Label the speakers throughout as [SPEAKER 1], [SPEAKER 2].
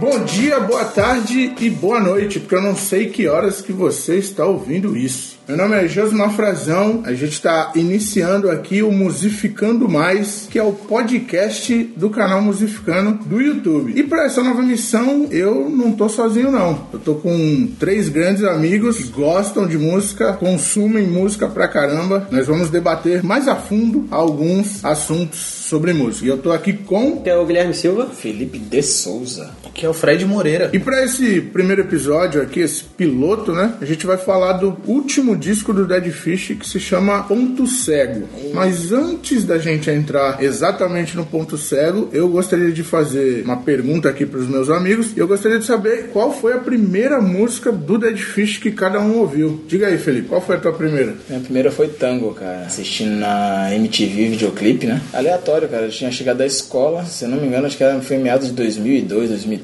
[SPEAKER 1] Bom dia, boa tarde e boa noite, porque eu não sei que horas que você está ouvindo isso. Meu nome é Josimar Frazão, a gente está iniciando aqui o Musificando Mais, que é o podcast do canal Musificando do YouTube. E para essa nova missão, eu não tô sozinho não. Eu tô com três grandes amigos que gostam de música, consumem música pra caramba. Nós vamos debater mais a fundo alguns assuntos sobre música. E eu tô aqui com
[SPEAKER 2] Que é o Guilherme Silva.
[SPEAKER 3] Felipe de Souza.
[SPEAKER 4] que é o Fred Moreira.
[SPEAKER 1] E para esse primeiro episódio aqui, esse piloto, né? A gente vai falar do último disco do Dead Fish que se chama Ponto Cego. Mas antes da gente entrar exatamente no ponto cego, eu gostaria de fazer uma pergunta aqui para os meus amigos. E eu gostaria de saber qual foi a primeira música do Dead Fish que cada um ouviu. Diga aí, Felipe, qual foi a tua primeira?
[SPEAKER 3] Minha primeira foi tango, cara. Assistindo na MTV videoclipe, né? Aleatório, cara. Eu tinha chegado da escola, se eu não me engano, acho que era- foi em meados de 2002, 2003.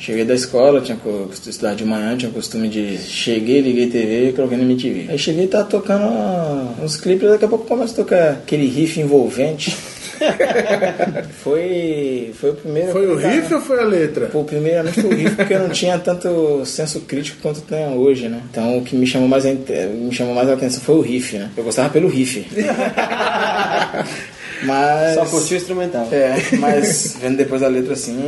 [SPEAKER 3] Cheguei da escola, tinha co- costume de estudar de manhã, tinha o costume de. Cheguei, liguei TV e coloquei na MTV. Aí cheguei e tava tocando ah, uns clipes, daqui a pouco começa a tocar aquele riff envolvente. foi. Foi o primeiro.
[SPEAKER 1] Foi o
[SPEAKER 3] cara.
[SPEAKER 1] riff ou foi a letra?
[SPEAKER 3] Pô, primeiramente foi o riff, porque eu não tinha tanto senso crítico quanto tenho hoje, né? Então o que me chamou mais a, inte- me chamou mais a atenção foi o riff, né? Eu gostava pelo riff. Mas.
[SPEAKER 2] Só curtiu o instrumental.
[SPEAKER 3] É, mas vendo depois a letra assim,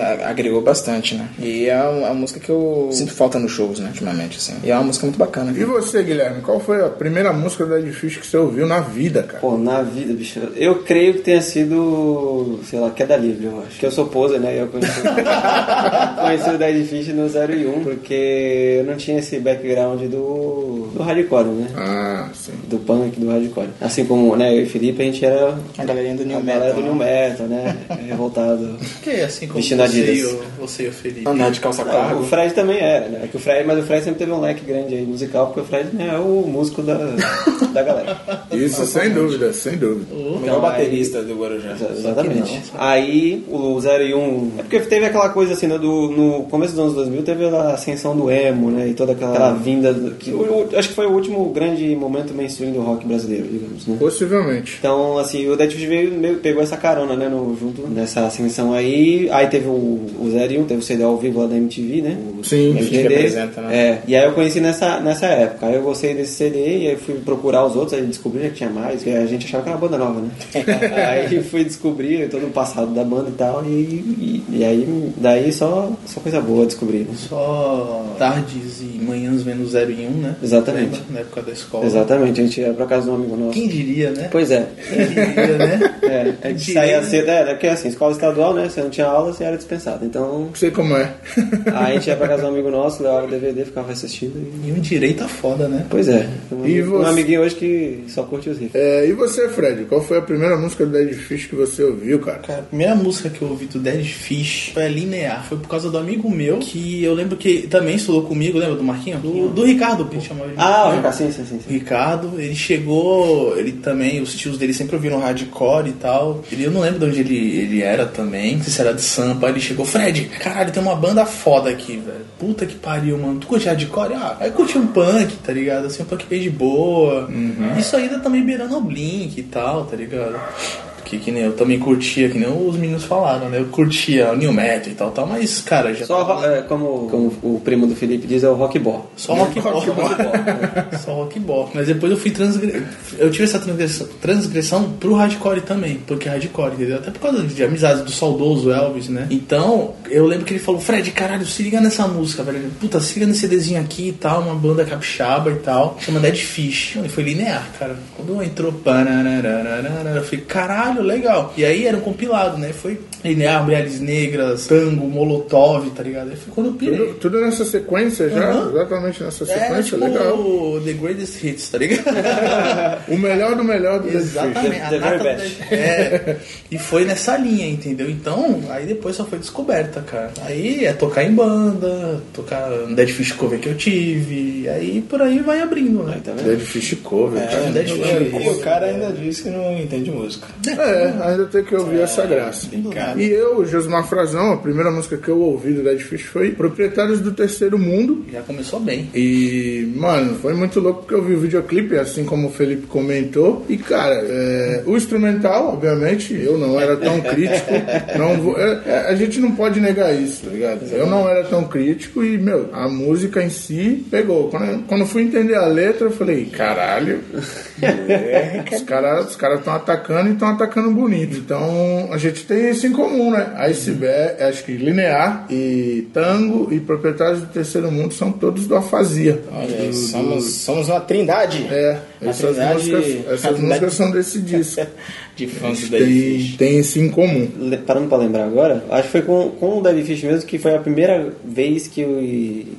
[SPEAKER 3] a- agregou bastante, né? E é uma, uma música que eu sinto falta nos shows, né, ultimamente, assim. E é uma música muito bacana.
[SPEAKER 1] E você, Guilherme, qual foi a primeira música do Dead Fish que você ouviu na vida, cara?
[SPEAKER 2] Pô, na vida, bicho. Eu creio que tenha sido, sei lá, queda livre, eu acho. Que eu sou poser, né? Eu conheci, conheci o Dead Fish no 01, porque eu não tinha esse background do, do hardcore, né?
[SPEAKER 1] Ah, sim.
[SPEAKER 2] do punk do hardcore. Assim como né, eu e Felipe, a gente era
[SPEAKER 3] A galerinha do New
[SPEAKER 2] a galera
[SPEAKER 3] Metal,
[SPEAKER 2] do New Metal, né? Revoltado.
[SPEAKER 4] Que assim como
[SPEAKER 2] Vestindo
[SPEAKER 4] você
[SPEAKER 2] Adidas.
[SPEAKER 4] e, o, você e o Felipe.
[SPEAKER 3] Andar de calça
[SPEAKER 2] Não, o
[SPEAKER 3] cargo.
[SPEAKER 2] Fred também era, né? É Que o Fred, mas o Fred sempre teve um leque grande aí musical, porque o Fred né, é o músico da, da galera.
[SPEAKER 1] Isso, sem dúvida, sem dúvida.
[SPEAKER 3] O
[SPEAKER 2] Uhum.
[SPEAKER 4] Então,
[SPEAKER 2] É
[SPEAKER 3] melhor baterista do Guarujá.
[SPEAKER 2] Exa- Exatamente. Aí o 01. É porque teve aquela coisa assim, né, do, no começo dos anos 2000 teve a ascensão do emo, né? E toda aquela, aquela vinda. do- Que, o- o- acho que foi o último grande momento mainstream do rock brasileiro, digamos, né?
[SPEAKER 1] Possivelmente.
[SPEAKER 2] Então, assim, o Dead Fish veio, meio- pegou essa carona, né, no, junto nessa ascensão aí. Aí teve o, o 01, teve o CD ao vivo lá da MTV, né? O
[SPEAKER 1] Sim,
[SPEAKER 2] MTV.
[SPEAKER 3] MTV apresenta, né?
[SPEAKER 2] É, e aí eu conheci nessa, nessa época. Aí eu gostei desse CD e aí fui procurar os outros, aí descobri que tinha mais, que a gente achava que era uma banda nova, né? aí fui descobrir todo o passado da banda e tal, e, e, e aí daí só, só coisa boa descobrir, né?
[SPEAKER 4] Só tardes e manhãs vendo 0 e 1, né?
[SPEAKER 2] Exatamente.
[SPEAKER 4] Lembra? Na época da escola.
[SPEAKER 2] Exatamente, a gente ia pra casa de um amigo nosso.
[SPEAKER 4] Quem diria, né?
[SPEAKER 2] Pois é,
[SPEAKER 4] Quem diria, né?
[SPEAKER 2] É, é que saía cedo, é, né? porque assim, escola estadual, né? Você não tinha aula, você era dispensado. Então,
[SPEAKER 1] Não sei como é.
[SPEAKER 2] aí a gente ia pra casa de um amigo nosso, levava o DVD, ficava assistindo e.
[SPEAKER 4] E um direito é foda, né?
[SPEAKER 2] Pois é. Um,
[SPEAKER 1] E
[SPEAKER 2] amigo- um
[SPEAKER 1] você?
[SPEAKER 2] amiguinho hoje que só curte os riffs.
[SPEAKER 1] É, e você, Fred? Qual foi a primeira música do Dead Fish que você ouviu, cara?
[SPEAKER 4] Cara, a primeira música que eu ouvi do Dead Fish foi a Linear. Foi por causa do amigo meu, que eu lembro que também estudou comigo, lembra do Marquinho? Do, do Ricardo, que ele chamava ele.
[SPEAKER 2] Ah, o Ricardo, sim, sim, sim.
[SPEAKER 4] O
[SPEAKER 2] sim.
[SPEAKER 4] Ricardo, ele chegou, ele também, os tios dele sempre ouviram hardcore e tal. Ele, eu não lembro de onde ele, ele era também, não sei se era de Sampa. Ele chegou, Fred, caralho, tem uma banda foda aqui, velho. Puta que pariu, mano. Tu curte hardcore? Ah, aí curti um punk, tá ligado? Assim, um punk bem de boa. Isso ainda também beirando o Blink e tal, tá ligado? Que, que nem eu também curtia, que nem os meninos falaram, né? Eu curtia o New Metal e tal, tal, mas, cara, já.
[SPEAKER 2] Só é, como, como o primo do Felipe diz, é o rock ball.
[SPEAKER 4] Só rock rockball. Só rock ball. Mas depois eu fui transgre... Eu tive essa transgressão, transgressão pro hardcore também, porque é hardcore, entendeu? Até por causa de amizade do saudoso Elvis, né? Então, eu lembro que ele falou, Fred, caralho, se liga nessa música, velho. Puta, se liga nesse CDzinho aqui e tal, uma banda capixaba e tal. Chama Dead Fish. Mano, e foi linear, cara. Quando entrou, parararararara, eu falei, caralho, legal. E aí era um compilado, né? Foi linear, mulheres negras, tango, molotov, tá ligado? Aí foi quando eu pirei.
[SPEAKER 1] Tudo, tudo nessa sequência já?
[SPEAKER 4] Aham.
[SPEAKER 1] Exatamente nessa
[SPEAKER 4] É,
[SPEAKER 1] sequência?
[SPEAKER 4] tipo
[SPEAKER 1] Legal.
[SPEAKER 4] o The Greatest Hits, tá ligado?
[SPEAKER 1] O melhor do melhor do Dead Fish.
[SPEAKER 4] Exatamente.
[SPEAKER 2] The
[SPEAKER 4] a
[SPEAKER 2] very
[SPEAKER 4] nata do
[SPEAKER 2] best.
[SPEAKER 4] Dead- É, e foi nessa linha, entendeu? Então, aí depois só foi descoberta, cara. Aí é tocar em banda, tocar no Dead Fish Cover que eu tive, aí por aí vai abrindo, né?
[SPEAKER 2] Aí, tá vendo?
[SPEAKER 3] É,
[SPEAKER 1] Dead Fish Cover, cara.
[SPEAKER 4] Dead Fish.
[SPEAKER 3] E o cara ainda diz que não entende música.
[SPEAKER 1] É, É, ainda tem que ouvir essa graça.
[SPEAKER 3] Obrigado.
[SPEAKER 1] E eu, Josmar Frazão, a primeira música que eu ouvi do Dead Fish foi Proprietários do Terceiro Mundo.
[SPEAKER 4] Já começou bem.
[SPEAKER 1] E, mano, foi muito louco porque eu vi o videoclipe, assim como o Felipe comentou. E, cara, é, o instrumental, obviamente, eu não era tão crítico. não vou- é, é, a gente não pode negar isso, tá ligado? Eu não era tão crítico e, meu, a música em si pegou. Quando eu, quando eu fui entender a letra, eu falei, caralho, os caras os cara estão atacando e estão atacando bonito. Então a gente tem isso em comum, né? Iceberg, acho que Linear e Tango e Proprietários do Terceiro Mundo são todos do Afasia.
[SPEAKER 3] Olha, aí, somos, somos uma trindade
[SPEAKER 1] É, essas,
[SPEAKER 3] verdade,
[SPEAKER 1] músicas,
[SPEAKER 3] na
[SPEAKER 1] essas
[SPEAKER 3] verdade-
[SPEAKER 1] músicas são desse disco.
[SPEAKER 3] de fãs do Dead
[SPEAKER 1] Tem,
[SPEAKER 3] Fish.
[SPEAKER 1] tem isso em comum.
[SPEAKER 2] Le- Parando pra lembrar agora, acho que foi com, com o David Fish mesmo que foi a primeira vez que eu,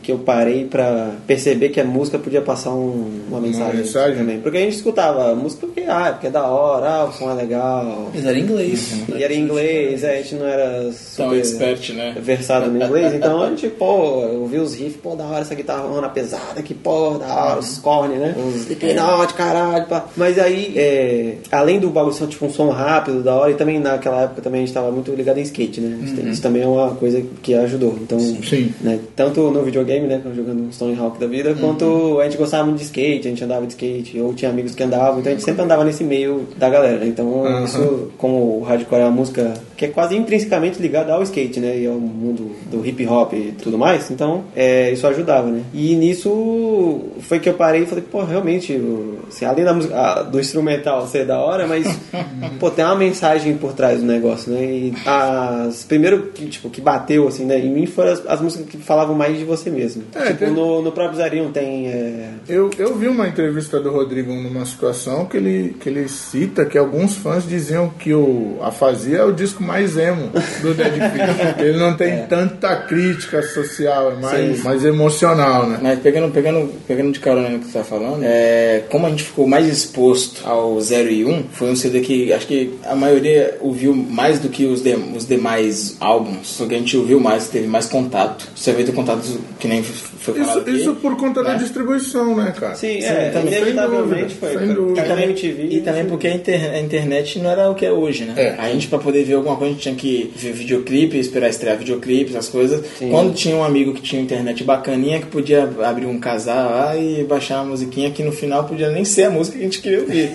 [SPEAKER 2] que eu parei pra perceber que a música podia passar um- uma mensagem.
[SPEAKER 1] mensagem?
[SPEAKER 2] Também. Porque a gente escutava a música porque, ah, porque é da hora, ah, o som é legal.
[SPEAKER 4] Mas era inglês.
[SPEAKER 2] E era em inglês, é, a gente não era
[SPEAKER 3] Tão
[SPEAKER 2] super
[SPEAKER 3] expert, né?
[SPEAKER 2] versado no inglês, então a gente, pô, eu ouvi os riffs, pô, da hora essa guitarrona pesada, que porra, da hora, os corne, né? Os Slipknot, caralho, pá. Mas aí, é, além do bagulho ser tipo um som rápido, da hora, e também naquela época também a gente tava muito ligado em skate, né? Isso, isso também é uma coisa que ajudou, então...
[SPEAKER 1] Sim.
[SPEAKER 2] né? Tanto no videogame, né? Jogando um Stone Hawk da vida, quanto a gente gostava muito de skate, a gente andava de skate, ou tinha amigos que andavam, então a gente sempre andava nesse meio da galera. Então, isso, como o hardcore é uma música que é quase intrinsecamente ligada ao skate, né? E ao mundo do hip hop e tudo mais, então é, isso ajudava, né? E nisso foi que eu parei e falei, pô, realmente, o- assim, além da música, a- do instrumental ser da hora, mas, pô, tem uma mensagem por trás do negócio, né? E as, primeiro, que, tipo, que bateu, assim, né, em mim foram as, as músicas que falavam mais de você mesmo.
[SPEAKER 1] É,
[SPEAKER 2] tipo,
[SPEAKER 1] tem-
[SPEAKER 2] no, no próprio Zarion tem... é,
[SPEAKER 1] Eu, eu vi uma entrevista do Rodrigo numa situação que ele, que ele cita que alguns fãs diziam que o Afasia é o disco mais emo do Dead Fish. Ele não tem tanta crítica social, é mais,
[SPEAKER 2] É. Sim.
[SPEAKER 1] mais emocional, né?
[SPEAKER 3] Mas pegando, pegando, pegando de carona no que você tá falando, é, como a gente ficou mais exposto ao 0 e 1, foi um CD que acho que a maioria ouviu mais do que os, de- os demais álbuns. Só que a gente ouviu mais, teve mais contato. Você vê ter contato que nem foi falado
[SPEAKER 1] Isso,
[SPEAKER 3] aqui.
[SPEAKER 1] isso por conta da
[SPEAKER 3] né?
[SPEAKER 1] distribuição, né, cara?
[SPEAKER 2] Sim, é,
[SPEAKER 1] também. Sem
[SPEAKER 2] inevitavelmente
[SPEAKER 1] dúvida,
[SPEAKER 2] foi.
[SPEAKER 1] sem dúvida.
[SPEAKER 2] Cada MTV...
[SPEAKER 3] E também porque a, inter- a internet não era o que é hoje, né?
[SPEAKER 1] É.
[SPEAKER 3] A gente, pra poder ver alguma coisa, a gente tinha que ver videoclipe, esperar estrear videoclipe, essas coisas. Quando tinha um amigo que tinha internet bacaninha, que podia abrir um casal lá e baixar uma musiquinha que no final podia nem ser a música que a gente queria ouvir,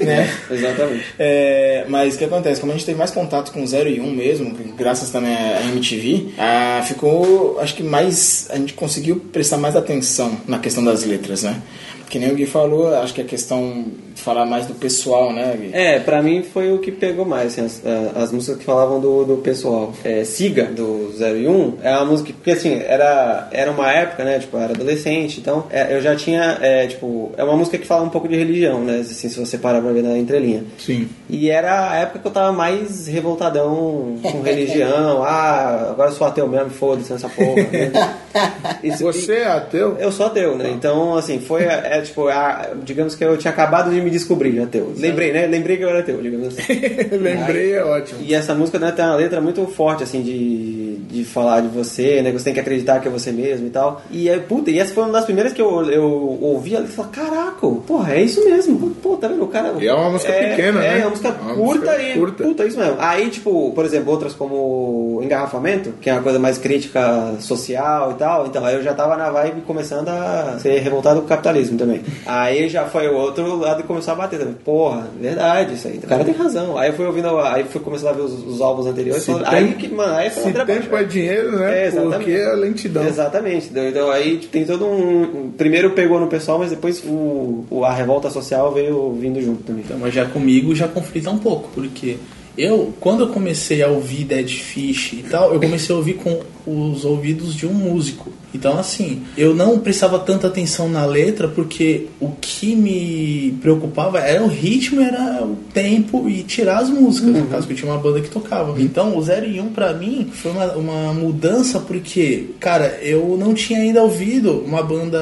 [SPEAKER 3] né?
[SPEAKER 2] Exatamente.
[SPEAKER 3] É, mas o que acontece? Como a gente teve mais contato com o 0 e 1 mesmo, graças também à MTV, ah, ficou, acho que mais, a gente conseguiu prestar mais atenção na questão das letras, né? Que nem o Gui falou, acho que a questão de falar mais do pessoal, né, Gui?
[SPEAKER 2] É, pra mim foi o que pegou mais, assim, as, a- as músicas que falavam do, do pessoal. É, Siga, do 01, é uma música que, porque assim, era, era uma época, né, tipo, eu era adolescente, então é, eu já tinha, é, tipo, é uma música que fala um pouco de religião, né, assim, se você parar pra ver na entrelinha.
[SPEAKER 1] Sim.
[SPEAKER 2] E era a época que eu tava mais revoltadão com religião, ah, agora eu sou ateu mesmo, foda-se nessa porra. né? Isso-
[SPEAKER 1] Você é ateu?
[SPEAKER 2] eu sou ateu,
[SPEAKER 1] Tá.
[SPEAKER 2] né? Então, assim, foi, é, tipo, a- digamos que eu tinha acabado de me descobrir ateu. Lembrei, né? Lembrei que eu era ateu, digamos assim.
[SPEAKER 1] Lembrei, é ótimo.
[SPEAKER 2] E essa música né, tem uma letra muito forte, assim, de, de falar de você, né? Que você tem que acreditar que é você mesmo e tal. E aí, puta, e essa foi uma das primeiras que eu, eu ouvi ali e falei, caraca, porra, é isso mesmo. Pô, tá vendo? O cara.
[SPEAKER 1] E é uma música pequena,
[SPEAKER 2] é,
[SPEAKER 1] né?
[SPEAKER 2] É, uma música
[SPEAKER 1] É uma
[SPEAKER 2] curta
[SPEAKER 1] música
[SPEAKER 2] e.
[SPEAKER 1] curta.
[SPEAKER 2] Puta, isso mesmo. Aí, tipo, por exemplo, outras como Engarrafamento, que é uma coisa mais crítica social e tal. Então, aí eu já tava na vibe começando a ser revoltado com o capitalismo também. Aí já foi o outro lado e começou a bater também. Porra, verdade isso aí. O cara tem razão. Aí eu fui ouvindo, aí fui começando a ver os, os álbuns anteriores.
[SPEAKER 1] Se
[SPEAKER 2] falando,
[SPEAKER 1] tem-
[SPEAKER 2] aí que, mano, aí foi
[SPEAKER 1] Se
[SPEAKER 2] ladeira abaixo,
[SPEAKER 1] tempo é
[SPEAKER 2] velho.
[SPEAKER 1] dinheiro, né?
[SPEAKER 2] É, exatamente.
[SPEAKER 1] Porque é lentidão.
[SPEAKER 2] Exatamente. entendeu? Então aí tipo, tem todo um. um- Primeiro pegou no pessoal, mas depois o, o- a revolta social veio vindo junto também.
[SPEAKER 4] Então, mas já comigo já conflita um pouco, porque eu, quando eu comecei a ouvir Dead Fish e tal, eu comecei a ouvir com os ouvidos de um músico. Então, assim, eu não prestava tanta atenção na letra, porque o que me preocupava era o ritmo, era o tempo e tirar as músicas, no caso que eu tinha uma banda que tocava. Então, o 0 e 1 pra mim foi uma, uma mudança, porque, cara, eu não tinha ainda ouvido uma banda,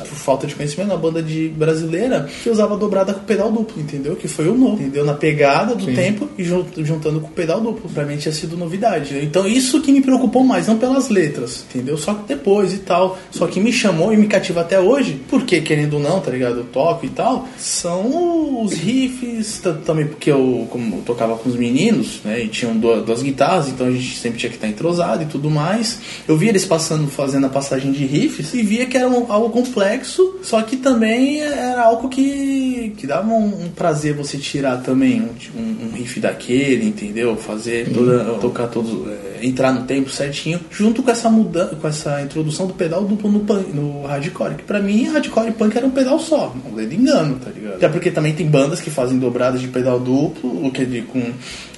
[SPEAKER 4] por falta de conhecimento, uma banda de brasileira que usava dobrada com pedal duplo, entendeu? Que foi o novo, entendeu? Na pegada do tempo e jun- juntando com o pedal duplo. Pra mim tinha sido novidade. Então, né? isso que me preocupou mais, não apaixão pelas letras, entendeu? Só que depois e tal. Só que me chamou e me cativa até hoje, porque querendo ou não, tá ligado? O toque e tal, são os riffs, tanto também porque eu, como eu tocava com os meninos, né? E tinham duas, duas guitarras, então a gente sempre tinha que estar entrosado e tudo mais. Eu via eles passando, fazendo a passagem de riffs e via que era um- algo complexo, só que também era algo que, que dava um, um prazer você tirar também um, um- um riff daquele, entendeu? Fazer toda, tocar todos, é, entrar no tempo certinho, junto com essa mudança, com essa introdução do pedal duplo no, punk, no hardcore, que pra mim hardcore e punk era um pedal só, não dedo engano, tá ligado? Até porque também tem bandas que fazem dobradas de pedal duplo, o que é de- com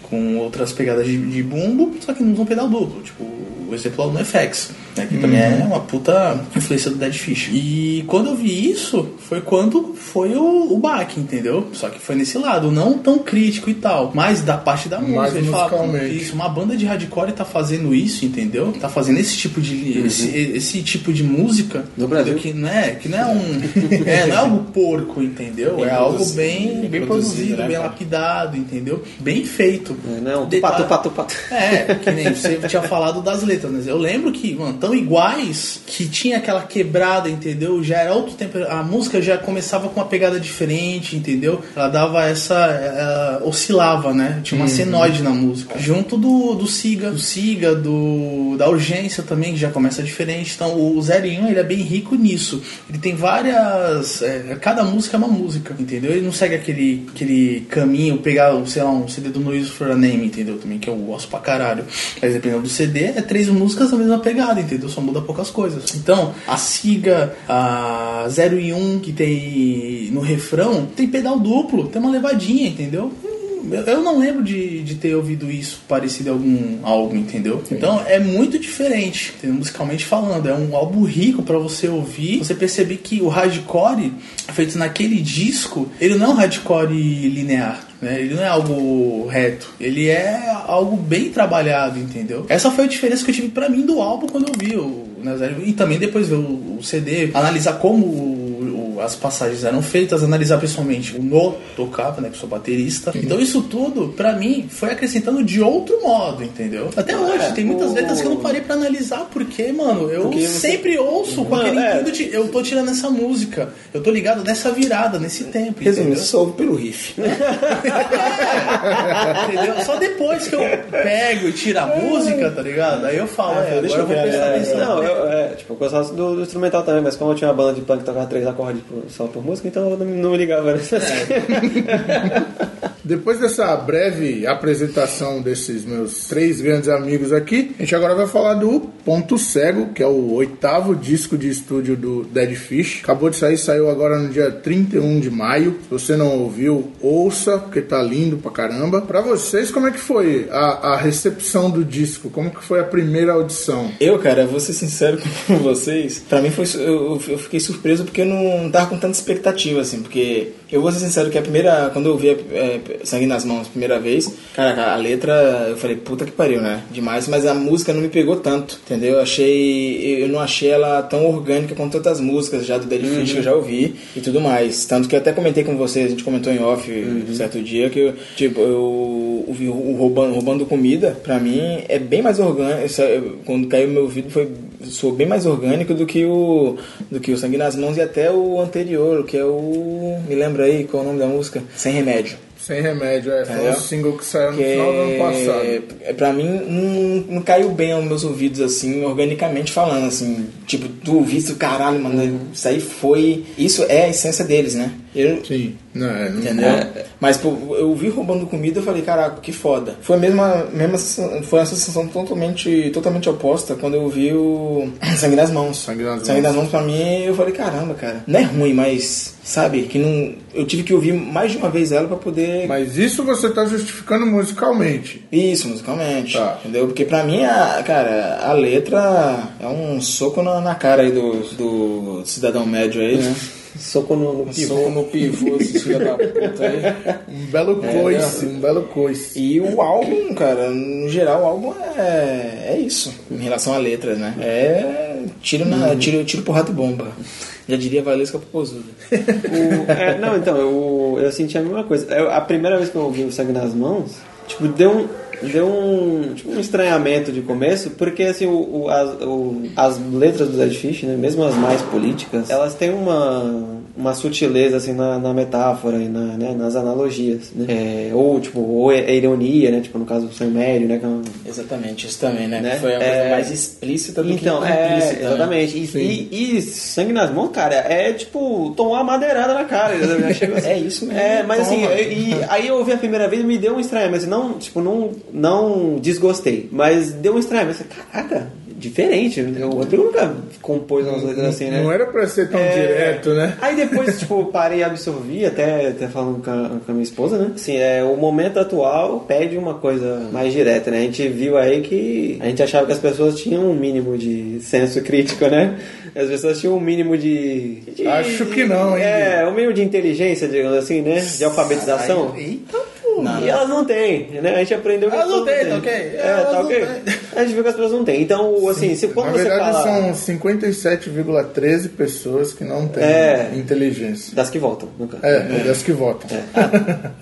[SPEAKER 4] com outras pegadas de, de bumbo, só que não usam pedal duplo, tipo o exemplo é o NoFX, né, que
[SPEAKER 1] Uhum.
[SPEAKER 4] também é uma puta influência do Dead Fish. E quando eu vi isso, foi quando foi o, o baque, entendeu? Só que foi nesse lado, não tão crítico e tal, mas da parte da
[SPEAKER 1] Mais
[SPEAKER 4] música. ele fala,
[SPEAKER 1] musicalmente.
[SPEAKER 4] "Pô, isso, uma banda de hardcore tá fazendo isso, entendeu? Tá fazendo esse tipo de li- esse, esse tipo de música
[SPEAKER 2] No Brasil.
[SPEAKER 4] que não é, que não é um é, não é algo porco, entendeu? é algo
[SPEAKER 3] produzido,
[SPEAKER 4] bem
[SPEAKER 3] bem
[SPEAKER 4] bem
[SPEAKER 3] produzido,
[SPEAKER 4] produzido,
[SPEAKER 3] né,
[SPEAKER 4] bem
[SPEAKER 3] cara?
[SPEAKER 4] lapidado, entendeu? Bem feito.
[SPEAKER 2] É, Não,
[SPEAKER 4] Detalhe-
[SPEAKER 2] tupa, tupa, tupa.
[SPEAKER 4] é, que nem você tinha falado das letras, né? Eu lembro que, mano, tão iguais que tinha aquela quebrada, entendeu? Já era outro tempo, a música já começava com uma pegada diferente, entendeu? Ela dava essa. ela oscilava, né? Tinha uma senoide na música. Junto do, do Siga, do Siga, do, da Urgência também, que já começa diferente. Então o Zerinho, ele é bem rico nisso. Ele tem várias. é, cada música é uma música, entendeu? Ele não segue aquele, aquele caminho, pegar, sei lá, um CD do Noise for a Name, entendeu? Também, que eu gosto pra caralho. Mas dependendo do CD, é três músicas da mesma pegada, entendeu? Só muda poucas coisas. Então, a Siga, a 0 e 1, que tem no refrão, tem pedal duplo, tem uma levadinha, entendeu? Hum, eu- Eu não lembro de, de ter ouvido isso parecido a algum álbum, entendeu? Então é muito diferente, entendeu? musicalmente falando. É um álbum rico pra você ouvir. Você perceber que o hardcore feito naquele disco, ele não é um hardcore linear. Né? Ele não é algo reto, ele é algo bem trabalhado, entendeu? Essa foi a diferença que eu tive pra mim do álbum quando eu vi o Nazaré e também depois ver o, o CD, analisar como o- o- as passagens eram feitas, analisar principalmente o No tocava, né, que sou baterista.
[SPEAKER 2] Uhum.
[SPEAKER 4] Então isso tudo pra mim foi acrescentando de outro modo, entendeu? Até hoje tem muitas
[SPEAKER 2] É, o-
[SPEAKER 4] letras que eu não parei pra analisar porque, mano, eu
[SPEAKER 2] Porque você-
[SPEAKER 4] sempre ouço com
[SPEAKER 2] Mano,
[SPEAKER 4] aquele
[SPEAKER 2] é.
[SPEAKER 4] intuito de eu tô tirando essa música, eu tô ligado nessa virada, nesse tempo,
[SPEAKER 3] Resumindo,
[SPEAKER 4] entendeu?
[SPEAKER 3] só ouve pelo riff.
[SPEAKER 4] Entendeu? Só depois que eu pego e tiro a música, tá ligado? Aí eu falo, é, agora eu vou prestar
[SPEAKER 2] É,
[SPEAKER 4] atenção.
[SPEAKER 2] Não, eu, é, tipo, eu gostava do, do instrumental também, mas como eu tinha uma banda de punk que tocava três acordes por- só por música, então eu não, não me ligava nessa
[SPEAKER 4] É.
[SPEAKER 1] Depois dessa breve apresentação desses meus três grandes amigos aqui, a gente agora vai falar do Ponto Cego, que é o oitavo disco de estúdio do Dead Fish. Acabou de sair, saiu agora no dia 31 de maio. Se você não ouviu, ouça, porque tá lindo pra caramba. Pra vocês, como é que foi a, a recepção do disco? Como que foi a primeira audição?
[SPEAKER 3] Eu, cara, vou ser sincero com vocês. Pra mim foi. su- Eu, eu fiquei surpreso porque eu não tava com tanta expectativa, assim. Porque eu vou ser sincero que a primeira. Quando eu ouvi é, Sangue nas Mãos a primeira vez, cara, a letra. Eu falei, puta que pariu, né? Demais. Mas a música não me pegou tanto, entendeu? Eu achei. Eu não achei ela tão orgânica quanto outras músicas já do Dead Fish que eu já ouvi e tudo mais. Tanto que eu até comentei com vocês, a gente comentou em off certo dia, que eu, tipo, eu o, o roubando, roubando comida, pra mim, é bem mais orgânico. isso é- Quando caiu meu ouvido, foi, soou bem mais orgânico do que, o, do que o Sangue nas Mãos e até o anterior, que é o. Me lembra aí qual é o nome da música? Sem Remédio.
[SPEAKER 1] Sem remédio, é. Foi
[SPEAKER 3] É.
[SPEAKER 1] um single que saiu no
[SPEAKER 3] Que
[SPEAKER 1] final do ano passado.
[SPEAKER 3] é, pra mim não, não caiu bem aos meus ouvidos, assim, organicamente falando, assim. Tipo, tu ouviste o caralho,
[SPEAKER 1] Uhum.
[SPEAKER 3] mano, isso aí foi. Isso é a essência deles, né? Eu,
[SPEAKER 1] Sim. Não, é, não-
[SPEAKER 3] Entendeu? Mas pô, eu vi roubando comida e falei, caraca, que foda. Foi a mesma, mesma sensação- foi uma sensação totalmente, totalmente oposta quando eu vi o Sangue nas Mãos.
[SPEAKER 1] Sangue nas Mãos.
[SPEAKER 3] Sangue nas Mãos pra mim, eu falei, caramba, cara. Não é ruim, mas, sabe, que não. Eu tive que ouvir mais de uma vez ela pra poder.
[SPEAKER 1] Mas isso você tá justificando musicalmente.
[SPEAKER 3] Isso, musicalmente.
[SPEAKER 1] Tá.
[SPEAKER 3] Entendeu? Porque pra mim, a, cara, a letra é um soco na, na cara aí do, do cidadão médio aí, né?
[SPEAKER 2] Soco no, no É. pivô.
[SPEAKER 3] Soco no pivô, esse filho da puta aí.
[SPEAKER 1] Um belo
[SPEAKER 2] É,
[SPEAKER 1] coice, um belo coice.
[SPEAKER 3] E o álbum, cara, no geral, o álbum é, é isso, em relação à letra, né? É tiro, na,
[SPEAKER 2] Uhum.
[SPEAKER 3] tiro, tiro porrada e bomba. Já diria Valesca Popozuda.
[SPEAKER 2] O- é, não, então, eu, eu senti a mesma coisa. Eu- a primeira vez que eu ouvi o Sangue nas Mãos, tipo, deu um. deu um, tipo, um estranhamento de começo, porque assim, o, o- as, o- as letras do Dead Fish, né, mesmo as mais políticas, elas têm uma, uma sutileza assim na, na metáfora e na, né, nas analogias, né? É, ou tipo, ou é, é ironia, né? Tipo, no caso do Sam Médio, né? que é um-
[SPEAKER 3] Exatamente, isso também, né?
[SPEAKER 2] Né?
[SPEAKER 3] Foi a coisa
[SPEAKER 2] É.
[SPEAKER 3] mais explícita do
[SPEAKER 2] então,
[SPEAKER 3] que
[SPEAKER 2] é,
[SPEAKER 3] implícita, né?
[SPEAKER 2] exatamente. E, e- e sangue nas mãos, cara, é tipo tomar uma madeirada na cara. entendeu? Já chega assim.
[SPEAKER 3] É isso mesmo.
[SPEAKER 2] É, mas assim,
[SPEAKER 3] Toma.
[SPEAKER 2] e, e aí eu ouvi a primeira vez e me deu um estranhamento. assim, Não, tipo, não, não desgostei, mas deu um estranhamento. assim, Caraca, diferente. né? O Rodrigo nunca compôs umas letras assim, né?
[SPEAKER 1] Não era pra ser tão
[SPEAKER 2] É.
[SPEAKER 1] direto, né?
[SPEAKER 2] Aí depois, tipo, parei e absorvi, até, até falando com a, com a minha esposa, né? Assim, é, o momento atual pede uma coisa mais direta, né? A gente viu aí que a gente achava que as pessoas tinham um mínimo de senso crítico, né? As pessoas tinham um mínimo de... de-
[SPEAKER 1] Acho que não, hein?
[SPEAKER 2] É, o mínimo de inteligência, digamos assim, né? De alfabetização.
[SPEAKER 4] Eita, pô.
[SPEAKER 3] Não,
[SPEAKER 2] E elas não têm, né? A gente aprendeu que
[SPEAKER 4] Elas não têm,
[SPEAKER 2] têm.
[SPEAKER 4] tá ok.
[SPEAKER 2] É,
[SPEAKER 4] Elas
[SPEAKER 2] tá
[SPEAKER 4] não
[SPEAKER 2] ok. A gente viu que as pessoas não têm. Então, assim, se, quando
[SPEAKER 1] Na
[SPEAKER 2] você
[SPEAKER 1] verdade,
[SPEAKER 2] fala...
[SPEAKER 1] são 57,13 pessoas que não têm
[SPEAKER 2] É.
[SPEAKER 1] inteligência.
[SPEAKER 2] Das que voltam, no caso.
[SPEAKER 1] É, é das que votam.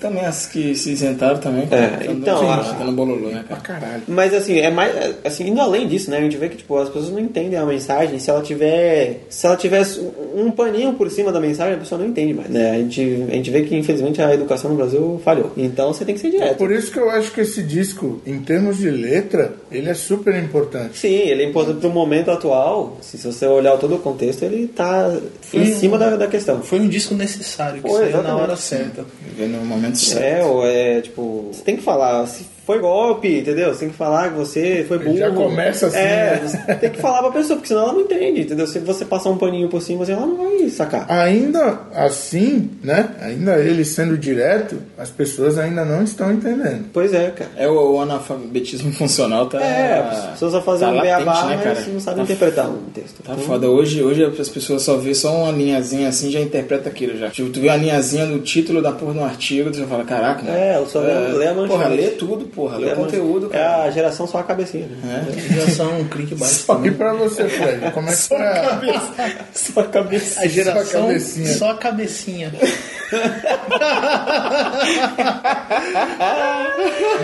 [SPEAKER 3] Também as que se isentaram também. cara, tão
[SPEAKER 2] então,
[SPEAKER 3] dando-
[SPEAKER 2] acho-
[SPEAKER 3] tão dando bololô, né,
[SPEAKER 1] Pra
[SPEAKER 3] cara?
[SPEAKER 1] caralho.
[SPEAKER 2] Mas assim, é mais. é, Assim, indo além disso, né? A gente vê que tipo, as pessoas não entendem a mensagem. Se ela tiver. Se ela tivesse um paninho por cima da mensagem, a pessoa não entende mais.
[SPEAKER 1] É.
[SPEAKER 2] Né? A, gente, a gente vê que infelizmente a educação no Brasil falhou. Então você tem que ser
[SPEAKER 1] É
[SPEAKER 2] direto.
[SPEAKER 1] por isso que eu acho que esse disco, em termos de letra, ele é super importante.
[SPEAKER 2] Sim, ele é importante pro momento atual. Assim, se você olhar todo o contexto, ele tá em cima da, da questão.
[SPEAKER 4] Foi um disco necessário que
[SPEAKER 2] Foi,
[SPEAKER 4] saiu na
[SPEAKER 2] exatamente.
[SPEAKER 4] hora certa.
[SPEAKER 3] Viver no momento certo.
[SPEAKER 2] É, ou é tipo. Você tem que falar. Se foi golpe, entendeu? Você tem que falar que você foi burro.
[SPEAKER 1] Já começa assim,
[SPEAKER 2] É,
[SPEAKER 1] né?
[SPEAKER 2] você tem que falar pra pessoa, porque senão ela não entende, entendeu? Se você passar um paninho por cima, assim, ela não vai sacar.
[SPEAKER 1] Ainda assim, né? Ainda ele sendo direto, as pessoas ainda não estão entendendo.
[SPEAKER 2] Pois é, cara.
[SPEAKER 3] É o, o analfabetismo funcional tá.
[SPEAKER 2] É, as pessoas só fazem
[SPEAKER 3] tá
[SPEAKER 2] um
[SPEAKER 3] latente,
[SPEAKER 2] beabá,
[SPEAKER 3] né, cara?
[SPEAKER 2] mas não sabem
[SPEAKER 3] Tá
[SPEAKER 2] interpretar um texto.
[SPEAKER 3] Tá
[SPEAKER 2] Então,
[SPEAKER 3] foda. Hoje, hoje as pessoas só vê só uma linhazinha assim já interpreta aquilo já. Tipo, tu vê a linhazinha no título da porra no artigo, tu já fala, caraca,
[SPEAKER 2] É, eu só
[SPEAKER 3] é,
[SPEAKER 2] lê- lê a manchete.
[SPEAKER 3] Porra, lê tudo, porra. Lê,
[SPEAKER 2] é
[SPEAKER 3] o
[SPEAKER 2] uma-
[SPEAKER 3] conteúdo, cara.
[SPEAKER 2] É a geração só a cabecinha. Né?
[SPEAKER 4] Geração clickbait.
[SPEAKER 1] E pra você, Fred, como é que foi a,
[SPEAKER 2] É.
[SPEAKER 3] Só a cabeça.
[SPEAKER 4] A geração só
[SPEAKER 1] cabecinha.
[SPEAKER 4] a cabecinha.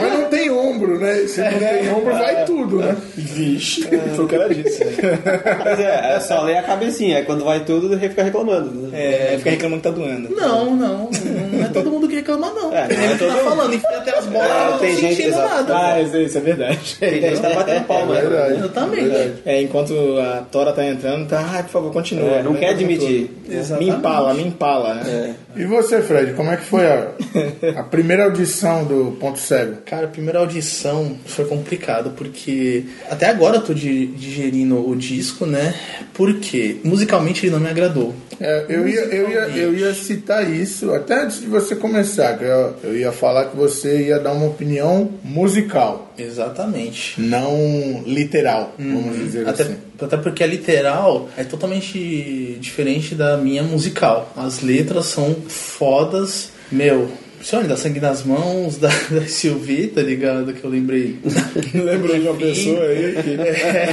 [SPEAKER 1] Mas não tem ombro, né? Se não tem ombro, vai tudo, né?
[SPEAKER 3] Vixe,
[SPEAKER 2] É.
[SPEAKER 3] foi o que ela disse. né?
[SPEAKER 2] Mas é, é só ler a cabecinha. Aí quando vai tudo, ele fica reclamando. né?
[SPEAKER 3] É, fica reclamando que tá doendo.
[SPEAKER 4] Não, não. Não é todo mundo que reclama, não.
[SPEAKER 2] É,
[SPEAKER 4] É,
[SPEAKER 2] não é
[SPEAKER 4] ele
[SPEAKER 2] todo
[SPEAKER 4] tá
[SPEAKER 2] mundo.
[SPEAKER 4] falando, enfia até as bolas,
[SPEAKER 2] É,
[SPEAKER 4] eu não tô
[SPEAKER 2] tem gente-
[SPEAKER 4] sentindo
[SPEAKER 2] exato.
[SPEAKER 4] nada.
[SPEAKER 3] Ah, isso, isso é verdade.
[SPEAKER 2] A gente tá batendo palma. né?
[SPEAKER 1] Verdade.
[SPEAKER 4] Exatamente.
[SPEAKER 3] É, enquanto a Tora tá entrando, tá, ah, por favor, continua.
[SPEAKER 2] É, não
[SPEAKER 3] Vai
[SPEAKER 2] quer
[SPEAKER 3] fazer
[SPEAKER 2] admitir.
[SPEAKER 3] tudo. Me
[SPEAKER 4] Exatamente.
[SPEAKER 3] empala, me empala, né?
[SPEAKER 1] E você, Fred, como é que foi a, a primeira audição do Ponto Cego?
[SPEAKER 4] Cara, a primeira audição foi complicado, porque até agora eu tô di- digerindo o disco, né? Porque musicalmente ele não me agradou.
[SPEAKER 1] É, eu, ia, eu, ia, eu ia citar isso até antes de você começar, que eu, eu ia falar que você ia dar uma opinião musical,
[SPEAKER 4] Exatamente.
[SPEAKER 1] não literal, vamos dizer
[SPEAKER 4] Até,
[SPEAKER 1] assim.
[SPEAKER 4] até porque a literal é totalmente diferente da minha musical. As letras são fodas. Meu, se olha, dá sangue nas mãos, da, da Silvia, tá ligado? Que eu lembrei.
[SPEAKER 3] Lembrou de uma pessoa aí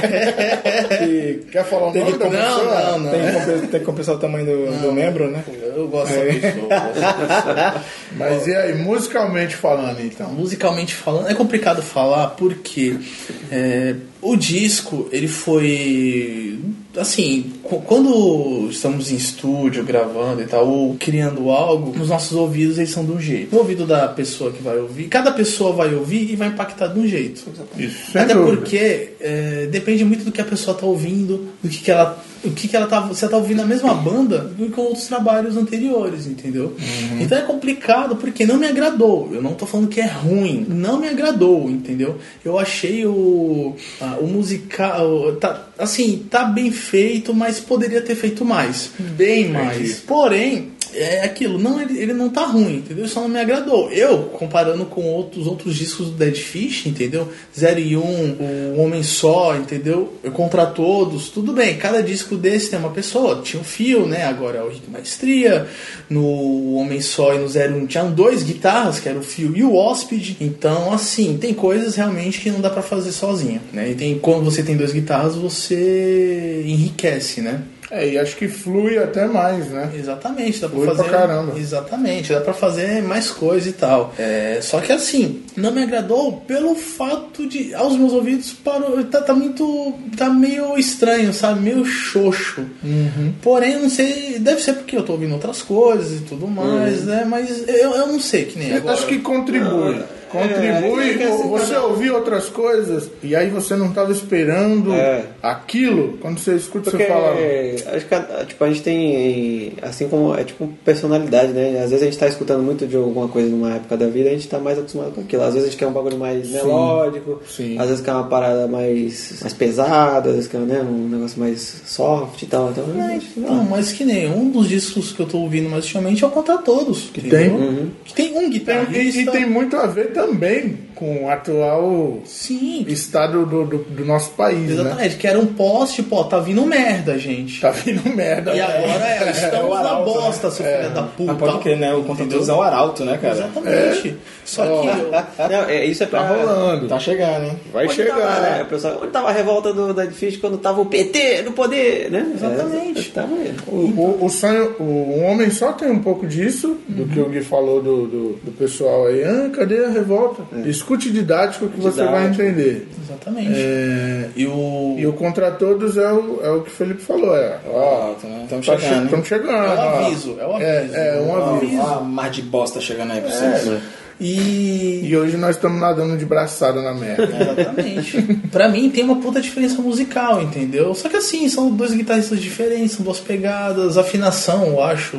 [SPEAKER 3] que, que
[SPEAKER 1] Quer falar o nome da
[SPEAKER 4] Não,
[SPEAKER 1] pessoa?
[SPEAKER 4] não, não.
[SPEAKER 3] tem, que compen- tem que compensar o tamanho do, do membro, né?
[SPEAKER 4] Eu gosto da pessoa.
[SPEAKER 1] Mas e aí, musicalmente falando então?
[SPEAKER 4] musicalmente falando, é complicado falar porque é, o disco ele foi assim qu- quando estamos em estúdio gravando e tal ou criando algo nos nossos ouvidos eles são de um jeito o ouvido da pessoa que vai ouvir cada pessoa vai ouvir e vai impactar de um jeito
[SPEAKER 1] Isso, sem
[SPEAKER 4] até
[SPEAKER 1] dúvida.
[SPEAKER 4] porque é, depende muito do que a pessoa tá ouvindo, do que, que ela. O que, que ela tá. Você tá ouvindo a mesma banda do que outros trabalhos anteriores, entendeu? Então é complicado porque não me agradou. Eu não tô falando que é ruim. Não me agradou, entendeu? Eu achei o. a- o musical. Tá, assim, tá bem feito, mas poderia ter feito mais. Bem mais. Porém, é aquilo, não, ele, ele não tá ruim, entendeu? Só não me agradou. Eu, comparando com outros outros discos do Dead Fish, entendeu? 0 e 1, o Homem Só, entendeu? Eu contra todos, tudo bem. Cada disco desse tem uma pessoa. Tinha o Fio, né? Agora é o Rick Maestria. No Homem Só e no 0 e 1 tinham dois guitarras, que era o Fio e o Hóspede. Então, assim, tem coisas realmente que não dá pra fazer sozinha, né? E tem, quando você tem duas guitarras, você enriquece, né?
[SPEAKER 1] É, e acho que flui até mais, né?
[SPEAKER 4] Exatamente, dá pra
[SPEAKER 1] Flui pra
[SPEAKER 4] fazer.
[SPEAKER 1] caramba.
[SPEAKER 4] Exatamente, dá pra fazer mais coisa e tal. É, só que assim, não me agradou pelo fato de. Aos meus ouvidos, parou, tá, tá muito. tá meio estranho, sabe? Meio xoxo.
[SPEAKER 1] Uhum.
[SPEAKER 4] Porém, eu não sei. Deve ser porque eu tô ouvindo outras coisas e tudo
[SPEAKER 1] Uhum.
[SPEAKER 4] mais, né? Mas eu, eu não sei que nem agora.
[SPEAKER 1] Acho que contribui.
[SPEAKER 2] É, é
[SPEAKER 1] Contribui,
[SPEAKER 2] que assim,
[SPEAKER 1] ou você
[SPEAKER 2] cada-
[SPEAKER 1] ouvir outras coisas e aí você não estava esperando
[SPEAKER 2] É.
[SPEAKER 1] aquilo, quando você escuta,
[SPEAKER 2] Porque é,
[SPEAKER 1] você fala.
[SPEAKER 5] né?
[SPEAKER 2] acho que a- tipo, a gente tem, assim como é tipo personalidade, né? Às vezes a gente tá escutando muito de alguma coisa numa época da vida, a gente tá mais acostumado com aquilo. Às vezes a gente quer um bagulho mais melódico,
[SPEAKER 1] sim.
[SPEAKER 2] às vezes quer uma parada mais, mais pesada, às vezes quer né, um negócio mais soft e tal. Então, a gente, sei lá.
[SPEAKER 4] Não, mas que nem um dos discos que eu tô ouvindo mais ultimamente é o Contra Todos. Que
[SPEAKER 1] tem? Uhum.
[SPEAKER 4] Que tem um
[SPEAKER 1] Tem-
[SPEAKER 4] guitarrista.
[SPEAKER 1] e, e tem muito a ver também com o atual
[SPEAKER 4] Sim,
[SPEAKER 1] estado do, do- do nosso país, né?
[SPEAKER 4] exatamente. Que era um post, tipo, ó, tá vindo merda, gente.
[SPEAKER 1] Tá vindo merda.
[SPEAKER 4] E
[SPEAKER 1] né?
[SPEAKER 4] agora é,
[SPEAKER 3] o
[SPEAKER 4] estamos na
[SPEAKER 3] arauto,
[SPEAKER 4] bosta,
[SPEAKER 3] né?
[SPEAKER 4] seu
[SPEAKER 3] É.
[SPEAKER 4] filho da puta.
[SPEAKER 3] Mas pode crer, né? O contador é o arauto, né, cara?
[SPEAKER 4] Exatamente. Só que eu-
[SPEAKER 2] Não, é, isso é pra
[SPEAKER 1] Tá rolando.
[SPEAKER 3] Tá chegando, hein?
[SPEAKER 1] Vai
[SPEAKER 2] Onde
[SPEAKER 1] chegar,
[SPEAKER 2] tava, é,
[SPEAKER 1] né?
[SPEAKER 2] O pessoal, onde tava a revolta do, da Edifício quando tava o PT no poder, né?
[SPEAKER 4] Exatamente.
[SPEAKER 2] É, tava aí.
[SPEAKER 1] O, o, o sonho, o, o homem só tem um pouco disso,
[SPEAKER 2] Uhum.
[SPEAKER 1] do que o Gui falou do, do, do pessoal aí. Ah, cadê a revolta? Escute didático que você vai
[SPEAKER 2] É. Didático.
[SPEAKER 1] entender.
[SPEAKER 4] Exatamente.
[SPEAKER 1] É,
[SPEAKER 4] E o.
[SPEAKER 1] e o contra todos é o, é o que o Felipe falou. É, ó,
[SPEAKER 3] Arauto, né? Estamos
[SPEAKER 1] tá che-
[SPEAKER 3] chegando, hein?
[SPEAKER 1] estamos chegando.
[SPEAKER 4] É um
[SPEAKER 1] ó.
[SPEAKER 4] aviso, é um aviso.
[SPEAKER 1] É, é um
[SPEAKER 3] Ó,
[SPEAKER 1] aviso.
[SPEAKER 3] ó a mar de bosta chegando aí pra vocês.
[SPEAKER 4] E.
[SPEAKER 1] E hoje nós estamos nadando de braçada na merda.
[SPEAKER 4] Exatamente. pra mim tem uma puta diferença musical, entendeu? Só que assim, são dois guitarristas diferentes, são duas pegadas, a afinação, eu acho.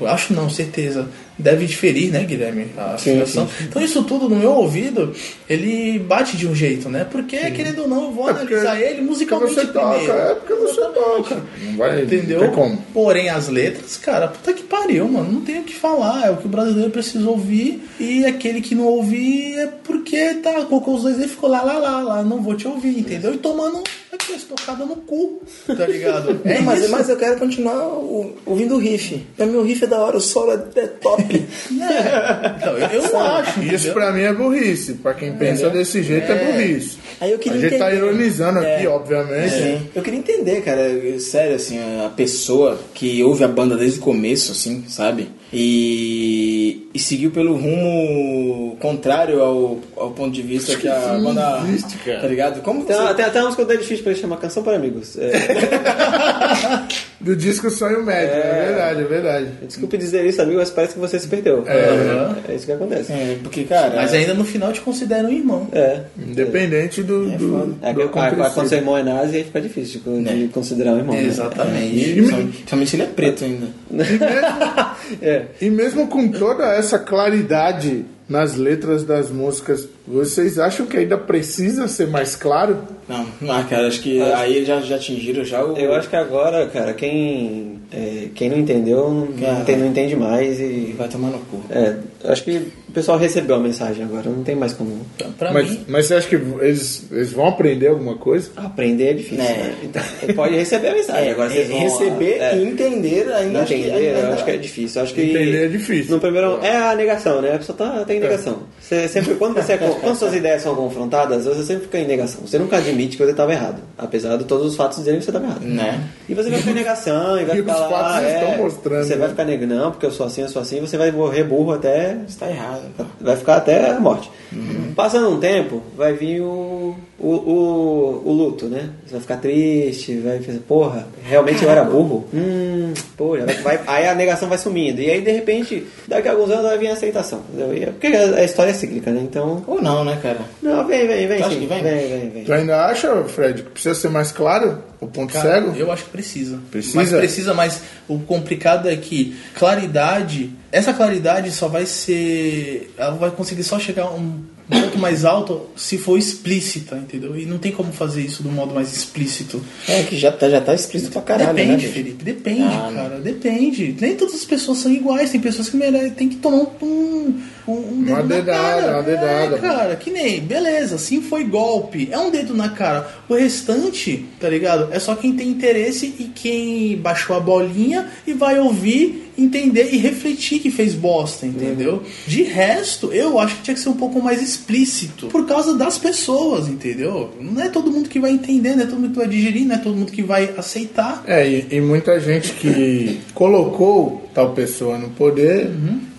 [SPEAKER 4] eu acho não, certeza. Deve diferir, né, Guilherme? A
[SPEAKER 3] Sim,
[SPEAKER 4] afinação. Então isso tudo no meu ouvido, ele bate de um jeito, né? Porque, querendo ou não, eu vou
[SPEAKER 1] É porque-
[SPEAKER 4] analisar ele musicalmente
[SPEAKER 1] você toca,
[SPEAKER 4] primeiro.
[SPEAKER 1] é porque você toca. Não vai,
[SPEAKER 4] Entendeu?
[SPEAKER 1] Não tem como.
[SPEAKER 4] Porém, as letras, cara, puta que pariu, mano. Não tem o que falar. É o que o brasileiro precisa ouvir. E aquele que não ouvir é porque tá, colocou os dois e ficou lá, lá, lá, lá. Não vou te ouvir, entendeu? E tomando aquelas tocadas no cu, tá ligado? É
[SPEAKER 5] Não, mas,
[SPEAKER 4] isso.
[SPEAKER 5] mas eu quero continuar o- ouvindo o riff. Pra mim o riff é da hora, o solo é, é top.
[SPEAKER 4] É. Então, eu, eu não acho.
[SPEAKER 1] Isso
[SPEAKER 4] entendeu?
[SPEAKER 1] pra mim é burrice. Pra quem pensa desse jeito é, burrice.
[SPEAKER 5] Aí eu
[SPEAKER 1] A
[SPEAKER 5] queria
[SPEAKER 1] gente tá
[SPEAKER 5] entender.
[SPEAKER 1] ironizando aqui, obviamente.
[SPEAKER 3] Sim. É. Eu queria entender, cara, eu- sério, assim, a pessoa que ouve a banda desde o começo, assim, sabe? E, e seguiu pelo rumo contrário ao, ao ponto de vista que a banda.
[SPEAKER 1] existe, cara.
[SPEAKER 3] Tá ligado? Como
[SPEAKER 2] Tem,
[SPEAKER 3] você-
[SPEAKER 2] tem até uma música do Edifício pra ele chamar Canção para Amigos. É,
[SPEAKER 1] Do disco Sonho Médio, é, verdade, é verdade.
[SPEAKER 2] desculpe dizer isso, amigo, mas parece que você se perdeu. É, isso que acontece.
[SPEAKER 3] É, porque, cara.
[SPEAKER 4] Mas ainda no final te considera um irmão.
[SPEAKER 2] É.
[SPEAKER 1] Independente do. do,
[SPEAKER 2] É,
[SPEAKER 1] do
[SPEAKER 2] que- ah, quando
[SPEAKER 1] acontecido.
[SPEAKER 2] seu irmão é nazi, aí fica difícil de, de considerar um irmão.
[SPEAKER 1] É.
[SPEAKER 2] né?
[SPEAKER 4] Exatamente.
[SPEAKER 3] Principalmente principalmente se ele é preto ainda.
[SPEAKER 2] É.
[SPEAKER 1] E mesmo com toda essa claridade nas letras das músicas, vocês acham que ainda precisa ser mais claro?
[SPEAKER 3] Não, ah, cara, acho que aí já, já atingiram já o.
[SPEAKER 2] Eu acho que agora, cara, quem, é, quem não entendeu, não,
[SPEAKER 3] Cara.
[SPEAKER 2] entende, não entende mais e...
[SPEAKER 3] Vai tomar no cu.
[SPEAKER 2] É, eu acho que o pessoal recebeu a mensagem agora, não tem mais como
[SPEAKER 4] Pra mim.
[SPEAKER 1] Mas, mas você acha que eles, eles vão aprender alguma coisa?
[SPEAKER 2] aprender, é difícil.
[SPEAKER 3] É.
[SPEAKER 2] né? Então, pode receber a mensagem, É, agora vocês vão...
[SPEAKER 3] receber
[SPEAKER 2] é.
[SPEAKER 3] e entender ainda. acho que-
[SPEAKER 2] Entender,
[SPEAKER 3] ainda-
[SPEAKER 2] eu acho que é difícil. eu Acho que
[SPEAKER 1] Entender é difícil.
[SPEAKER 2] No primeiro é a negação, né? A pessoa tá,
[SPEAKER 3] É.
[SPEAKER 2] tá em negação. Você sempre, quando, você, é quando suas ideias são confrontadas, você sempre fica em negação. Você nunca admite que você estava errado. Apesar de todos os fatos dizerem que você estava errado.
[SPEAKER 1] É.
[SPEAKER 3] Né?
[SPEAKER 2] E você vai ficar em negação, e vai
[SPEAKER 1] E
[SPEAKER 2] ficar
[SPEAKER 1] os
[SPEAKER 2] lá,
[SPEAKER 1] fatos
[SPEAKER 2] é,
[SPEAKER 1] estão mostrando,
[SPEAKER 2] Você
[SPEAKER 1] né?
[SPEAKER 2] vai ficar negando, não, porque eu sou assim, eu sou assim, você vai morrer burro até.
[SPEAKER 3] Você tá errado. cara.
[SPEAKER 2] Vai ficar até a morte.
[SPEAKER 3] Uhum.
[SPEAKER 2] Passando um tempo, vai vir o, o, o, o luto, né? Você vai ficar triste, vai pensar, porra, realmente eu era burro? Hum, porra. Vai, aí a negação vai sumindo. E aí, de repente, daqui a alguns anos vai vir a aceitação. entendeu? E é- Porque a, a história é cíclica, né? Então.
[SPEAKER 3] Ou não, né, cara?
[SPEAKER 2] Não, vem, vem, vem.
[SPEAKER 3] Tu acha
[SPEAKER 2] sim.
[SPEAKER 3] que vem?
[SPEAKER 2] Vem, vem,
[SPEAKER 1] Tu
[SPEAKER 2] vem.
[SPEAKER 1] ainda acha, Fred, que precisa ser mais claro? O ponto
[SPEAKER 4] Cara,
[SPEAKER 1] cego?
[SPEAKER 4] Eu acho que precisa.
[SPEAKER 1] Precisa?
[SPEAKER 4] Mas precisa, mas o complicado é que claridade, essa claridade só vai ser. Ela vai conseguir só chegar um ponto mais alto se for explícita, entendeu? E não tem como fazer isso do modo mais explícito.
[SPEAKER 3] É, que já tá, já tá explícito pra caralho, né?
[SPEAKER 4] depende,
[SPEAKER 3] bicho?
[SPEAKER 4] Felipe, depende,
[SPEAKER 3] Ah,
[SPEAKER 4] cara, depende. Nem todas as pessoas são iguais, tem pessoas que merecem, tem que tomar um. um, um dedo
[SPEAKER 1] Uma dedada,
[SPEAKER 4] na cara.
[SPEAKER 1] uma dedada.
[SPEAKER 4] É, cara, que nem, beleza, sim foi golpe, é um dedo na cara. O restante, tá ligado? É só quem tem interesse e quem baixou a bolinha e vai ouvir,
[SPEAKER 3] Uhum.
[SPEAKER 4] entender e refletir que fez bosta, entendeu? De resto, eu acho que tinha que ser um pouco mais explícito por causa das pessoas, entendeu? Não é todo mundo que vai entender, não é todo mundo que vai digerir, não é todo mundo que vai aceitar.
[SPEAKER 1] É, e, e muita gente que colocou tal pessoa no poder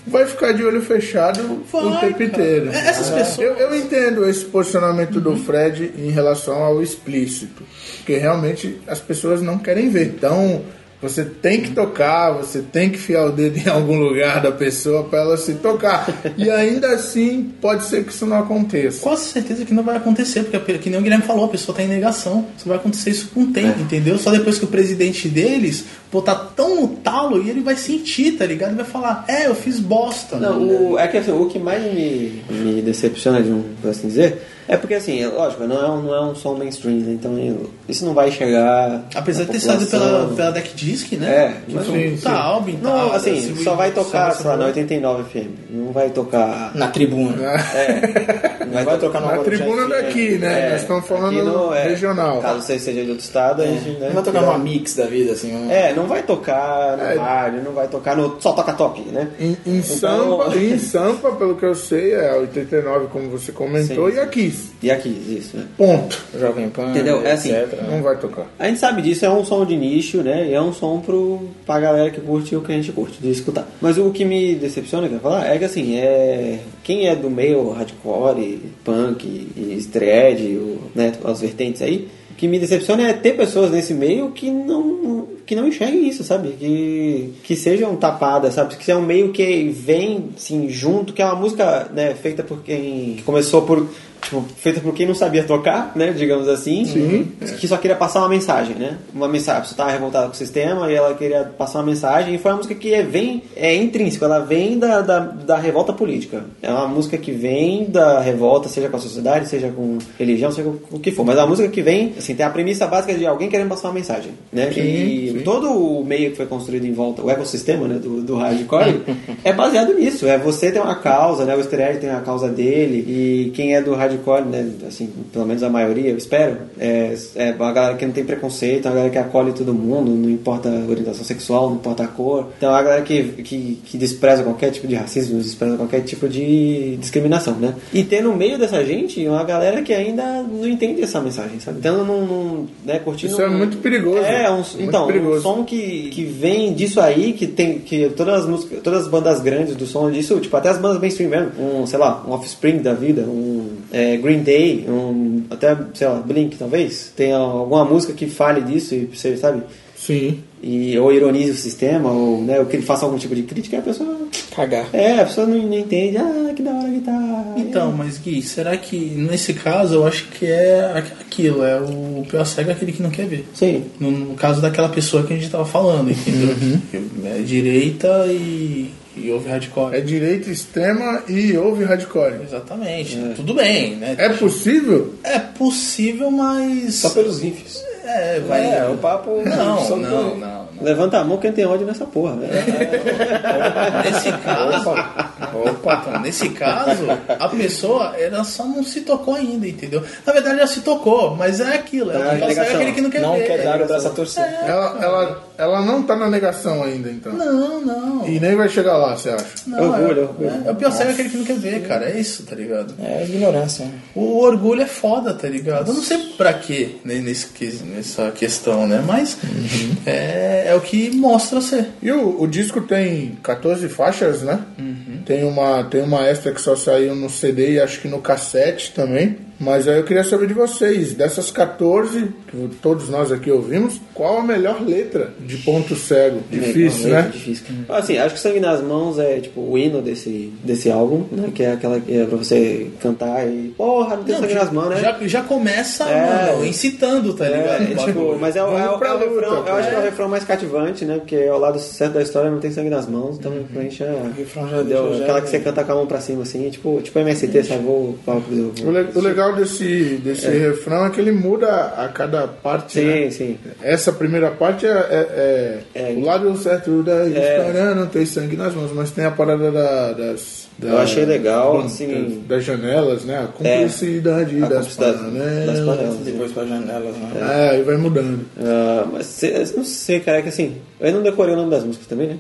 [SPEAKER 1] vai ficar de olho fechado o
[SPEAKER 4] Vai,
[SPEAKER 1] tempo
[SPEAKER 4] cara.
[SPEAKER 1] inteiro.
[SPEAKER 4] É, essas pessoas-
[SPEAKER 1] Eu, eu entendo esse posicionamento do Fred em relação ao explícito, porque realmente as pessoas não querem ver. Então. Você tem que tocar, você tem que fiar o dedo em algum lugar da pessoa para ela se tocar. E ainda assim, pode ser que isso não aconteça.
[SPEAKER 4] Quase certeza que não vai acontecer, porque que nem o Guilherme falou, a pessoa tá em negação. Só vai acontecer isso com o
[SPEAKER 2] É.
[SPEAKER 4] tempo, entendeu? Só depois que o presidente deles botar tão no talo e ele vai sentir, tá ligado? Ele vai falar, é, eu fiz bosta.
[SPEAKER 2] Não, o, é que assim, o que mais me, me decepciona, de um, por assim dizer, é porque assim, é lógico, não é um, não é um som mainstream, né? então isso não vai chegar.
[SPEAKER 4] Apesar
[SPEAKER 2] na
[SPEAKER 4] de ter saído
[SPEAKER 2] população.
[SPEAKER 4] pela, pela Deck Disc,
[SPEAKER 2] É,
[SPEAKER 4] né? que
[SPEAKER 2] mas
[SPEAKER 4] foi um
[SPEAKER 1] sim,
[SPEAKER 4] puta
[SPEAKER 1] sim.
[SPEAKER 4] álbum e
[SPEAKER 2] Não,
[SPEAKER 4] tal,
[SPEAKER 2] assim,
[SPEAKER 4] esse-
[SPEAKER 2] só vai tocar,
[SPEAKER 4] essa
[SPEAKER 2] sei lá, na
[SPEAKER 4] coisa.
[SPEAKER 2] 89 FM. Não vai tocar.
[SPEAKER 3] Na tribuna.
[SPEAKER 2] Né? É. Não vai, tocar
[SPEAKER 1] Na tribuna daqui, né?
[SPEAKER 2] é,
[SPEAKER 1] Nós estamos falando regional.
[SPEAKER 2] Caso você seja de outro estado, a gente. Né,
[SPEAKER 3] Não vai tocar uma mix da vida, assim. um-
[SPEAKER 2] É, não vai tocar no
[SPEAKER 1] É.
[SPEAKER 2] rádio, não vai tocar no. Só toca top, né?
[SPEAKER 1] Em, em
[SPEAKER 2] Então-
[SPEAKER 1] Sampa, em Sampa, pelo que eu sei, é 89, como você comentou,
[SPEAKER 2] Sim,
[SPEAKER 1] e aqui.
[SPEAKER 2] E aqui, isso, né?
[SPEAKER 1] Ponto.
[SPEAKER 3] Jovem Pan,
[SPEAKER 2] Entendeu? É assim.
[SPEAKER 3] etc.
[SPEAKER 1] Não vai tocar.
[SPEAKER 2] A gente sabe disso, é um som de nicho, né? E é um som pro, pra galera que curte o que a gente curte de escutar. Mas o que me decepciona, que eu ia falar, é que assim, é. Quem é do meio hardcore, punk, e thread, o- né, as vertentes aí, o que me decepciona é ter pessoas nesse meio que não. que não enxerguem isso, sabe? Que, que sejam tapadas, sabe? Que é um meio que vem, assim, junto, que é uma música, né, feita por quem. que começou por. Tipo, feita por quem não sabia tocar, né? Digamos assim. Sim. Que só queria passar uma mensagem, né? Uma mensagem. A pessoa tava revoltada com o sistema e ela queria passar uma mensagem. E foi uma música que é, vem, é intrínseca, ela vem da, da, da revolta política. É uma música que vem da revolta, seja com a sociedade, seja com religião, seja com o que for. Mas é uma música que vem, assim, tem a premissa básica de alguém querendo passar uma mensagem, né? e todo o meio que foi construído em volta, o ecossistema, né, do, do hardcore, é baseado nisso. É você tem uma causa, né? O Easter Egg tem a causa dele. E quem é do hardcore, né? Assim, pelo menos a maioria, eu espero, é, é a galera que não tem preconceito, é a galera que acolhe todo mundo, não importa a orientação sexual, não importa a cor. Então é a galera que, que, que despreza qualquer tipo de racismo, despreza qualquer tipo de discriminação, né? E ter no meio dessa gente uma galera que ainda não entende essa mensagem, sabe? Então não. não né, curtindo
[SPEAKER 1] Isso é muito perigoso.
[SPEAKER 2] É, um,
[SPEAKER 1] Muito
[SPEAKER 2] então,
[SPEAKER 1] perigoso.
[SPEAKER 2] um som que, que vem disso aí, que tem que todas as músicas, todas as bandas grandes do som disso, tipo, até as bandas mainstream mesmo, um, sei lá, um Offspring da vida, um é, Green Day, um até, sei lá, Blink talvez, tem alguma música que fale disso e você sabe?
[SPEAKER 1] Sim.
[SPEAKER 2] E, ou ironize o sistema, ou, né, ou que ele faça algum tipo de crítica, e a pessoa.
[SPEAKER 3] Cagar.
[SPEAKER 2] É, a pessoa não, não entende, ah, que da hora a guitarra.
[SPEAKER 4] Então, mas Gui, será que nesse caso eu acho que é aqu- aquilo, é o pior cego é aquele que não quer ver.
[SPEAKER 2] Sim.
[SPEAKER 4] No, no caso daquela pessoa que a gente tava falando, entendeu? Que É direita e, e houve hardcore.
[SPEAKER 1] É direita extrema e houve hardcore.
[SPEAKER 4] Exatamente. Tudo bem, né?
[SPEAKER 1] É possível?
[SPEAKER 4] É, possível, mas.
[SPEAKER 2] Só pelos riffs.
[SPEAKER 4] É, vai.
[SPEAKER 2] É, o papo.
[SPEAKER 4] Não,
[SPEAKER 2] só-
[SPEAKER 4] não, não, não.
[SPEAKER 2] Levanta a mão quem tem ódio nessa porra, né?
[SPEAKER 4] Nesse caso. Opa, então, nesse caso, a pessoa ela só não se tocou ainda, entendeu? Na verdade, ela se tocou, mas é aquilo. É,
[SPEAKER 2] Tá,
[SPEAKER 4] o que ela sabe, é aquele que não quer
[SPEAKER 3] não
[SPEAKER 4] ver.
[SPEAKER 3] quer dar o braço a torcer.
[SPEAKER 1] Ela, ela, ela não tá na negação ainda, então.
[SPEAKER 4] Não, não.
[SPEAKER 1] E nem vai chegar lá, você acha?
[SPEAKER 4] Não,
[SPEAKER 2] Orgulho,
[SPEAKER 4] é,
[SPEAKER 2] orgulho.
[SPEAKER 4] é, é o pior cego é aquele que não quer ver, cara. É isso, tá ligado?
[SPEAKER 3] É ignorância. né?
[SPEAKER 4] O orgulho é foda, tá ligado? Eu não sei pra quê né, nesse, que- nessa questão, né? Mas é, é o que mostra ser.
[SPEAKER 1] E o, o disco tem 14 faixas, né? Tem, uma, tem uma extra que só saiu no CD e acho que no cassete também. Mas aí eu queria saber de vocês, dessas 14 que todos nós aqui ouvimos, qual a melhor letra de ponto cego? Difícil,
[SPEAKER 2] Realmente
[SPEAKER 1] né?
[SPEAKER 2] Difícil. Assim, acho que Sangue nas Mãos é tipo o hino desse, desse álbum, né? Que é aquela que é pra você cantar e. Porra, não tem sangue nas mãos, né?
[SPEAKER 4] já, já começa,
[SPEAKER 2] É.
[SPEAKER 4] mano, incitando, tá ligado?
[SPEAKER 2] É,
[SPEAKER 4] O
[SPEAKER 2] tipo,
[SPEAKER 4] bagulho.
[SPEAKER 2] mas é o, é,
[SPEAKER 1] Vamos
[SPEAKER 2] o-
[SPEAKER 1] pra
[SPEAKER 2] é o
[SPEAKER 1] luta,
[SPEAKER 2] refrão, eu
[SPEAKER 1] cara.
[SPEAKER 2] acho que é o refrão mais cativante, né? Porque é o lado certo da história não tem sangue nas mãos, então pra gente já. O
[SPEAKER 3] refrão já
[SPEAKER 2] deu.
[SPEAKER 3] deixa já-
[SPEAKER 2] aquela que você canta com a mão pra cima, assim, tipo, tipo MST, sabe? Vou, vou, vou,
[SPEAKER 1] O, le- o legal desse, desse refrão é que ele muda a cada parte. né?
[SPEAKER 2] Sim, sim.
[SPEAKER 1] Essa primeira parte é, é- é-
[SPEAKER 2] É.
[SPEAKER 1] o lado certo da história, não tem sangue nas mãos, mas tem a parada da- das
[SPEAKER 2] Eu achei legal, assim.
[SPEAKER 1] Das janelas, né? A cumplicidade
[SPEAKER 2] a
[SPEAKER 1] das
[SPEAKER 2] cumplicidade das
[SPEAKER 1] panelas.
[SPEAKER 2] panelas.
[SPEAKER 3] Depois pra janelas, né?
[SPEAKER 1] É, e vai mudando.
[SPEAKER 2] Ah, mas cê- não sei, cara, é que assim, eu não decorei o nome das músicas também, né?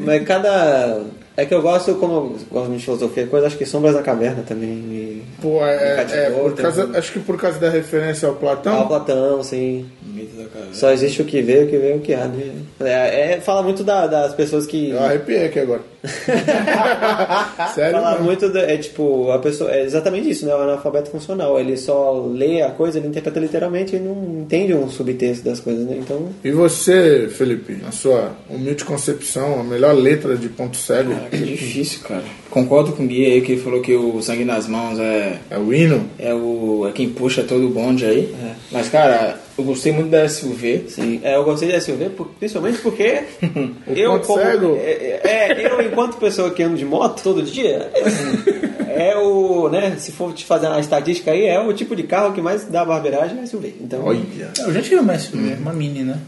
[SPEAKER 2] mas cada. É que eu gosto, como eu gosto muito de filosofia, coisa, acho que Sombras na Caverna também. E...
[SPEAKER 1] Pô, é,
[SPEAKER 2] Cativou,
[SPEAKER 1] é, por
[SPEAKER 2] tem
[SPEAKER 1] causa,
[SPEAKER 2] um-
[SPEAKER 1] acho que por causa da referência ao
[SPEAKER 2] Ah, o
[SPEAKER 1] Platão.
[SPEAKER 2] Platão, assim.
[SPEAKER 3] Mito da caverna.
[SPEAKER 2] Só existe o que vê, o que vê, o que há. Né? É, é- fala muito da- das pessoas que.
[SPEAKER 1] Eu arrepiei aqui agora. Sério?
[SPEAKER 2] Fala
[SPEAKER 1] mano?
[SPEAKER 2] muito, da- é tipo, a pessoa. É exatamente isso, né? O analfabeto funcional. Ele só lê a coisa, ele interpreta literalmente e não entende um subtexto das coisas, né? Então.
[SPEAKER 1] E você, Felipe, na sua humilde concepção, a melhor letra de ponto cego
[SPEAKER 3] Cara, que é difícil, cara. Concordo com o Gui aí que ele falou que o sangue nas mãos é
[SPEAKER 1] é o hino?
[SPEAKER 3] é, o, é quem puxa todo o bonde aí. Mas, cara, eu gostei muito da SUV.
[SPEAKER 2] Sim, é, eu gostei de SUV por- principalmente porque eu
[SPEAKER 1] ponto cego.
[SPEAKER 2] é, é, eu enquanto pessoa que ando de moto todo dia é o né se for te fazer uma estatística aí é o tipo de carro que mais dá barbeiragem é SUV então
[SPEAKER 1] Olha.
[SPEAKER 4] Eu já tive uma SUV, uma mini, né?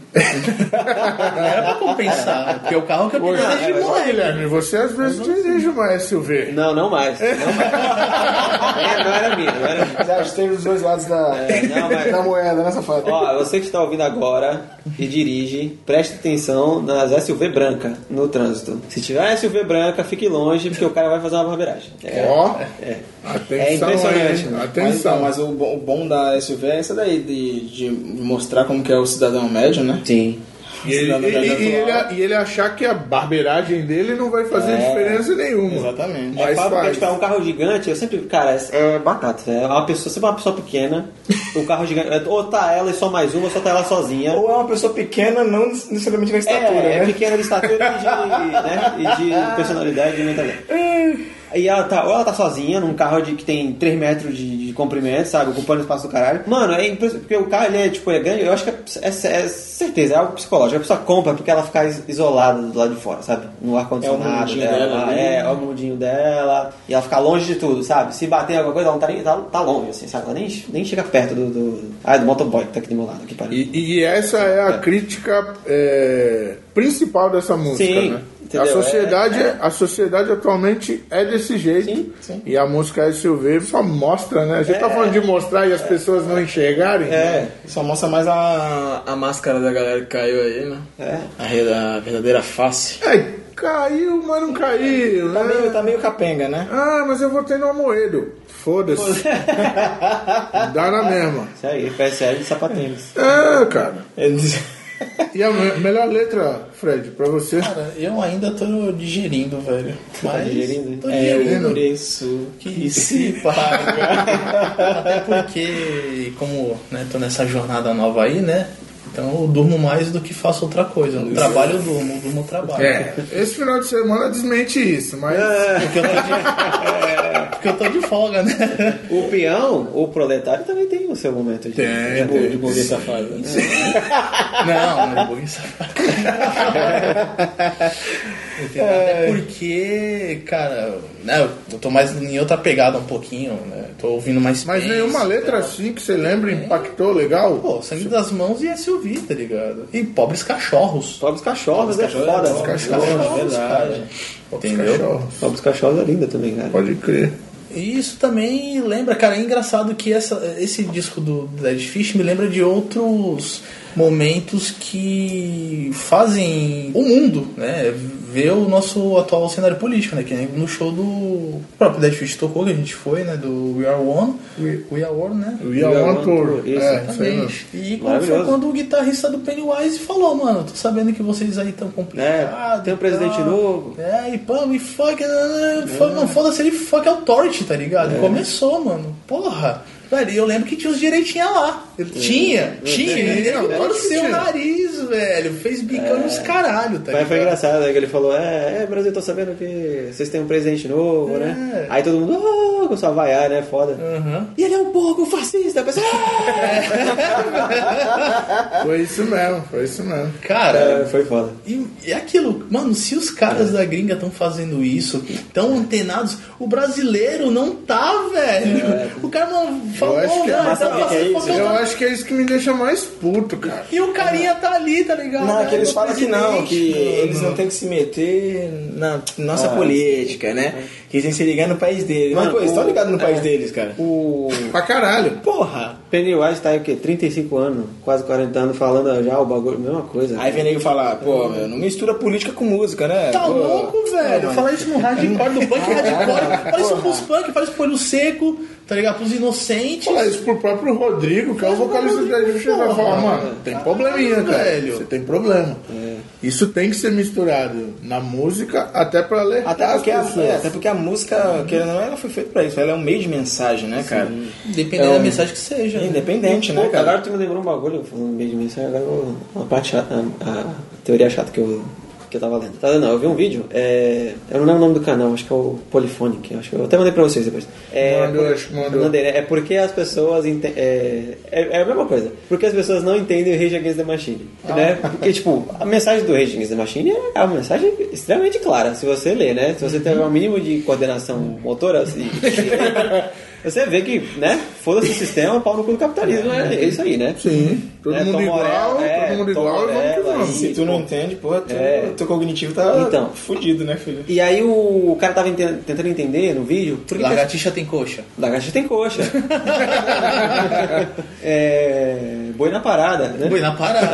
[SPEAKER 4] Não era pra compensar, porque é o carro que eu
[SPEAKER 1] Pô,
[SPEAKER 4] tenho desde
[SPEAKER 1] Pô,
[SPEAKER 2] é
[SPEAKER 4] moleque.
[SPEAKER 1] Guilherme, você às vezes dirige uma SUV.
[SPEAKER 2] não não mais não, mais. É, não era minha não era minha.
[SPEAKER 6] Já esteve os dois lados da,
[SPEAKER 2] É, não, mas-
[SPEAKER 6] da moeda, né, safado?
[SPEAKER 2] Ó, você que está ouvindo agora e dirige, preste atenção nas SUV branca no trânsito. Se tiver SUV branca, fique longe, porque o cara vai fazer uma barbeiragem. É.
[SPEAKER 1] Ó,
[SPEAKER 2] é. É
[SPEAKER 1] atenção,
[SPEAKER 2] impressionante,
[SPEAKER 1] hein?
[SPEAKER 2] né?
[SPEAKER 3] Mas,
[SPEAKER 1] Atenção.
[SPEAKER 3] então, mas o, bom- o bom da SUV é essa daí, de, de mostrar como que é o cidadão médio, né?
[SPEAKER 2] Sim.
[SPEAKER 1] E ele,
[SPEAKER 3] Cidadão
[SPEAKER 1] e-
[SPEAKER 3] médio
[SPEAKER 1] e- e ele-
[SPEAKER 3] atual.
[SPEAKER 1] e ele achar que a barbeiragem dele não vai fazer diferença nenhuma.
[SPEAKER 3] Exatamente.
[SPEAKER 2] É
[SPEAKER 1] Mas
[SPEAKER 2] fácil porque,
[SPEAKER 1] faz.
[SPEAKER 2] tipo, é um carro gigante, eu sempre, cara, é é batata. É uma pessoa, sempre uma pessoa pequena, o carro gigante. é, Ou tá ela e só mais uma, ou só tá ela sozinha.
[SPEAKER 6] Ou é uma pessoa pequena, não necessariamente na
[SPEAKER 2] É,
[SPEAKER 6] estatura,
[SPEAKER 2] é
[SPEAKER 6] né? Ah.
[SPEAKER 2] pequena de estatura e de, né, e de personalidade e mentalidade. E ela tá, ou ela tá sozinha num carro de, que tem 3 metros de, de comprimento, sabe? Ocupando espaço do caralho. Mano, é impressionante, porque o carro ele é, tipo, é grande, eu acho que é, é- é certeza, é algo psicológico. A pessoa compra porque ela fica is- isolada do lado de fora, sabe? No
[SPEAKER 3] É o
[SPEAKER 2] ar-condicionado
[SPEAKER 3] mundinho
[SPEAKER 2] dela.
[SPEAKER 3] dela, né?
[SPEAKER 2] é, é o mundinho dela. E ela fica longe de tudo, sabe? Se bater em alguma coisa, ela não tá, nem, tá, tá longe, assim, sabe? Ela nem, nem chega perto do. do ah, do motoboy que tá aqui do meu lado, que pariu.
[SPEAKER 1] E, e essa é a crítica é, principal dessa música,
[SPEAKER 2] Sim,
[SPEAKER 1] né?
[SPEAKER 2] entendeu? É,
[SPEAKER 1] A sociedade, a sociedade atualmente é desse jeito.
[SPEAKER 2] Sim, sim.
[SPEAKER 1] E a música SUV só mostra, né? A gente tá falando de mostrar e as pessoas não enxergarem.
[SPEAKER 2] É,
[SPEAKER 3] Só mostra mais a, a máscara da galera que caiu aí, né?
[SPEAKER 2] é.
[SPEAKER 3] A, re- a verdadeira face.
[SPEAKER 1] É, caiu, mas não caiu,
[SPEAKER 3] Tá
[SPEAKER 1] né?
[SPEAKER 3] meio, tá meio capenga, né?
[SPEAKER 1] Ah, mas eu votei no Amoedo. Foda-se. Dá na mesma.
[SPEAKER 2] Isso aí, PSL de sapatênis.
[SPEAKER 1] É, cara.
[SPEAKER 3] Eles-
[SPEAKER 1] E a me- melhor letra, Fred, pra você?
[SPEAKER 4] Cara, eu ainda tô digerindo, velho. Mas
[SPEAKER 2] Tá digerindo? né?
[SPEAKER 4] Tô
[SPEAKER 3] É
[SPEAKER 4] digerindo.
[SPEAKER 3] o preço
[SPEAKER 4] Que se paga. Até porque, como né, tô nessa jornada nova aí, né? Então eu durmo mais do que faço outra coisa. No trabalho eu durmo, eu durmo no trabalho.
[SPEAKER 1] É, esse final de semana desmente isso, mas.
[SPEAKER 2] É.
[SPEAKER 4] Porque eu tô de, é, porque eu tô de folga, né?
[SPEAKER 2] O peão, o proletário também tem o seu momento de,
[SPEAKER 1] Tem,
[SPEAKER 2] de,
[SPEAKER 1] tem.
[SPEAKER 2] de burguês safado. né?
[SPEAKER 4] Não, não é bom isso. Entendeu? Até porque, cara, né, eu tô mais em outra pegada um pouquinho, né? Tô ouvindo mais
[SPEAKER 1] Mas
[SPEAKER 4] Pence,
[SPEAKER 1] nenhuma letra assim que você lembra impactou legal?
[SPEAKER 4] Pô, sangue das mãos e SUV, tá ligado? E pobres cachorros.
[SPEAKER 2] Sobe os cachorros, é foda. É Sobe os
[SPEAKER 4] Cachorros, cara. Entendeu?
[SPEAKER 1] Cachorro.
[SPEAKER 2] Sobe os cachorros é linda também, cara.
[SPEAKER 1] Pode crer.
[SPEAKER 4] E isso também lembra, cara, é engraçado que essa, esse disco do Dead Fish me lembra de outros momentos que fazem o mundo, né? Ver o nosso atual cenário político, né? Que nem no show do o próprio Dead Fish tocou, que a gente foi, né? Do We Are One. We, Are One, né?
[SPEAKER 1] We are one tour.
[SPEAKER 2] Isso,
[SPEAKER 1] É, isso aí mesmo.
[SPEAKER 4] Exatamente. E quando
[SPEAKER 2] Maravilhoso.
[SPEAKER 4] foi quando o guitarrista do Pennywise falou, mano, tô sabendo que vocês aí estão complicados.
[SPEAKER 2] É, tem um presidente
[SPEAKER 4] e tal.
[SPEAKER 2] novo.
[SPEAKER 4] É, e pô, e fuck, ah, fuck não foda-se ele fuck authority, tá ligado? Começou, mano. Porra. Velho, e eu lembro que tinha os direitinha lá. Ele Tinha, tinha. Ele torceu o nariz, velho. Fez bicão nos caralho, tá
[SPEAKER 2] Mas foi
[SPEAKER 4] ligado?
[SPEAKER 2] engraçado, né? Que ele falou, é, é, Brasil, tô sabendo que vocês têm um presidente novo, né? Aí todo mundo, ah, começou a vaiar, né? Foda.
[SPEAKER 4] É. Aham.
[SPEAKER 2] E ele é um pouco fascista, a pessoa, "Ah!"
[SPEAKER 1] Foi isso mesmo, foi isso mesmo.
[SPEAKER 4] Cara,
[SPEAKER 2] É, foi foda.
[SPEAKER 4] E e é aquilo, mano, se os caras da gringa estão fazendo isso, tão antenados, o brasileiro não tá, velho. O cara não falou,
[SPEAKER 1] acho que é
[SPEAKER 4] não,
[SPEAKER 1] massa,
[SPEAKER 4] então,
[SPEAKER 2] sabe o que é
[SPEAKER 4] você
[SPEAKER 2] isso?
[SPEAKER 4] falou,
[SPEAKER 1] Eu acho que é isso que me deixa mais puto, cara.
[SPEAKER 4] E o carinha tá ali, ali, tá ligado?
[SPEAKER 3] Não, é
[SPEAKER 4] Ah,
[SPEAKER 3] que eles
[SPEAKER 4] meu
[SPEAKER 3] falam que não,
[SPEAKER 4] presidente.
[SPEAKER 3] que eles não têm que se meter na nossa política, né? Que eles têm que se ligar no país deles. Mas, pô, eles estão ligados no país deles, cara.
[SPEAKER 2] O
[SPEAKER 1] Pra caralho.
[SPEAKER 3] Porra!
[SPEAKER 2] Pennywise tá aí o quê? 35 anos, quase 40 anos falando já o bagulho, mesma coisa.
[SPEAKER 3] Aí vem nego falar, pô, meu, não mistura política com música, né?
[SPEAKER 4] Tá
[SPEAKER 3] Pô,
[SPEAKER 4] louco, velho? Falar isso no hardcore, do punk hardcore. Fala isso pros punk, fala isso pro olho seco, tá ligado? Pros inocentes.
[SPEAKER 1] Falar isso pro próprio Rodrigo, que é o vocalista da Justiça, vai falar, mano, tem probleminha, cara.
[SPEAKER 4] velho.
[SPEAKER 1] Você tem problema. Isso tem que ser misturado na música, até pra alertar
[SPEAKER 3] Até porque, a,
[SPEAKER 1] as pessoas.
[SPEAKER 3] é, até porque a música, querendo ou não, ela foi feita pra isso. Ela é um meio de mensagem, né, cara?
[SPEAKER 4] Dependendo da mensagem que seja. né?
[SPEAKER 3] um Independente, né,
[SPEAKER 2] Pô,
[SPEAKER 3] cara?
[SPEAKER 2] Agora tu me lembrou um bagulho, falando meio de mensagem, agora eu vou- uma parte chata, a, a teoria chata que eu, que eu tava lendo. Tá não, eu vi um vídeo, é, eu não lembro o nome do canal, acho que é o Polyphonic, acho que eu até mandei pra vocês depois. É,
[SPEAKER 1] Mandou,
[SPEAKER 2] por-
[SPEAKER 1] acho que mandou.
[SPEAKER 2] Mandei, né? é porque as pessoas, ente- é, é, é a mesma coisa, porque as pessoas não entendem o Rage Against the Machine,
[SPEAKER 4] Ah.
[SPEAKER 2] né? Porque, tipo, a mensagem do Rage Against the Machine é uma mensagem extremamente clara, se você ler, né? Se você tem
[SPEAKER 4] Uhum.
[SPEAKER 2] um mínimo de coordenação motora, assim... Você vê que, né? Foda-se o sistema, pau no cu do capitalismo, é, é isso aí, né?
[SPEAKER 1] Sim, todo
[SPEAKER 2] É,
[SPEAKER 1] mundo
[SPEAKER 2] Tom
[SPEAKER 1] igual,
[SPEAKER 2] Morello, é,
[SPEAKER 1] todo mundo
[SPEAKER 2] Tom
[SPEAKER 1] igual, e vamos que
[SPEAKER 2] Morello,
[SPEAKER 1] vamos.
[SPEAKER 3] Se tu não entende, porra, tu,
[SPEAKER 2] É.
[SPEAKER 3] teu cognitivo tá
[SPEAKER 2] Então.
[SPEAKER 3] fudido, né, filho?
[SPEAKER 2] E aí o cara tava enten- tentando entender no vídeo por que que as-
[SPEAKER 4] Lagartixa tem coxa.
[SPEAKER 2] lagartixa tem coxa. é... Boi na parada, né?
[SPEAKER 4] Boi na parada.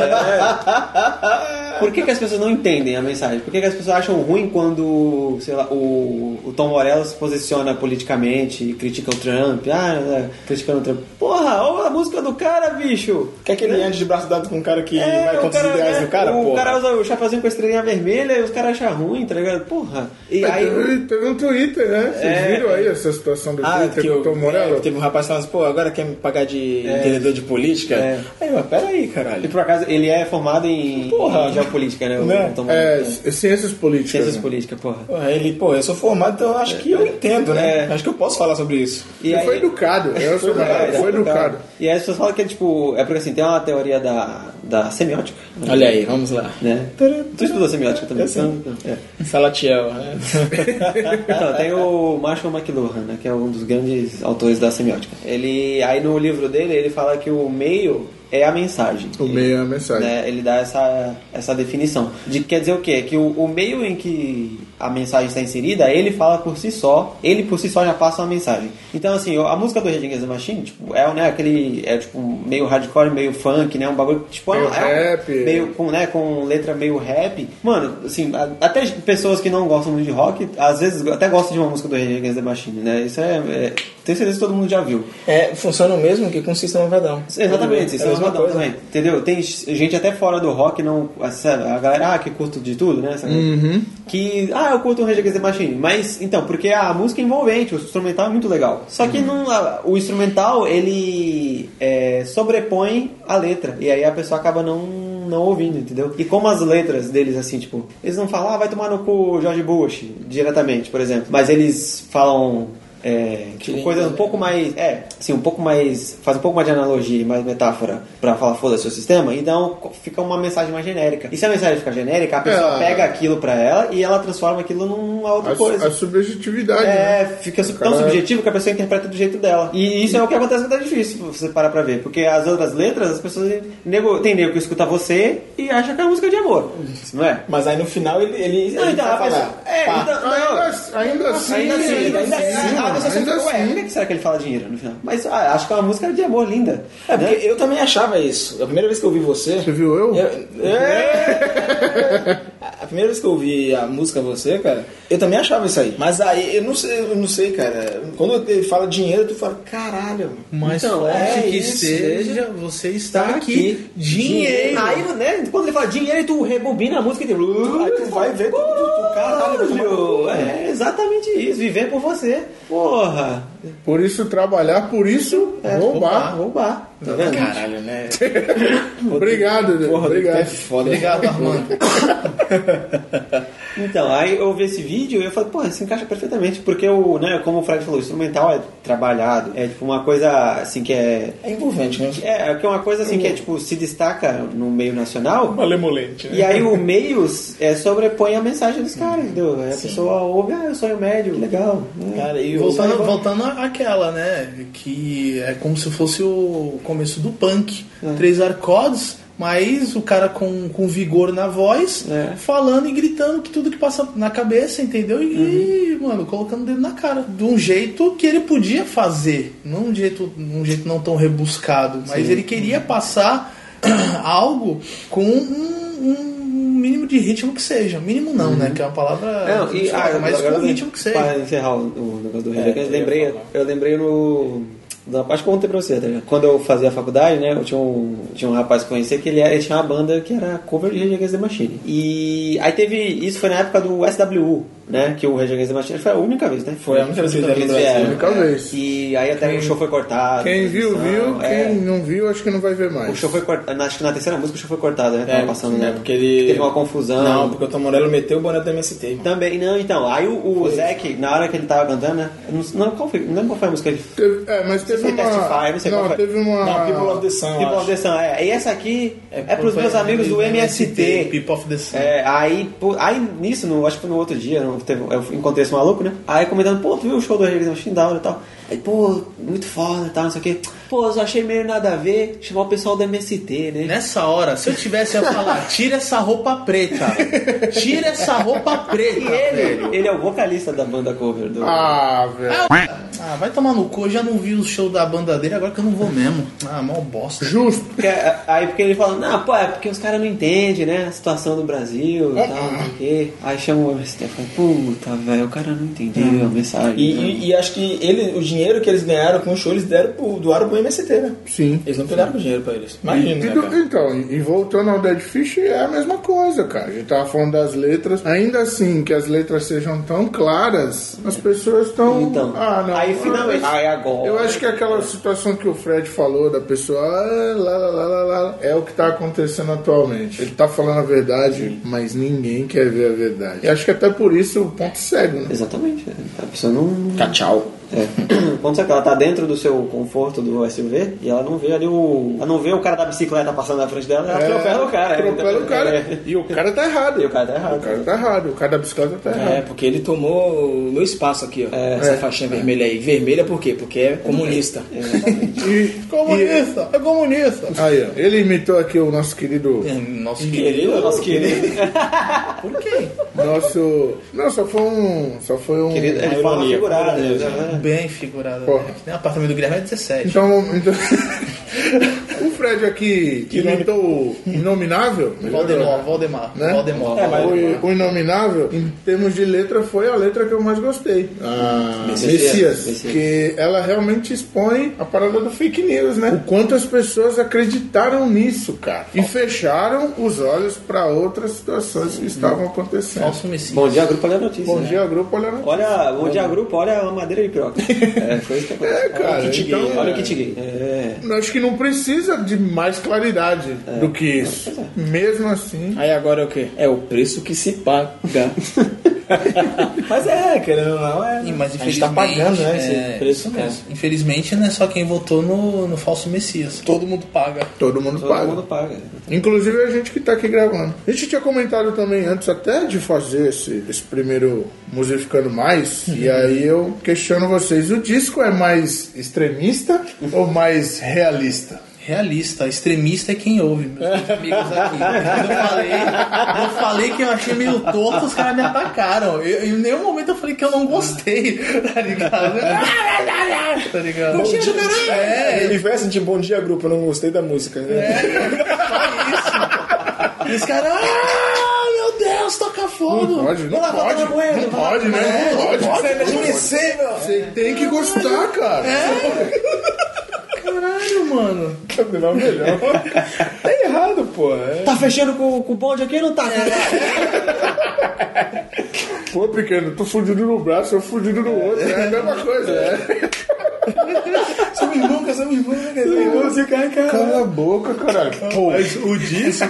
[SPEAKER 2] Por que, que as pessoas não entendem a mensagem? Por que, que as pessoas acham ruim quando, sei lá, o, o Tom Morello se posiciona politicamente, critica o Trump, ah, é, criticando o Trump. Porra, olha a música do cara, bicho!
[SPEAKER 3] Quer que ele ande de braço dado com um cara que vai
[SPEAKER 2] o
[SPEAKER 3] contra os ideais
[SPEAKER 2] né,
[SPEAKER 3] do cara,
[SPEAKER 2] O
[SPEAKER 3] porra?
[SPEAKER 2] cara usa o chapazinho com a estrelinha vermelha e os caras acham ruim, tá ligado? Porra. E aí.
[SPEAKER 1] Teve- Teve um Twitter, né? Vocês
[SPEAKER 2] É.
[SPEAKER 1] viram aí essa situação do
[SPEAKER 3] Ah,
[SPEAKER 1] Twitter
[SPEAKER 3] que
[SPEAKER 1] com o
[SPEAKER 3] eu,
[SPEAKER 1] Tom Morello?
[SPEAKER 3] é, teve um rapaz falando assim, pô, agora quer me pagar de entendedor de política?
[SPEAKER 2] É.
[SPEAKER 3] Aí, ó, peraí,
[SPEAKER 2] E
[SPEAKER 3] caralho.
[SPEAKER 2] por acaso ele é formado em,
[SPEAKER 3] Porra.
[SPEAKER 2] em geopolítica, né? o
[SPEAKER 3] Né?
[SPEAKER 2] Tom Morello.
[SPEAKER 1] É, ciências políticas.
[SPEAKER 2] Ciências
[SPEAKER 1] né?
[SPEAKER 2] políticas, porra.
[SPEAKER 3] Porra, ele, pô, eu sou formado, então eu acho que eu entendo, né? Acho que eu posso falar sobre isso.
[SPEAKER 2] E
[SPEAKER 1] Ele
[SPEAKER 2] aí-
[SPEAKER 1] foi educado, eu sou
[SPEAKER 2] É,
[SPEAKER 1] foi educado.
[SPEAKER 2] E aí as pessoas falam que é tipo. É porque assim, tem uma teoria da, da semiótica. né?
[SPEAKER 3] Olha aí, vamos lá.
[SPEAKER 2] Né? Tu estudou semiótica também?
[SPEAKER 3] Eu sim.
[SPEAKER 2] Não, é.
[SPEAKER 3] Salatiel, né?
[SPEAKER 2] Então, tem o Marshall McLuhan, né, que é um dos grandes autores da semiótica. Ele, aí no livro dele, ele fala que o meio é a mensagem.
[SPEAKER 1] O meio é a mensagem.
[SPEAKER 2] Né, ele dá essa, essa definição. De que quer dizer o quê? Que o, o meio em que a mensagem está inserida, ele fala por si só, ele por si só já passa uma mensagem. Então, assim, a música do Rage Against the Machine, tipo, é, né, aquele, é, tipo, meio hardcore, meio funk, né, um bagulho, tipo,
[SPEAKER 1] Meio
[SPEAKER 2] é, um-
[SPEAKER 1] rap.
[SPEAKER 2] meio com, né, com letra meio rap. Mano, assim, a- até pessoas que não gostam muito de rock, às vezes até gostam de uma música do Rage Against the Machine, né? Isso é, é- Tenho certeza que todo mundo já viu.
[SPEAKER 3] É, funciona o mesmo que com o sistema vadão.
[SPEAKER 2] Exatamente, isso
[SPEAKER 3] é a mesma coisa.
[SPEAKER 2] também. Entendeu? Tem gente até fora do rock, não. sabe, A galera ah, que curto de tudo, né? essa galera,
[SPEAKER 3] Uhum.
[SPEAKER 2] Que. Ah, eu curto o Rage Against the Machine. Mas, então, porque a música é envolvente, o instrumental é muito legal. Só
[SPEAKER 3] Uhum.
[SPEAKER 2] que não, a- o instrumental, ele é, sobrepõe a letra. E aí a pessoa acaba não. Não ouvindo, entendeu? E como as letras deles, assim, tipo, eles não falam, ah, vai tomar no cu George Bush diretamente, por exemplo. Mas eles falam é, tipo, coisas um pouco mais. É, assim, um pouco mais. Faz um pouco mais de analogia e mais metáfora pra falar foda-se o sistema, então co- fica uma mensagem mais genérica. E se a mensagem ficar genérica, a pessoa
[SPEAKER 1] É.
[SPEAKER 2] pega aquilo pra ela e ela transforma aquilo numa outra
[SPEAKER 1] A,
[SPEAKER 2] coisa.
[SPEAKER 1] a subjetividade, né?
[SPEAKER 2] É, fica su- tão
[SPEAKER 1] Cara-
[SPEAKER 2] subjetivo que a pessoa interpreta do jeito dela. E isso é o que acontece quando é difícil se você parar pra ver. Porque as outras letras, as pessoas. Nego, tem nego que escuta você e acha que é uma música de amor. Não é?
[SPEAKER 3] Mas aí no final ele, ele,
[SPEAKER 2] Não,
[SPEAKER 3] ele
[SPEAKER 2] então,
[SPEAKER 3] vai
[SPEAKER 2] a pessoa.
[SPEAKER 3] falar.
[SPEAKER 2] É,
[SPEAKER 3] Pá.
[SPEAKER 2] então, não.
[SPEAKER 1] Ainda, ainda assim,
[SPEAKER 2] Ainda assim, ainda assim,
[SPEAKER 1] mano,
[SPEAKER 2] ah, você
[SPEAKER 1] ainda
[SPEAKER 2] fica, ué, por
[SPEAKER 1] assim.
[SPEAKER 2] que será que ele fala dinheiro no final? Mas ah, acho que é uma música de amor linda.
[SPEAKER 3] É, porque eu também achava isso. É A primeira vez que eu ouvi você.
[SPEAKER 1] Você viu eu?
[SPEAKER 3] Eu- É! A primeira vez que eu ouvi a música você, cara, eu também achava isso aí. Mas aí, eu não sei, eu não sei, cara. Quando ele fala dinheiro, tu fala, caralho, mano.
[SPEAKER 4] Mais
[SPEAKER 3] Então,
[SPEAKER 4] forte
[SPEAKER 3] é
[SPEAKER 4] que
[SPEAKER 3] isso,
[SPEAKER 4] seja, você está
[SPEAKER 3] Tá
[SPEAKER 4] aqui. Dinheiro.
[SPEAKER 2] Aí, né, quando ele fala dinheiro, tu rebobina a música e tipo, tu...
[SPEAKER 3] Aí tu vai ver tudo, tu, caralho,
[SPEAKER 2] Caralho, é exatamente isso, viver por você. Porra,
[SPEAKER 1] Por isso trabalhar, por isso roubar.
[SPEAKER 2] É, roubar. Tá vendo?
[SPEAKER 3] Caralho, né?
[SPEAKER 1] Obrigado, Deus.
[SPEAKER 3] Porra, Obrigado. é
[SPEAKER 1] Tá obrigado.
[SPEAKER 3] foda.
[SPEAKER 4] Obrigado, Armando.
[SPEAKER 2] Então, aí eu vi esse vídeo e eu falei, porra, se encaixa perfeitamente, porque o, né, como o Fred falou, o instrumental é trabalhado, é tipo uma coisa assim que é.
[SPEAKER 3] É envolvente, né?
[SPEAKER 2] É, que é uma coisa assim que é tipo, se destaca no meio nacional.
[SPEAKER 3] Malemolente, né?
[SPEAKER 2] E aí o meio é, sobrepõe a mensagem dos caras, entendeu? Aí a pessoa ouve, ah, eu sonho médio, legal. né?"
[SPEAKER 3] Cara, e o-
[SPEAKER 4] voltando, voltando àquela, né? Que é como se fosse o começo do punk. Três acordes, Mas o cara com, com vigor na voz,
[SPEAKER 2] É.
[SPEAKER 4] falando e gritando que tudo que passa na cabeça, entendeu? E, mano, colocando o dedo na cara. De um jeito que ele podia fazer. Não um jeito, um jeito não tão rebuscado. Mas ele queria passar algo com um. um mínimo de ritmo que seja, mínimo não, né? Que é uma palavra
[SPEAKER 2] Não, e,
[SPEAKER 4] fraca,
[SPEAKER 2] ah,
[SPEAKER 4] mas com
[SPEAKER 2] agora
[SPEAKER 4] o ritmo que seja.
[SPEAKER 2] Para encerrar o, o negócio do Rio,
[SPEAKER 3] É,
[SPEAKER 2] eu
[SPEAKER 3] eu
[SPEAKER 2] lembrei,
[SPEAKER 3] ia
[SPEAKER 2] eu,
[SPEAKER 3] falar.
[SPEAKER 2] lembrei no, da parte que eu contei pra você, tá ligado? Quando eu fazia a faculdade, né, eu tinha um, tinha um rapaz que eu conhecia que ele, era- ele tinha uma banda que era cover de Rage Against the Machine. E aí teve, isso foi na época do SWU, né, que o Rage Against the Machine foi a única vez, né?
[SPEAKER 3] Foi a única vez que eles vieram no
[SPEAKER 2] vieram,
[SPEAKER 3] Brasil.
[SPEAKER 1] Única
[SPEAKER 2] é.
[SPEAKER 1] vez.
[SPEAKER 2] E aí até o show foi cortado.
[SPEAKER 1] Quem viu,
[SPEAKER 2] transmissão,
[SPEAKER 1] viu.
[SPEAKER 2] é.
[SPEAKER 1] Quem não viu, acho que não vai ver
[SPEAKER 2] O
[SPEAKER 1] mais.
[SPEAKER 2] show foi cortado, acho que na terceira música o show foi cortado, né? Tava passando, né?
[SPEAKER 3] É, porque ele...
[SPEAKER 2] Teve uma confusão.
[SPEAKER 3] Não, porque o Tom Morello meteu o boné do MST, irmão.
[SPEAKER 2] Também, não, então, aí o, o Zac, na hora que ele tava cantando, né? eu Não, não, qual foi, não lembro qual foi a música que ele
[SPEAKER 1] Teve- é, mas teve
[SPEAKER 2] Você
[SPEAKER 1] uma.
[SPEAKER 2] testify, não sei qual foi.
[SPEAKER 1] teve uma.
[SPEAKER 3] Não, People of the Sun,
[SPEAKER 2] People
[SPEAKER 3] eu
[SPEAKER 2] of
[SPEAKER 3] acho.
[SPEAKER 2] the Sun, é. E essa aqui é, pros meus amigos do MST.
[SPEAKER 4] People of the Sun.
[SPEAKER 2] É, aí, pô, aí nisso, no, acho que no outro dia, não, teve- eu encontrei esse maluco, né? Aí comentando, pô, tu viu o show do Rei Machine da hora e tal. Aí, pô, muito foda e tal, não sei o quê. Pô, eu só achei meio nada a ver chamar o pessoal do MST, né?
[SPEAKER 4] Nessa hora, se eu tivesse a falar, tira essa roupa preta. Tira essa roupa preta.
[SPEAKER 2] E ele,
[SPEAKER 4] velho.
[SPEAKER 2] ele é o vocalista da banda cover do.
[SPEAKER 1] Ah, velho.
[SPEAKER 4] Ah, vai tomar no cu, eu já não vi o show da banda dele, agora que eu não vou mesmo. Ah, mal bosta.
[SPEAKER 1] Justo.
[SPEAKER 2] Porque, é, aí porque ele fala, não, pô, é porque os caras não entendem, né? A situação do Brasil e tal, não sei o quê. Aí chama o MST e fala, puta, velho, o cara não entendeu a mensagem.
[SPEAKER 3] E,
[SPEAKER 2] né?
[SPEAKER 3] e- e acho que ele, o dinheiro que eles ganharam com o show, eles deram pro, doaram pro MST, né?
[SPEAKER 1] Sim.
[SPEAKER 3] Eles não pegaram o dinheiro pra eles. Imagina,
[SPEAKER 1] E
[SPEAKER 3] né,
[SPEAKER 1] do-
[SPEAKER 3] cara?
[SPEAKER 1] então, e e voltando ao Dead Fish, é a mesma coisa, cara. A gente tava falando das letras. Ainda assim, que as letras sejam tão claras, as pessoas estão.
[SPEAKER 2] Então,
[SPEAKER 1] ah, não.
[SPEAKER 2] aí finalmente, aí agora.
[SPEAKER 1] Eu acho que aquela situação que o Fred falou da pessoa ah, lá, lá, lá, lá, lá, é o que tá acontecendo atualmente. Ele tá falando a verdade, mas ninguém quer ver a verdade. E acho que até por isso o ponto cego, né?
[SPEAKER 2] Exatamente, a pessoa não...
[SPEAKER 3] Tchau.
[SPEAKER 2] É. Quando você- ela tá dentro do seu conforto do SUV e ela não vê ali o... Ela não vê o cara da bicicleta passando na frente dela, ela atropela o cara.
[SPEAKER 1] É. Atropela o cara.
[SPEAKER 2] É.
[SPEAKER 1] E o cara tá errado.
[SPEAKER 2] E o cara tá errado.
[SPEAKER 1] O cara tá errado. O cara da bicicleta tá errado.
[SPEAKER 3] É, porque ele tomou o meu espaço aqui, ó. Essa faixinha vermelha aí. Vermelha por quê? Porque é comunista. É.
[SPEAKER 1] E,
[SPEAKER 4] Comunista, é comunista.
[SPEAKER 1] Aí, ó. Ele imitou aqui o nosso querido.
[SPEAKER 4] Nosso
[SPEAKER 3] Querido, É. nosso querido.
[SPEAKER 4] Por quê?
[SPEAKER 1] Nosso. Não, só foi um. Só foi um.
[SPEAKER 2] Querido, ele
[SPEAKER 3] Ironia,
[SPEAKER 2] fala figurado.
[SPEAKER 3] pelo amor de
[SPEAKER 2] né?
[SPEAKER 4] Bem figurado.
[SPEAKER 1] Porra.
[SPEAKER 4] Né? Que nem O apartamento do Guilherme é 17.
[SPEAKER 1] Então. então- o Fred aqui imitou o Inominável.
[SPEAKER 4] Valdemar, Valdemar,
[SPEAKER 1] Né?
[SPEAKER 4] Valdemar.
[SPEAKER 1] O, o Inominável, em termos de letra, foi a letra que eu mais gostei. Ah,
[SPEAKER 2] Messias.
[SPEAKER 1] Messias.
[SPEAKER 2] Messias.
[SPEAKER 1] Que ela realmente expõe a parada do fake news, né? O quanto as pessoas acreditaram nisso, cara. E fecharam os olhos pra outras situações que estavam acontecendo.
[SPEAKER 4] Falso Messias.
[SPEAKER 2] Bom dia, grupo, olha a notícia.
[SPEAKER 1] Bom
[SPEAKER 2] né?
[SPEAKER 1] dia, grupo. Olha,
[SPEAKER 2] Olha, bom dia, grupo, olha a madeira de piroca. É, foi isso que aconteceu.
[SPEAKER 1] É, cara,
[SPEAKER 2] Olha o kit
[SPEAKER 1] então-
[SPEAKER 2] gay, olha o kit gay. É.
[SPEAKER 1] Eu Acho que não precisa de mais claridade
[SPEAKER 6] É.
[SPEAKER 1] do que isso. Mesmo assim.
[SPEAKER 3] Aí agora é o quê? É o preço que se paga. Mas é, querendo ou não, é.
[SPEAKER 4] Ih, Mas
[SPEAKER 3] a gente tá pagando, né? Esse
[SPEAKER 4] é,
[SPEAKER 3] preço
[SPEAKER 4] isso
[SPEAKER 3] mesmo.
[SPEAKER 4] Infelizmente, não é só quem votou no, no falso Messias. Todo mundo paga.
[SPEAKER 1] Todo mundo
[SPEAKER 2] Todo
[SPEAKER 1] paga.
[SPEAKER 2] mundo paga.
[SPEAKER 1] Inclusive a gente que tá aqui gravando. A gente tinha comentado também antes até de fazer esse, esse primeiro Musificando Mais. E
[SPEAKER 6] Uhum.
[SPEAKER 1] aí eu questiono vocês: o disco é mais extremista ou mais realista?
[SPEAKER 4] Realista, extremista é quem ouve, meus amigos aqui. Eu falei, eu falei que eu achei meio torto, os caras me atacaram. Eu, em nenhum momento eu falei que eu não gostei, tá ligado? tá ligado? É,
[SPEAKER 6] Ele veste de bom dia, grupo. Eu não gostei da música, né?
[SPEAKER 1] É.
[SPEAKER 4] e os caras, ah, meu Deus, toca fogo.
[SPEAKER 1] Não pode, não
[SPEAKER 4] Vou lá, vou
[SPEAKER 1] pode.
[SPEAKER 4] tomar banho,
[SPEAKER 1] Não
[SPEAKER 4] vou lá.
[SPEAKER 1] pode, né? Não pode.
[SPEAKER 3] É.
[SPEAKER 6] Comecei, meu!
[SPEAKER 1] Você tem que gostar,
[SPEAKER 4] É,
[SPEAKER 1] cara.
[SPEAKER 4] Caralho, mano.
[SPEAKER 6] Não, melhor. Tá errado, pô. É.
[SPEAKER 2] Tá fechando com, com o bonde aqui ou não tá?
[SPEAKER 1] Pô, pequeno, tô fudido no braço, eu fudido no outro. É a mesma coisa, né?
[SPEAKER 6] Somos irmãos, cara, somos irmãos, né? Somos irmãos, cara, cara.
[SPEAKER 1] Cala a boca, caralho. Pô,
[SPEAKER 4] Mas o disco,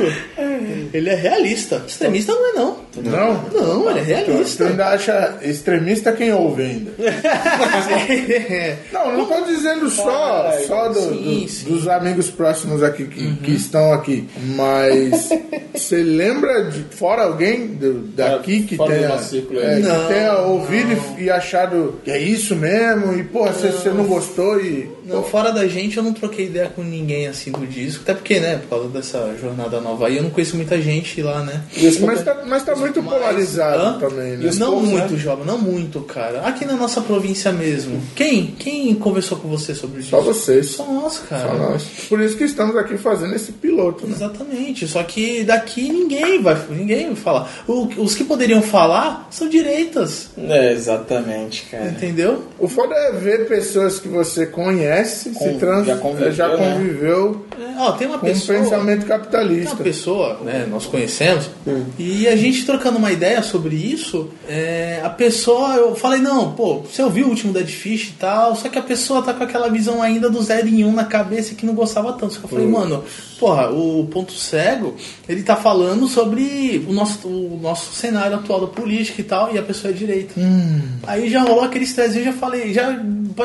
[SPEAKER 4] Ele é realista. Extremista não é, não.
[SPEAKER 1] Não?
[SPEAKER 4] Não, ele é
[SPEAKER 1] Tu
[SPEAKER 4] realista.
[SPEAKER 1] ainda acha extremista quem ouve ainda.
[SPEAKER 4] É.
[SPEAKER 1] Não, não tô dizendo
[SPEAKER 7] Ah,
[SPEAKER 1] só, só do-
[SPEAKER 4] sim,
[SPEAKER 1] do-
[SPEAKER 4] sim.
[SPEAKER 1] dos amigos próximos aqui que,
[SPEAKER 7] Uhum.
[SPEAKER 1] que estão aqui. Mas você lembra de fora alguém do- daqui que
[SPEAKER 7] É, fora do
[SPEAKER 1] tenha,
[SPEAKER 7] nosso círculo aí.
[SPEAKER 1] é, que
[SPEAKER 4] Não,
[SPEAKER 1] tenha ouvido e, e achado que é isso mesmo? E porra, você você não gostou e.
[SPEAKER 4] Não, fora da gente eu não troquei ideia com ninguém assim do disco. Até porque, né, por causa dessa jornada nova aí, eu não conheço muita gente lá, né?
[SPEAKER 1] Mas tá, mas tá muito
[SPEAKER 4] Hã?
[SPEAKER 1] polarizado também, né?
[SPEAKER 4] Não muito, jovem, não muito, cara. Aqui na nossa província mesmo. Quem? Quem conversou com você sobre isso?
[SPEAKER 1] Hum. Só vocês.
[SPEAKER 4] Só nós, cara.
[SPEAKER 1] Só nós. né? Por isso que estamos aqui fazendo esse piloto, né?
[SPEAKER 4] Exatamente, só que daqui ninguém vai, ninguém vai falar. O- os que poderiam falar são direitas,
[SPEAKER 3] É, exatamente,
[SPEAKER 1] É.
[SPEAKER 3] cara.
[SPEAKER 4] entendeu?
[SPEAKER 1] O foda é ver pessoas que você conhece se
[SPEAKER 3] Con-
[SPEAKER 1] trans... já
[SPEAKER 3] já
[SPEAKER 1] conviveu,
[SPEAKER 3] conviveu, né?
[SPEAKER 4] É, ó, tem uma
[SPEAKER 1] com um
[SPEAKER 4] pessoa.
[SPEAKER 1] pensamento
[SPEAKER 4] tem uma
[SPEAKER 1] capitalista.
[SPEAKER 4] pessoa, né, nós conhecemos, e a gente trocando uma ideia sobre isso, é, a pessoa, eu falei, não, pô, você ouviu o último Dead Fish e tal, só que a pessoa tá com aquela visão ainda do 0 em 1 um na cabeça que não gostava tanto. Só que eu falei, mano, porra, o ponto cego, ele tá falando sobre o nosso, o nosso cenário atual da política e tal, e a pessoa é direita. Aí já rolou aquele estresse, eu já falei, já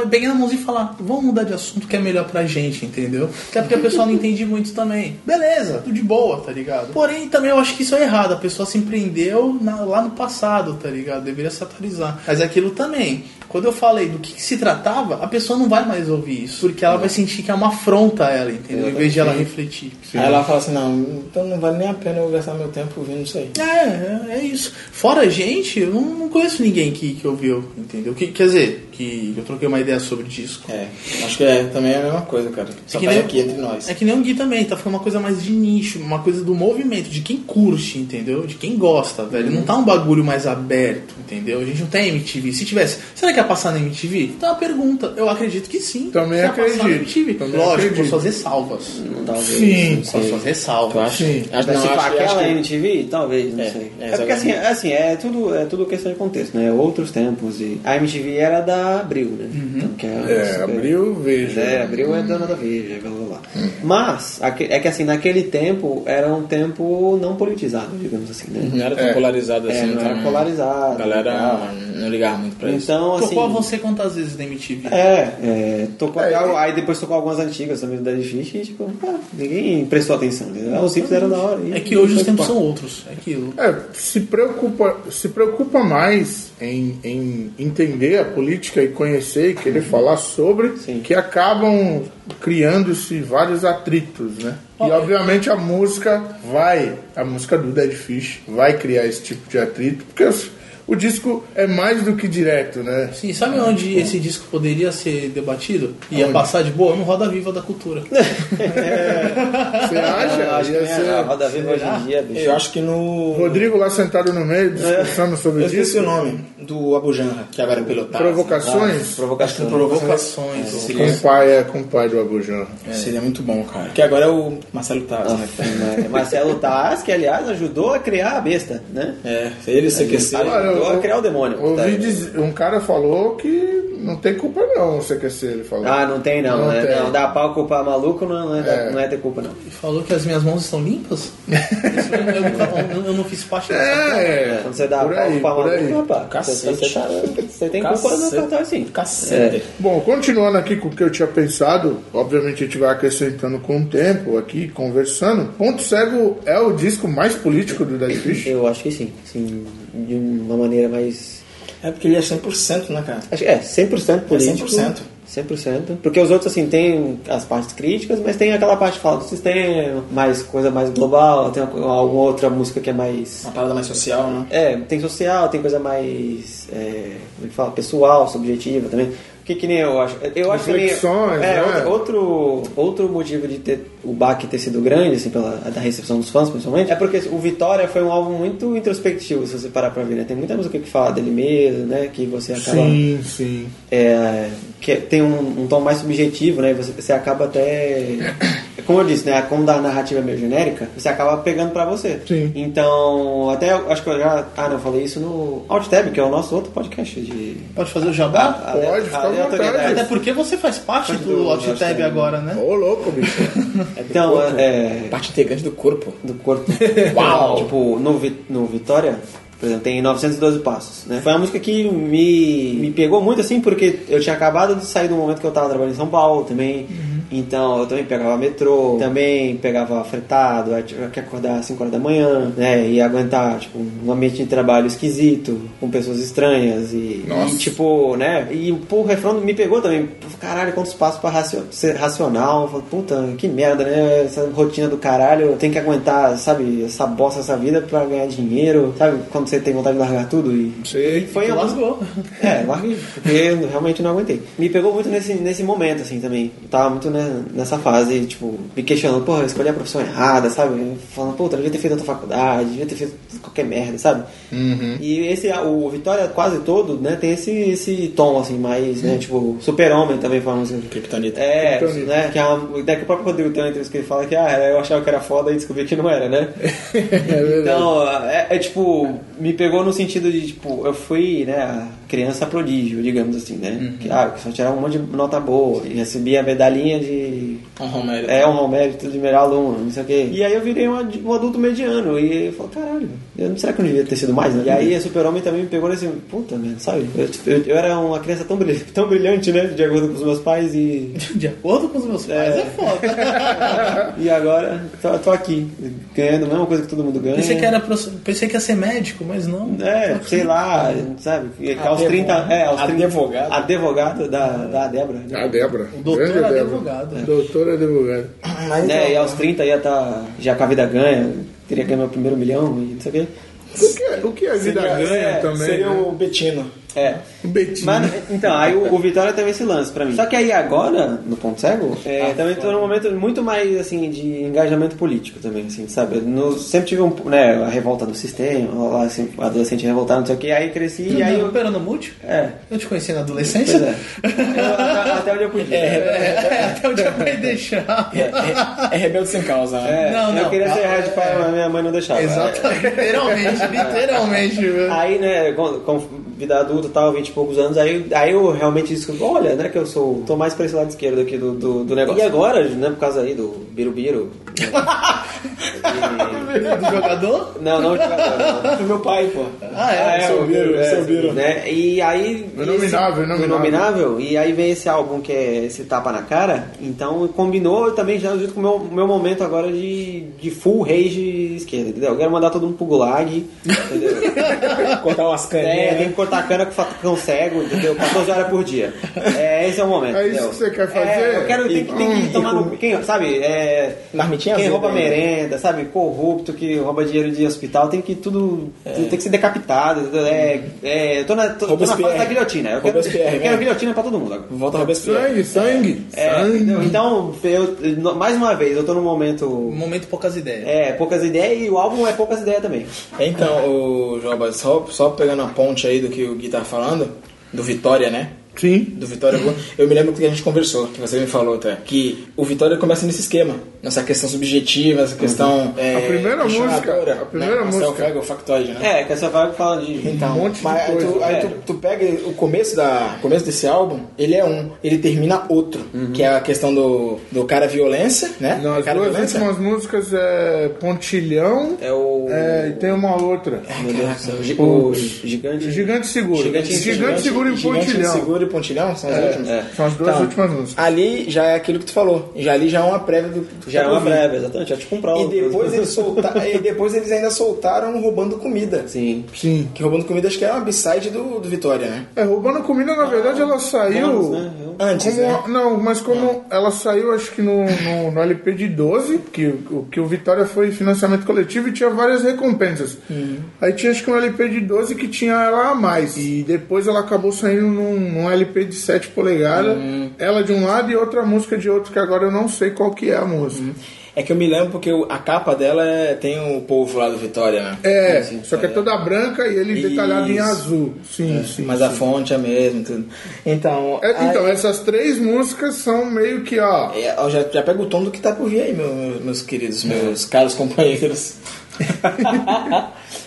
[SPEAKER 4] peguei na mãozinha e falar, vamos mudar de assunto que é melhor pra gente, entendeu? Até porque a pessoa não entende muito também. Beleza, tudo de boa, tá ligado? Porém, também eu acho que isso é errado, a pessoa se empreendeu na- lá no passado, tá ligado? Deveria se atualizar. Mas é aquilo também. Quando eu falei do que, que se tratava, a pessoa não vai mais ouvir isso, porque ela vai sentir que é uma afronta a ela, entendeu? Em vez de ela refletir.
[SPEAKER 3] Aí ela fala assim, não, então não vale nem a pena eu gastar meu tempo ouvindo isso aí.
[SPEAKER 4] É, é, é isso. Fora a gente, eu não, não conheço ninguém que, que ouviu, entendeu? Que, quer dizer, que eu troquei uma ideia sobre disco.
[SPEAKER 3] É, acho que é, também é a mesma coisa, cara. Só
[SPEAKER 4] que
[SPEAKER 3] tá
[SPEAKER 4] nem-
[SPEAKER 3] aqui entre nós.
[SPEAKER 4] É que nem o Gui também, tá ficando uma coisa mais de nicho, uma coisa do movimento, de quem curte, entendeu? De quem gosta, velho. Não tá um bagulho mais aberto, entendeu? A gente não tem MTV. Se tivesse, será que ia passar na MTV? Então é uma pergunta. Eu acredito que sim.
[SPEAKER 1] Também
[SPEAKER 4] Ia passar
[SPEAKER 1] acredito.
[SPEAKER 4] na MTV.
[SPEAKER 1] Também
[SPEAKER 4] Lógico,
[SPEAKER 1] acredito.
[SPEAKER 4] com suas ressalvas.
[SPEAKER 1] Sim.
[SPEAKER 4] Com suas ressalvas.
[SPEAKER 1] Sim.
[SPEAKER 3] Acho,
[SPEAKER 2] Mas
[SPEAKER 3] não,
[SPEAKER 2] se
[SPEAKER 3] acho,
[SPEAKER 2] for
[SPEAKER 3] que- é
[SPEAKER 2] aquela
[SPEAKER 3] acho que...
[SPEAKER 2] MTV, talvez, não
[SPEAKER 3] É,
[SPEAKER 2] sei.
[SPEAKER 3] é,
[SPEAKER 2] É, porque assim, é, assim, é tudo, é tudo questão de contexto, né? Outros tempos e... A MTV era da Abril, né? Então, que era
[SPEAKER 1] É,
[SPEAKER 2] super-
[SPEAKER 1] abriu, veja.
[SPEAKER 2] É, Abril é dona da Veja, blá blá blá. Mas, aque- é que assim, naquele tempo era um tempo não politizado, digamos assim, né?
[SPEAKER 3] Não era tão
[SPEAKER 1] É.
[SPEAKER 3] polarizado
[SPEAKER 2] É,
[SPEAKER 3] assim,
[SPEAKER 2] não era
[SPEAKER 3] então,
[SPEAKER 2] polarizado.
[SPEAKER 3] A galera
[SPEAKER 2] não.
[SPEAKER 3] não ligava muito pra isso.
[SPEAKER 2] Então, assim...
[SPEAKER 4] Tocou a você quantas vezes na MTV?
[SPEAKER 2] É, é, tocou
[SPEAKER 1] É,
[SPEAKER 2] até o- aí depois tocou algumas antigas também da Fish e tipo, ah, ninguém prestou atenção. entendeu? Os hits eram da hora. e-
[SPEAKER 4] É que hoje os tempos são outros. É aquilo.
[SPEAKER 1] É, se preocupa, se preocupa mais em, em entender a política e conhecer e querer falar sobre,
[SPEAKER 2] Sim.
[SPEAKER 1] que acabam criando-se vários atritos, né? E obviamente a música vai, a música do Dead Fish vai criar esse tipo de atrito, porque os- o disco é mais do que direto, né?
[SPEAKER 4] Sim, assim, sabe onde
[SPEAKER 2] É.
[SPEAKER 4] esse disco poderia ser debatido? Ia
[SPEAKER 1] Onde?
[SPEAKER 4] passar de boa? No Roda Viva da Cultura.
[SPEAKER 1] Você
[SPEAKER 2] Eu
[SPEAKER 1] acha?
[SPEAKER 2] acho que
[SPEAKER 1] Ia
[SPEAKER 2] é a
[SPEAKER 1] ser É,
[SPEAKER 2] roda viva hoje em dia, bicho.
[SPEAKER 3] Eu acho que no...
[SPEAKER 1] Rodrigo lá sentado no meio, discussando sobre
[SPEAKER 2] É.
[SPEAKER 3] Eu
[SPEAKER 1] o
[SPEAKER 3] esqueci
[SPEAKER 1] disco.
[SPEAKER 3] o nome do Abujanra, que agora é né? pilotado.
[SPEAKER 2] Tá,
[SPEAKER 1] Provocações?
[SPEAKER 2] Provocação. né?
[SPEAKER 4] Provocações.
[SPEAKER 2] tá.
[SPEAKER 4] ou-
[SPEAKER 1] Com o pai, é, com o pai do Abujam.
[SPEAKER 3] Seria muito bom, cara. Que agora é o Marcelo Taz, né?
[SPEAKER 2] Né? Marcelo Taz, que aliás ajudou a criar a besta, né?
[SPEAKER 3] É, ele se aquecer.
[SPEAKER 1] Olha, eu-
[SPEAKER 2] Ajudou a criar o demônio.
[SPEAKER 1] Ouvi
[SPEAKER 2] Tá.
[SPEAKER 1] dizer, um cara falou que não tem culpa não o CQC, ele falou.
[SPEAKER 2] Ah, não tem não,
[SPEAKER 1] Não
[SPEAKER 2] né?
[SPEAKER 1] tem.
[SPEAKER 2] Não, dá pau culpar maluco, não, não é,
[SPEAKER 1] É.
[SPEAKER 2] não é ter culpa, não.
[SPEAKER 4] E falou que as minhas mãos estão limpas? Isso eu, eu nunca- eu- eu não fiz parte dessa.
[SPEAKER 1] é,
[SPEAKER 2] Quando você dá
[SPEAKER 1] por
[SPEAKER 2] pau
[SPEAKER 1] aí,
[SPEAKER 2] culpar
[SPEAKER 1] por
[SPEAKER 2] maluco,
[SPEAKER 1] aí.
[SPEAKER 2] rapaz,
[SPEAKER 3] Cacete.
[SPEAKER 2] Você, tá- você tem culpa no
[SPEAKER 3] Cacete.
[SPEAKER 2] cartão sim.
[SPEAKER 3] Cacete.
[SPEAKER 1] Bom, continuando aqui com o que eu tinha pensado, obviamente a gente vai acrescentando com o tempo aqui, conversando. Ponto Cego é o disco mais político do Dead Fish.
[SPEAKER 2] Eu acho que sim, sim, de uma maneira mais
[SPEAKER 3] É. porque ele é 100%, né, cara?
[SPEAKER 2] Acho que é 100% político.
[SPEAKER 3] 100%.
[SPEAKER 2] 100%. Porque os outros, assim, tem as partes críticas, mas tem aquela parte que fala do sistema, mais coisa mais global, tem uma- alguma outra música que é mais.
[SPEAKER 3] Uma parada mais social, né?
[SPEAKER 2] É, tem social, tem coisa mais. É, como é que fala? Pessoal, subjetiva também. O que que nem eu acho? Eu acho que nem.
[SPEAKER 1] Reflexões,
[SPEAKER 2] É,
[SPEAKER 1] né?
[SPEAKER 2] outro- outro, outro motivo de ter o baque ter sido grande, assim, pela da recepção dos fãs, principalmente, é porque o Vitória foi um álbum muito introspectivo, se você parar pra ver, né? Tem muita música que fala dele mesmo, né? Que você acaba
[SPEAKER 1] Sim, sim.
[SPEAKER 2] é, que tem um, um tom mais subjetivo, né? Você, você acaba até como eu disse, né? Como a narrativa é meio genérica, você acaba pegando pra você.
[SPEAKER 1] Sim.
[SPEAKER 2] Então, até eu- acho que eu já. Ah, não, eu falei isso no OutTab, que é o nosso outro podcast de.
[SPEAKER 4] Pode fazer o jabá?
[SPEAKER 2] Ale-
[SPEAKER 1] Pode, fica à
[SPEAKER 2] aleatoriedade.
[SPEAKER 1] vontade.
[SPEAKER 4] Até porque você faz parte
[SPEAKER 2] Ah, Faz
[SPEAKER 4] do
[SPEAKER 2] do
[SPEAKER 4] OutTab
[SPEAKER 2] Outtag.
[SPEAKER 4] agora, né?
[SPEAKER 1] Ô, louco, bicho.
[SPEAKER 2] Então, é,
[SPEAKER 3] Parte integrante do corpo.
[SPEAKER 2] do corpo.
[SPEAKER 3] Uau!
[SPEAKER 2] tipo, no, Vi- no Vitória, por exemplo, tem 912 passos, né? Foi uma música que me, me pegou muito, assim, porque eu tinha acabado de sair do momento que eu tava trabalhando em São Paulo também. Então, eu também pegava metrô, também pegava fretado, aí tinha que acordar às 5 horas da manhã, né? E aguentar, tipo, um ambiente de trabalho esquisito, com pessoas estranhas e,
[SPEAKER 6] Nossa.
[SPEAKER 2] e, tipo, né? E pô, o refrão me pegou também. Pô, Caralho, quantos passos pra racio- ser racional? Eu falo, Puta, que merda, né? Essa rotina do caralho. Tem que aguentar, sabe, essa bosta, essa vida pra ganhar dinheiro. Sabe, quando você tem vontade de largar tudo e...
[SPEAKER 6] Sei.
[SPEAKER 2] Foi uma
[SPEAKER 4] Largou.
[SPEAKER 2] é, larguei, porque eu realmente não aguentei. Me pegou muito nesse, nesse momento, assim, também. Eu tava muito né, nessa fase, tipo, me questionando, porra, eu escolhi a profissão errada, sabe? Falando, puta, eu devia ter feito outra faculdade, devia ter feito qualquer merda, sabe? E esse, o Vitória quase todo, né, tem esse, esse tom, assim, mais, né, tipo, super-homem também falando assim.
[SPEAKER 3] Kryptonita.
[SPEAKER 2] É,
[SPEAKER 1] Kryptonita.
[SPEAKER 2] né? Que é uma ideia que o próprio Rodrigo tem uma entrevista que ele fala que ah, eu achava que era foda e descobri que não era, né? então, é, é tipo, me pegou no sentido de, tipo, eu fui, né, a criança prodígio, digamos assim, né? Que, ah, que só tirava um monte de nota boa, e recebia a medalhinha de
[SPEAKER 3] Um Romero.
[SPEAKER 2] é honra ao mérito de melhor aluno, não sei o quê. E aí eu virei um, ad- um adulto mediano. E eu falo, caralho, eu, será que eu não devia ter sido mais? Né? E aí a Super-Homem também me pegou nesse. Puta, mano, sabe? Eu, eu- eu era uma criança tão brilhante, tão brilhante, né? De acordo com os meus pais e.
[SPEAKER 4] De acordo com os meus pais, é,
[SPEAKER 2] É.
[SPEAKER 4] foda.
[SPEAKER 2] E agora tô, tô aqui, ganhando a mesma coisa que todo mundo ganha.
[SPEAKER 4] Pensei que, era, prof- pensei que ia ser médico, mas não.
[SPEAKER 2] É, sei lá, sabe? Aos 30. É, aos 30.
[SPEAKER 3] Advogado.
[SPEAKER 2] Advogado da, da Débora. né?
[SPEAKER 1] A Ah, Débora.
[SPEAKER 4] O doutor
[SPEAKER 1] grande
[SPEAKER 4] era
[SPEAKER 1] Débora. é
[SPEAKER 4] advogado.
[SPEAKER 1] Doutora advogada.
[SPEAKER 3] Mas então,
[SPEAKER 2] Né? E aos 30 ia estar já com a vida ganha, teria ganho meu primeiro milhão e não sei o quê.
[SPEAKER 1] O que, é? o que a vida
[SPEAKER 2] Seria-
[SPEAKER 1] ganha
[SPEAKER 2] é,
[SPEAKER 1] também.
[SPEAKER 3] seria um-
[SPEAKER 1] né?
[SPEAKER 3] o Betino.
[SPEAKER 2] É.
[SPEAKER 1] o Betinho.
[SPEAKER 2] Mas, então, aí o, o Vitória teve esse lance pra mim. Só que aí agora, no Ponto Cego, é, também tô num momento muito mais, assim, de engajamento político também, assim, sabe? Eu no- sempre tive um, né, a revolta do sistema, lá, assim, adolescente revoltado, não sei o que, aí cresci e aí eu...
[SPEAKER 4] era no multi?
[SPEAKER 2] É,
[SPEAKER 4] Eu te conheci na
[SPEAKER 2] pois
[SPEAKER 4] adolescência?
[SPEAKER 2] é. Eu- até, até onde eu podia.
[SPEAKER 4] É, até onde eu vou deixar.
[SPEAKER 3] É, é, é rebelde sem causa, né?
[SPEAKER 2] É,
[SPEAKER 4] Não,
[SPEAKER 2] eu
[SPEAKER 4] não,
[SPEAKER 2] queria ser
[SPEAKER 4] calma,
[SPEAKER 2] rádio pai, mas minha mãe não deixava.
[SPEAKER 4] Exatamente, literalmente, literalmente. velho.
[SPEAKER 2] Aí, né, com, com vida adulta e tal, 20 e poucos anos, aí, aí eu realmente descobri, olha, né, que eu sou, tô mais pra esse lado esquerdo aqui do, do, do negócio. E agora, né, por causa aí do Birubiru. né,
[SPEAKER 4] Do jogador?
[SPEAKER 2] e- Não, não, não, do meu pai, pô.
[SPEAKER 4] Ah, é?
[SPEAKER 2] o Biru,
[SPEAKER 3] Biru, seu Biru.
[SPEAKER 2] Né? E aí.
[SPEAKER 1] É Inominável,
[SPEAKER 2] esse-
[SPEAKER 1] inominável.
[SPEAKER 2] Inominável, E aí vem esse álbum que é esse tapa na cara. Então combinou também já junto com o meu, meu momento agora de, de full rage esquerda, entendeu? Eu quero mandar todo mundo pro gulag, entendeu?
[SPEAKER 3] Cortar umas
[SPEAKER 2] É,
[SPEAKER 3] caninhas.
[SPEAKER 2] tem que cortar a cana com o facão cego, entendeu? 14 horas por dia. É, esse é o momento.
[SPEAKER 1] É isso
[SPEAKER 2] entendeu?
[SPEAKER 1] que você quer fazer? Hum.
[SPEAKER 2] É, eu quero, tem, que- tem que tomar no... Quem, sabe, é...
[SPEAKER 3] Marmitinha
[SPEAKER 2] Quem
[SPEAKER 3] azul,
[SPEAKER 2] rouba
[SPEAKER 3] né?
[SPEAKER 2] merenda, sabe, corrupto, que rouba dinheiro de hospital, tem que tudo... Tem que ser decapitado, entendeu? é... é eu tô na, tô, tô na fase
[SPEAKER 3] Robespierre.
[SPEAKER 2] da guilhotina. Eu quero,
[SPEAKER 3] Robespierre,
[SPEAKER 2] eu quero
[SPEAKER 3] né?
[SPEAKER 2] guilhotina pra todo mundo agora.
[SPEAKER 3] Volta a Robespierre.
[SPEAKER 1] Sangue, sangue.
[SPEAKER 2] É,
[SPEAKER 1] sangue.
[SPEAKER 2] entendeu? então, eu, mais uma vez, eu tô num momento...
[SPEAKER 4] Momento poucas ideias.
[SPEAKER 2] É, poucas ideias e o álbum é poucas ideias também.
[SPEAKER 3] Então, o Joba, só, só pegando a ponte aí do que o Gui tá falando, do Vitória, né?
[SPEAKER 1] Sim.
[SPEAKER 3] Do Vitória Boa. Eu me lembro que a gente conversou, que você me falou até, que o Vitória começa nesse esquema, nessa questão subjetiva, essa
[SPEAKER 2] Uhum.
[SPEAKER 3] questão. é,
[SPEAKER 1] A primeira música,
[SPEAKER 3] questionadora,
[SPEAKER 1] a primeira
[SPEAKER 3] né? Marcel
[SPEAKER 1] música.
[SPEAKER 3] Fraga, o factoide, né?
[SPEAKER 2] É, que essa vibe fala de...
[SPEAKER 3] Então,
[SPEAKER 1] Um monte de
[SPEAKER 3] mas aí, tu,
[SPEAKER 1] coisa. É.
[SPEAKER 3] aí tu- tu pega o começo da começo desse álbum, ele é um, ele termina outro, que é a questão do, do cara violência, né?
[SPEAKER 1] Uhum. Não, as
[SPEAKER 3] cara
[SPEAKER 1] duas últimas músicas é Pontilhão
[SPEAKER 2] É o...
[SPEAKER 1] é, e tem uma outra.
[SPEAKER 2] Meu Deus do céu. Gi- O gigante.
[SPEAKER 1] Gigante Seguro. Gigante,
[SPEAKER 2] Gigante-
[SPEAKER 1] Seguro e
[SPEAKER 3] Gigante,
[SPEAKER 1] Pontilhão.
[SPEAKER 3] Seguro e Pontilhão são as últimas.
[SPEAKER 2] é.
[SPEAKER 1] São as duas
[SPEAKER 3] Então,
[SPEAKER 1] últimas músicas.
[SPEAKER 3] Ali já é aquilo que tu falou. Já ali já é uma prévia do do que
[SPEAKER 2] Já é
[SPEAKER 3] tá
[SPEAKER 2] uma
[SPEAKER 3] ouvindo.
[SPEAKER 2] breve, exatamente. É tipo um prova.
[SPEAKER 3] E depois eles solta... e depois eles ainda soltaram roubando comida.
[SPEAKER 2] assim. Sim.
[SPEAKER 1] Sim.
[SPEAKER 3] Que roubando comida acho que é uma b-side do, do Vitória, né?
[SPEAKER 1] É, Roubando Comida, na verdade, ela saiu.
[SPEAKER 2] Bônus, né?
[SPEAKER 3] Antes,
[SPEAKER 1] como- é?
[SPEAKER 3] né?
[SPEAKER 1] Não, mas como ela saiu, acho que no, no, no LP de 12, que, o- que o Vitória foi financiamento coletivo e tinha várias recompensas.
[SPEAKER 3] Hum.
[SPEAKER 1] Aí tinha acho que um LP de 12 que tinha ela a mais. E depois ela acabou saindo num, num um LP de 7 polegadas,
[SPEAKER 3] Hum.
[SPEAKER 1] ela de um lado e outra música de outro, que agora eu não sei qual que é a música.
[SPEAKER 3] É que eu me lembro porque o- a capa dela é- tem o povo lá do Vitória, né?
[SPEAKER 1] É,
[SPEAKER 3] Sim,
[SPEAKER 1] só que é toda branca e ele detalhado em
[SPEAKER 3] Isso.
[SPEAKER 1] azul. Sim, sim.
[SPEAKER 3] Mas
[SPEAKER 1] sim.
[SPEAKER 3] a fonte é a mesma, e tudo. Então,
[SPEAKER 1] É,
[SPEAKER 3] aí-
[SPEAKER 1] então, essas três músicas são meio que, ó.
[SPEAKER 3] É, eu já, já pega o tom do que tá por vir aí, meu- meu- meus queridos, meus caros companheiros.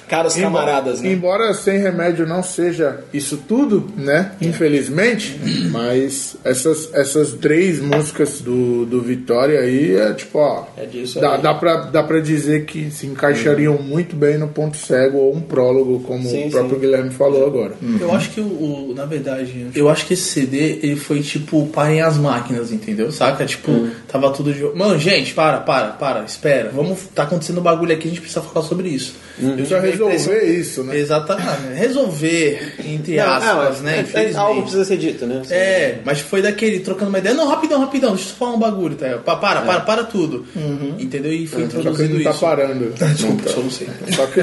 [SPEAKER 3] caros camaradas, né?
[SPEAKER 1] Embora sem remédio não seja isso tudo, né?
[SPEAKER 3] É.
[SPEAKER 1] Infelizmente, mas essas, essas três músicas do, do Vitória aí é tipo, ó.
[SPEAKER 3] É disso
[SPEAKER 1] dá,
[SPEAKER 3] aí. Uhum.
[SPEAKER 1] dá, pra, dá pra dizer que se encaixariam muito bem no ponto cego ou um prólogo, como
[SPEAKER 2] Sim,
[SPEAKER 1] o próprio Guilherme falou agora.
[SPEAKER 3] Uhum.
[SPEAKER 4] Eu acho que o, o- Na verdade, eu acho que esse CD ele foi tipo parem as máquinas, entendeu? Saca? Tipo, tava tudo de. Mano, gente, para, para, para, espera. Vamos. Tá acontecendo um bagulho aqui, a gente precisa falar sobre isso. Eu
[SPEAKER 1] Precisa
[SPEAKER 4] tive a impressão-
[SPEAKER 1] resolver isso, né?
[SPEAKER 4] Exatamente. Resolver, entre
[SPEAKER 2] Não,
[SPEAKER 4] aspas,
[SPEAKER 2] não,
[SPEAKER 4] né?
[SPEAKER 2] é- é-
[SPEAKER 4] Infelizmente.
[SPEAKER 2] algo precisa ser dito, né?
[SPEAKER 4] É, mas foi daquele, trocando uma ideia. Não, rapidão, rapidão, deixa eu falar um bagulho, tá? Pa- Para, para, para, tudo. Entendeu? E foi
[SPEAKER 1] Só que ele
[SPEAKER 4] introduzido
[SPEAKER 1] não tá
[SPEAKER 4] isso.
[SPEAKER 1] parando.
[SPEAKER 4] Desculpa,
[SPEAKER 3] Então,
[SPEAKER 4] só não sei.
[SPEAKER 1] Só que,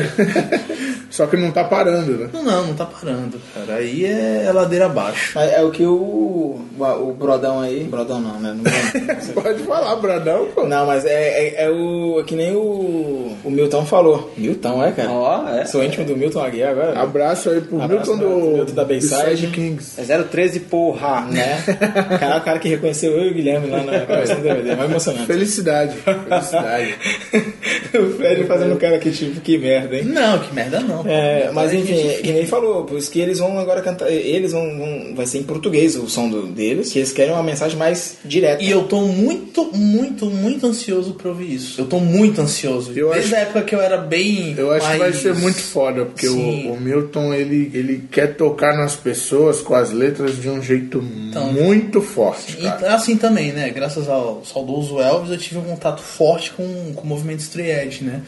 [SPEAKER 1] só que não tá parando, né?
[SPEAKER 4] Não, não, não tá parando, cara. Aí é, é ladeira abaixo.
[SPEAKER 3] É, é o que o, o Brodão aí. Brodão não, né? Não-
[SPEAKER 1] Pode falar, Bradão, pô.
[SPEAKER 3] Não, mas é, é, é o. É que nem o, o Milton falou. Milton, é, cara? Ah,
[SPEAKER 2] Ó, é.
[SPEAKER 3] Sou íntimo do Milton Aguiar agora.
[SPEAKER 1] Abraço aí pro
[SPEAKER 3] Abraço,
[SPEAKER 1] Milton do,
[SPEAKER 3] abraço, Milton da Bayside.
[SPEAKER 1] Bayside Kings.
[SPEAKER 2] É 013, porra.
[SPEAKER 3] Né? Cara, o cara que reconheceu eu e o Guilherme lá na gravação do DVD. Vai É emocionante.
[SPEAKER 1] Felicidade, felicidade.
[SPEAKER 3] o Fred fazendo um cara que tipo, que merda, hein?
[SPEAKER 4] Não, que merda não.
[SPEAKER 3] É, mas
[SPEAKER 4] Aí a
[SPEAKER 3] enfim,
[SPEAKER 4] gente-
[SPEAKER 3] que nem ele falou, por isso que eles vão agora cantar, eles vão, vão- vai ser em português o som do, deles, que eles querem uma mensagem mais direta.
[SPEAKER 4] E eu tô muito, muito, muito ansioso pra ouvir isso. Eu tô muito ansioso.
[SPEAKER 1] Eu
[SPEAKER 4] Desde
[SPEAKER 1] acho-
[SPEAKER 4] a época que eu era bem.
[SPEAKER 1] Eu acho que vai
[SPEAKER 4] mais-
[SPEAKER 1] ser muito foda, porque
[SPEAKER 4] Sim.
[SPEAKER 1] o, o Milton ele, ele quer tocar nas pessoas com as letras de um jeito muito forte,
[SPEAKER 4] E
[SPEAKER 1] cara.
[SPEAKER 4] assim também, né? Graças ao saudoso Elvis, eu tive um contato forte com, com o movimento Stray Edge, né?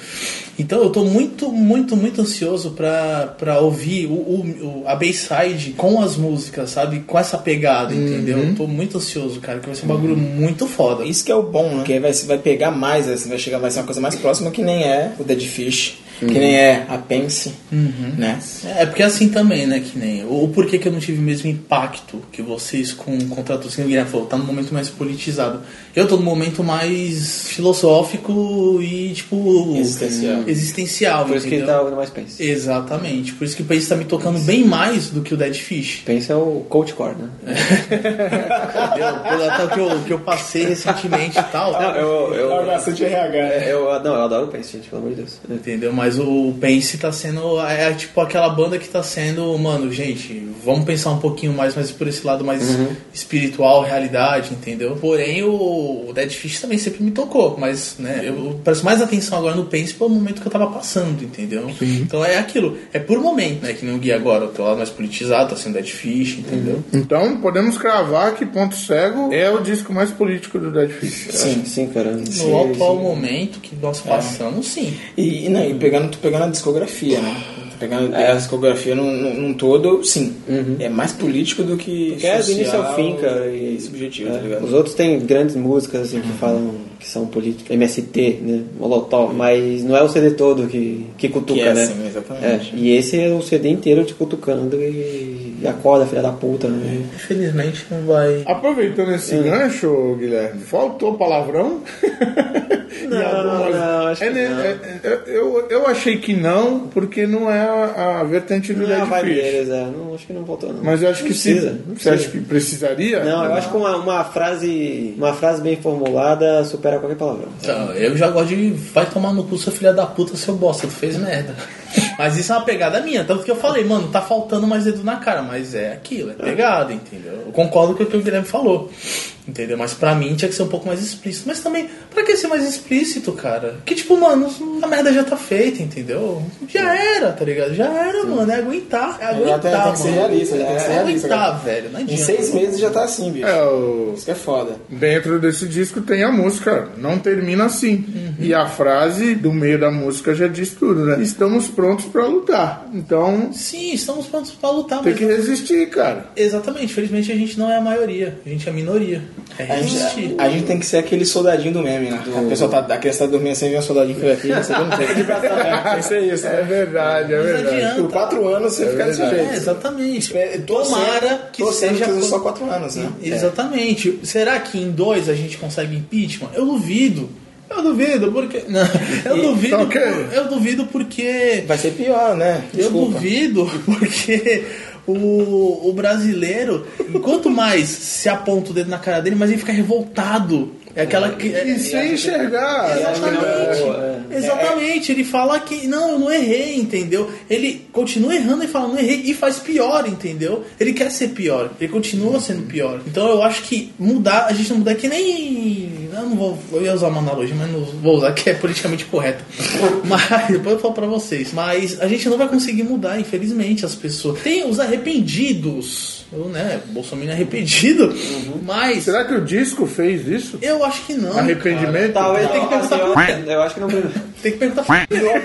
[SPEAKER 4] Então eu tô muito, muito, muito ansioso pra, pra ouvir o, o- o- a Bayside com as músicas, sabe? Com essa pegada,
[SPEAKER 1] Uhum.
[SPEAKER 4] entendeu? Eu tô muito ansioso, cara, que vai ser um bagulho muito foda.
[SPEAKER 3] Isso que é o bom, né? Porque aí vai, vai pegar mais, assim, vai chegar, vai ser uma coisa mais próxima que nem é o Dead Fish, que nem é a Pense, né?
[SPEAKER 4] É porque assim também, né, que nem. Ou por que que eu não tive o mesmo impacto que vocês com o contrato assim, o Guilherme falou, tá num momento mais politizado. Eu tô num momento mais filosófico e, tipo.
[SPEAKER 3] Existencial.
[SPEAKER 4] Existencial,
[SPEAKER 2] Por isso que ele
[SPEAKER 4] entendeu?
[SPEAKER 2] tá ouvindo mais Pense.
[SPEAKER 4] Exatamente. Por isso que o país tá me tocando bem mais do que o Dead Fish.
[SPEAKER 2] Pense é o coach core, né?
[SPEAKER 4] Entendeu? Pelo até o que eu, que eu passei recentemente e tal.
[SPEAKER 1] Ah,
[SPEAKER 2] eu, é,
[SPEAKER 3] de RH.
[SPEAKER 1] né?
[SPEAKER 2] eu, não, eu adoro o Pense, gente, pelo amor de Deus.
[SPEAKER 4] Entendeu? Mas o Pense tá sendo. É tipo aquela banda que tá sendo, mano, gente, vamos pensar um pouquinho mais, mas por esse lado mais espiritual, realidade, entendeu? Porém, o o Dead Fish também sempre me tocou, mas, né, eu presto mais atenção agora no Pense pelo momento que eu tava passando, entendeu? Então é aquilo, é por momento, né? Que nem o Gui agora, eu tô lá mais politizado, tá sendo Dead Fish, entendeu?
[SPEAKER 1] Então podemos cravar que Ponto Cego é o disco mais político do Dead Fish.
[SPEAKER 2] Sim, sim, cara. Sim,
[SPEAKER 4] No atual
[SPEAKER 2] sim.
[SPEAKER 4] momento que nós passamos, sim.
[SPEAKER 3] E, e não, e pegando, tô pegando a discografia, né? Tô Pegando, pegando a discografia num, num- num todo, sim. É mais político do que.
[SPEAKER 2] Porque é do início ao
[SPEAKER 3] social
[SPEAKER 2] fim, cara.
[SPEAKER 3] E,
[SPEAKER 2] E,
[SPEAKER 3] subjetivo,
[SPEAKER 2] é,
[SPEAKER 3] tá ligado?
[SPEAKER 2] Os outros têm grandes músicas, assim, que falam que são políticas. MST, né? Molotov. Mas não é o CD todo que, que cutuca,
[SPEAKER 3] Que é
[SPEAKER 2] né?
[SPEAKER 3] assim, exatamente.
[SPEAKER 2] É, e esse é o CD inteiro te cutucando e, e acorda, filha da puta, né?
[SPEAKER 4] Infelizmente não vai.
[SPEAKER 1] Aproveitando esse gancho, Guilherme, faltou palavrão? Não,
[SPEAKER 2] não,
[SPEAKER 1] É
[SPEAKER 2] acho que não.
[SPEAKER 1] eu, eu achei que não, porque não é a, a vertente do
[SPEAKER 2] Não é a
[SPEAKER 1] Dead
[SPEAKER 2] vibe
[SPEAKER 1] Fish.
[SPEAKER 2] deles, é. Não, acho que não voltou, não.
[SPEAKER 1] Mas eu acho
[SPEAKER 2] Não
[SPEAKER 1] que
[SPEAKER 2] precisa,
[SPEAKER 1] se,
[SPEAKER 2] não
[SPEAKER 1] você
[SPEAKER 2] precisa.
[SPEAKER 1] acha que precisaria?
[SPEAKER 2] Não, eu acho que uma, uma frase uma frase bem formulada supera qualquer palavrão.
[SPEAKER 4] Então, eu já gosto de. Vai tomar no cu, seu filho da puta, seu bosta, tu fez merda. Mas isso é uma pegada minha, tanto que eu falei, mano, tá faltando mais dedo na cara, mas é aquilo, é pegada, entendeu? Eu concordo com o que o Guilherme falou, entendeu? Mas pra mim tinha que ser um pouco mais explícito. Mas também, pra que ser mais explícito, cara? Que tipo, mano, a merda já tá feita, entendeu? Já era, tá ligado? Já era, mano, é aguentar. É aguentar,
[SPEAKER 3] tem- tem que ser
[SPEAKER 4] mano.
[SPEAKER 3] realista, tem que ser
[SPEAKER 4] É
[SPEAKER 3] realista,
[SPEAKER 4] aguentar,
[SPEAKER 3] cara.
[SPEAKER 4] velho, não
[SPEAKER 3] Em
[SPEAKER 4] adianta.
[SPEAKER 3] seis meses já tá assim, bicho.
[SPEAKER 1] É, o-
[SPEAKER 3] Isso que é foda.
[SPEAKER 2] Uhum.
[SPEAKER 1] Dentro desse disco tem a música Não Termina Assim, E a frase do meio da música já diz tudo, né? Estamos prontos pra lutar. Então,
[SPEAKER 4] Sim, estamos prontos pra lutar,
[SPEAKER 1] tem
[SPEAKER 4] mas...
[SPEAKER 1] que resistir, cara.
[SPEAKER 4] Exatamente, felizmente a gente não é a maioria, a gente é a minoria. É
[SPEAKER 3] A
[SPEAKER 4] resistir.
[SPEAKER 3] gente, a gente tem que ser aquele soldadinho do meme, né? A pessoa tá, a criança tá dormindo assim, vem um soldadinho que vai aqui, você não tem. Isso é isso,
[SPEAKER 1] É
[SPEAKER 3] né?
[SPEAKER 1] verdade, é
[SPEAKER 4] Mas
[SPEAKER 1] verdade.
[SPEAKER 4] adianta.
[SPEAKER 3] Por quatro anos você fica desse
[SPEAKER 4] É,
[SPEAKER 3] jeito. é,
[SPEAKER 4] exatamente.
[SPEAKER 3] Tomara
[SPEAKER 4] Tomara
[SPEAKER 3] que
[SPEAKER 4] que
[SPEAKER 3] seja
[SPEAKER 4] seja
[SPEAKER 3] que
[SPEAKER 4] quando-
[SPEAKER 3] só quatro anos, né?
[SPEAKER 4] Exatamente. Será que em dois a gente consegue impeachment? Eu duvido. Eu duvido, porque. Não, eu duvido.
[SPEAKER 1] Então,
[SPEAKER 3] tá
[SPEAKER 1] ok.
[SPEAKER 4] por- eu duvido porque.
[SPEAKER 3] Vai ser pior, né?
[SPEAKER 4] Eu duvido porque o, o brasileiro, quanto mais se aponta o dedo na cara dele, mas ele fica revoltado. É aquela que. é-
[SPEAKER 1] E sem enxergar.
[SPEAKER 4] Exatamente. Exatamente. Ele fala que não, eu não errei, entendeu? Ele continua errando e fala não errei e faz pior, entendeu? Ele quer ser pior. Ele continua sendo pior. Então eu acho que mudar, a gente não mudar que nem eu não vou, eu ia usar uma analogia, mas não vou usar que é politicamente correta. Mas depois eu falo pra vocês. Mas a gente não vai conseguir mudar, infelizmente, as pessoas. Tem os arrependidos, eu, né? Bolsonaro é arrependido, mas
[SPEAKER 1] Será que o disco fez isso?
[SPEAKER 4] eu acho Uhum. que não.
[SPEAKER 1] Arrependimento?
[SPEAKER 2] Talvez
[SPEAKER 4] tem que
[SPEAKER 2] assim,
[SPEAKER 4] perguntar pra ele.
[SPEAKER 2] eu, eu acho que não.
[SPEAKER 4] Tem que perguntar pra ele. Tem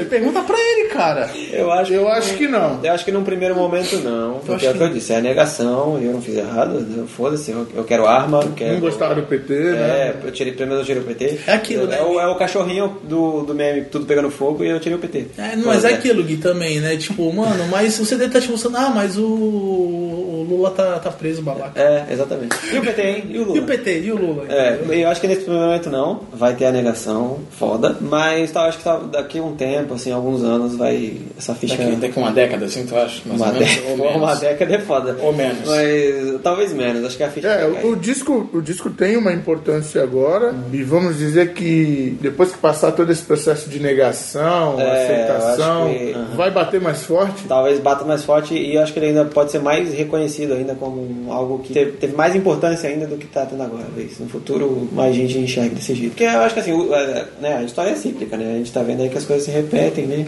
[SPEAKER 4] que perguntar pra ele, cara.
[SPEAKER 2] Eu acho
[SPEAKER 1] Eu acho que não.
[SPEAKER 2] Eu acho que num primeiro momento não. Porque
[SPEAKER 4] acho
[SPEAKER 2] é o que
[SPEAKER 4] que-
[SPEAKER 2] eu disse, é a negação, eu não fiz errado, eu- foda-se, eu, eu quero arma, eu quero.
[SPEAKER 1] Não gostava do PT, né?
[SPEAKER 2] É, eu tirei, pelo menos eu tirei o PT.
[SPEAKER 4] É aquilo,
[SPEAKER 2] é,
[SPEAKER 4] né?
[SPEAKER 2] o, é o cachorrinho do, do meme, tudo pegando fogo, e eu tirei o PT.
[SPEAKER 4] É, não, mas
[SPEAKER 2] Foda-se.
[SPEAKER 4] é aquilo, Gui, também, né? Tipo, mano, mas você deve estar te mostrando, ah, mas o, o Lula tá, tá preso, babaca.
[SPEAKER 2] É, exatamente. E o PT, hein? E o Lula?
[SPEAKER 4] E o PT? E o Lula?
[SPEAKER 2] É, eu acho que nesse primeiro momento não, vai ter a negação, foda, mas tá, acho que tá- daqui a um tempo, assim, alguns anos, vai essa ficha...
[SPEAKER 3] Daqui, daqui uma década, assim, tu acha? Mais
[SPEAKER 2] uma,
[SPEAKER 3] ou menos,
[SPEAKER 2] década,
[SPEAKER 3] ou menos.
[SPEAKER 2] uma década é foda.
[SPEAKER 3] Ou menos.
[SPEAKER 2] Mas talvez menos, acho que a ficha tá
[SPEAKER 1] É,
[SPEAKER 2] vai cair.
[SPEAKER 1] o, o disco, o disco tem uma importância agora, e vamos dizer que depois que passar todo esse processo de negação,
[SPEAKER 2] É, eu acho
[SPEAKER 1] aceitação,
[SPEAKER 2] que- Aham.
[SPEAKER 1] vai bater mais forte?
[SPEAKER 2] Talvez bata mais forte e eu acho que ele ainda pode ser mais reconhecido ainda como algo que teve, teve mais importância ainda do que tá tendo agora. Talvez no futuro mais gente enxergue desse jeito. Porque eu acho que assim, o- é, né, a história é cíclica, né? A gente tá vendo aí que as coisas se repetem, né?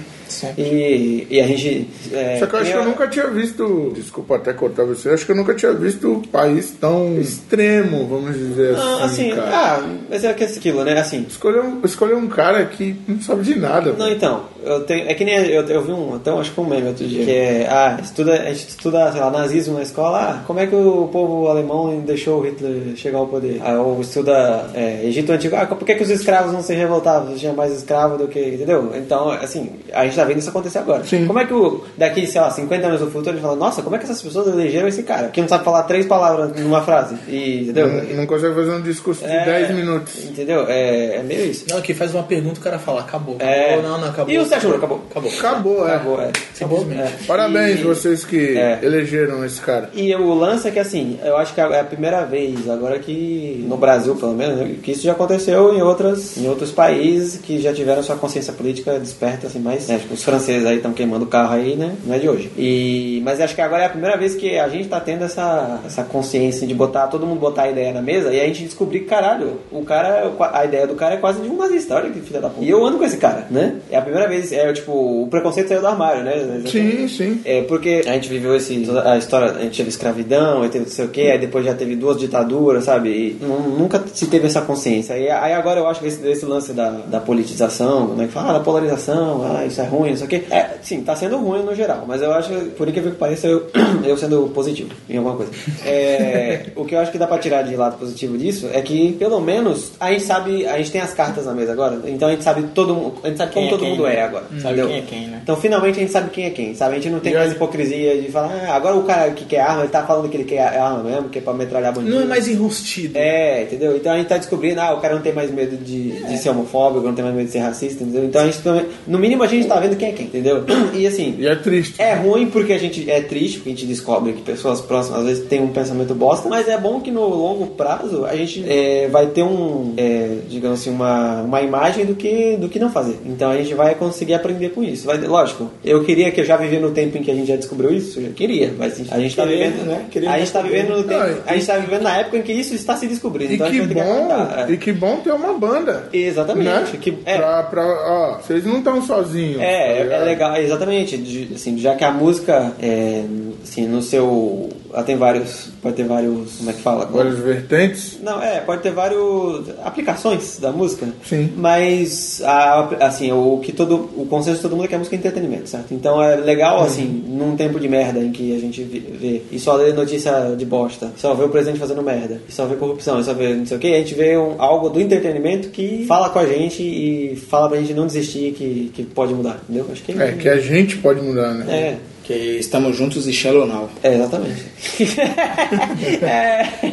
[SPEAKER 2] E, e a gente. é,
[SPEAKER 1] Só que eu acho
[SPEAKER 2] tem
[SPEAKER 1] que eu
[SPEAKER 2] a-
[SPEAKER 1] nunca tinha visto, desculpa até cortar você, eu acho que eu nunca tinha visto um país tão extremo, vamos dizer
[SPEAKER 2] Ah,
[SPEAKER 1] assim,
[SPEAKER 2] assim,
[SPEAKER 1] cara.
[SPEAKER 2] ah, mas é que é aquilo, né? Assim,
[SPEAKER 1] Escolher um, escolher um cara que não sabe de nada.
[SPEAKER 2] Não,
[SPEAKER 1] velho.
[SPEAKER 2] então, eu tenho, é que nem eu, eu vi um, até um- acho que foi um meme outro dia, que é, ah, estuda, a gente estuda, sei lá, nazismo na escola, ah, como é que o povo alemão deixou o Hitler chegar ao poder? Ah, ou estuda é, Egito Antigo, ah, por que, que os escravos não se revoltavam? Tinha mais escravo do que, entendeu? Então, assim, a gente tá vendo isso acontecer agora.
[SPEAKER 1] Sim.
[SPEAKER 2] Como é que o, daqui, sei lá, 50 anos no futuro, a gente fala, nossa, como é que essas pessoas elegeram esse cara? Que não sabe falar três palavras numa frase, e, entendeu?
[SPEAKER 1] não, não consegue fazer um discurso de
[SPEAKER 2] É,
[SPEAKER 1] 10 minutos.
[SPEAKER 2] Entendeu? É, é meio isso.
[SPEAKER 4] Não, aqui faz uma pergunta, o cara fala, acabou.
[SPEAKER 2] É.
[SPEAKER 4] Ou não, não, acabou.
[SPEAKER 2] E o Sérgio Moro, acabou.
[SPEAKER 4] Acabou.
[SPEAKER 1] Acabou, é.
[SPEAKER 2] Acabou, é.
[SPEAKER 4] Simplesmente.
[SPEAKER 2] É.
[SPEAKER 1] Parabéns vocês que
[SPEAKER 2] É.
[SPEAKER 1] elegeram esse cara.
[SPEAKER 2] E o lance é que assim, eu acho que é a primeira vez agora que no Brasil, pelo menos, né, que isso já aconteceu em outras em outros países que já tiveram sua consciência política desperta assim mais, né, tipo, os franceses aí estão queimando o carro aí, né? Não é de hoje. E mas acho que agora é a primeira vez que a gente tá tendo essa essa consciência de botar todo mundo botar a ideia na mesa e a gente descobrir que caralho, o cara a ideia do cara é quase de um nazista, olha que filha da puta. E eu ando com esse cara, né? É a primeira vez, é tipo, o preconceito saiu do armário, né?
[SPEAKER 1] Sim, sim.
[SPEAKER 2] É, porque a gente viveu esse, toda a história, a gente teve escravidão, aí teve não sei o que, aí depois já teve duas ditaduras, sabe? E nu- nunca se teve essa consciência. E aí agora eu acho que esse, esse lance da, da politização, né? Que fala, ah, da polarização, ah, isso é ruim, isso aqui. É, sim, tá sendo ruim no geral, mas eu acho, por incrível que pareça, eu, eu sendo positivo em alguma coisa. É, o que eu acho que dá pra tirar de lado positivo disso é que, pelo menos, a gente sabe, a gente tem as cartas na mesa agora, então a gente sabe todo mundo, a gente sabe
[SPEAKER 3] Quem
[SPEAKER 2] como
[SPEAKER 3] é
[SPEAKER 2] todo
[SPEAKER 3] quem,
[SPEAKER 2] mundo
[SPEAKER 3] né?
[SPEAKER 2] é agora.
[SPEAKER 3] Sabe
[SPEAKER 2] entendeu?
[SPEAKER 3] quem é quem, né?
[SPEAKER 2] Então finalmente a gente sabe quem é quem, sabe? A gente não tem mais hipocrisia de falar, ah, agora o cara que quer arma, ele tá falando que ele quer arma mesmo, que é pra metralhar bandido.
[SPEAKER 4] Não é mais
[SPEAKER 1] né?
[SPEAKER 4] enrustido.
[SPEAKER 2] É, entendeu? Então a gente tá descobrindo, ah, o cara não tem mais medo de,
[SPEAKER 1] É.
[SPEAKER 2] de ser homofóbico, não tem mais medo de ser racista, entendeu? Então a gente, também- no mínimo a gente tá vendo quem é quem, entendeu? E assim,
[SPEAKER 1] E é triste.
[SPEAKER 2] é ruim porque a gente é triste, porque a gente descobre que pessoas próximas às vezes têm um pensamento bosta, mas é bom que no longo prazo a gente é, vai ter um, é, digamos assim, uma, uma imagem do que, do que não fazer. Então a gente vai conseguir aprender com isso. Vai, lógico, eu queria que eu já vivia no tempo em que a gente já descobriu isso, eu já queria, mas a gente tá
[SPEAKER 3] Queremos,
[SPEAKER 2] vivendo,
[SPEAKER 3] né? Queremos
[SPEAKER 2] a gente tá vivendo no tempo,
[SPEAKER 1] Ah, e-
[SPEAKER 2] a gente tá vivendo na época em que isso está se descobrindo.
[SPEAKER 1] E
[SPEAKER 2] então a
[SPEAKER 1] que
[SPEAKER 2] gente vai ter que
[SPEAKER 1] bom,
[SPEAKER 2] aguentar.
[SPEAKER 1] e que bom ter uma banda.
[SPEAKER 2] Exatamente.
[SPEAKER 1] Né?
[SPEAKER 2] Que, é,
[SPEAKER 1] Pra, pra, ó, vocês não estão sozinhos. tá
[SPEAKER 2] É, é,
[SPEAKER 1] ligado?
[SPEAKER 2] é legal, exatamente. de- assim, já que a música, é, assim, no seu Lá tem vários. Pode ter vários. Como é que fala?
[SPEAKER 1] Várias vertentes.
[SPEAKER 2] Não, é, pode ter vários aplicações da música. né?
[SPEAKER 1] Sim.
[SPEAKER 2] Mas a- assim, o que todo o consenso de todo mundo é que a música é entretenimento, certo? Então é legal assim, num tempo de merda em que a gente vi- vê e só lê notícia de bosta, só vê o presidente fazendo merda, e só vê corrupção, e só vê não sei o que, a gente vê um- algo do entretenimento que fala com a gente e fala pra gente não desistir que, que pode mudar, entendeu? Acho que
[SPEAKER 1] É, que a gente pode mudar, né?
[SPEAKER 2] é,
[SPEAKER 3] Que estamos juntos e Shallow Now.
[SPEAKER 2] é, exatamente.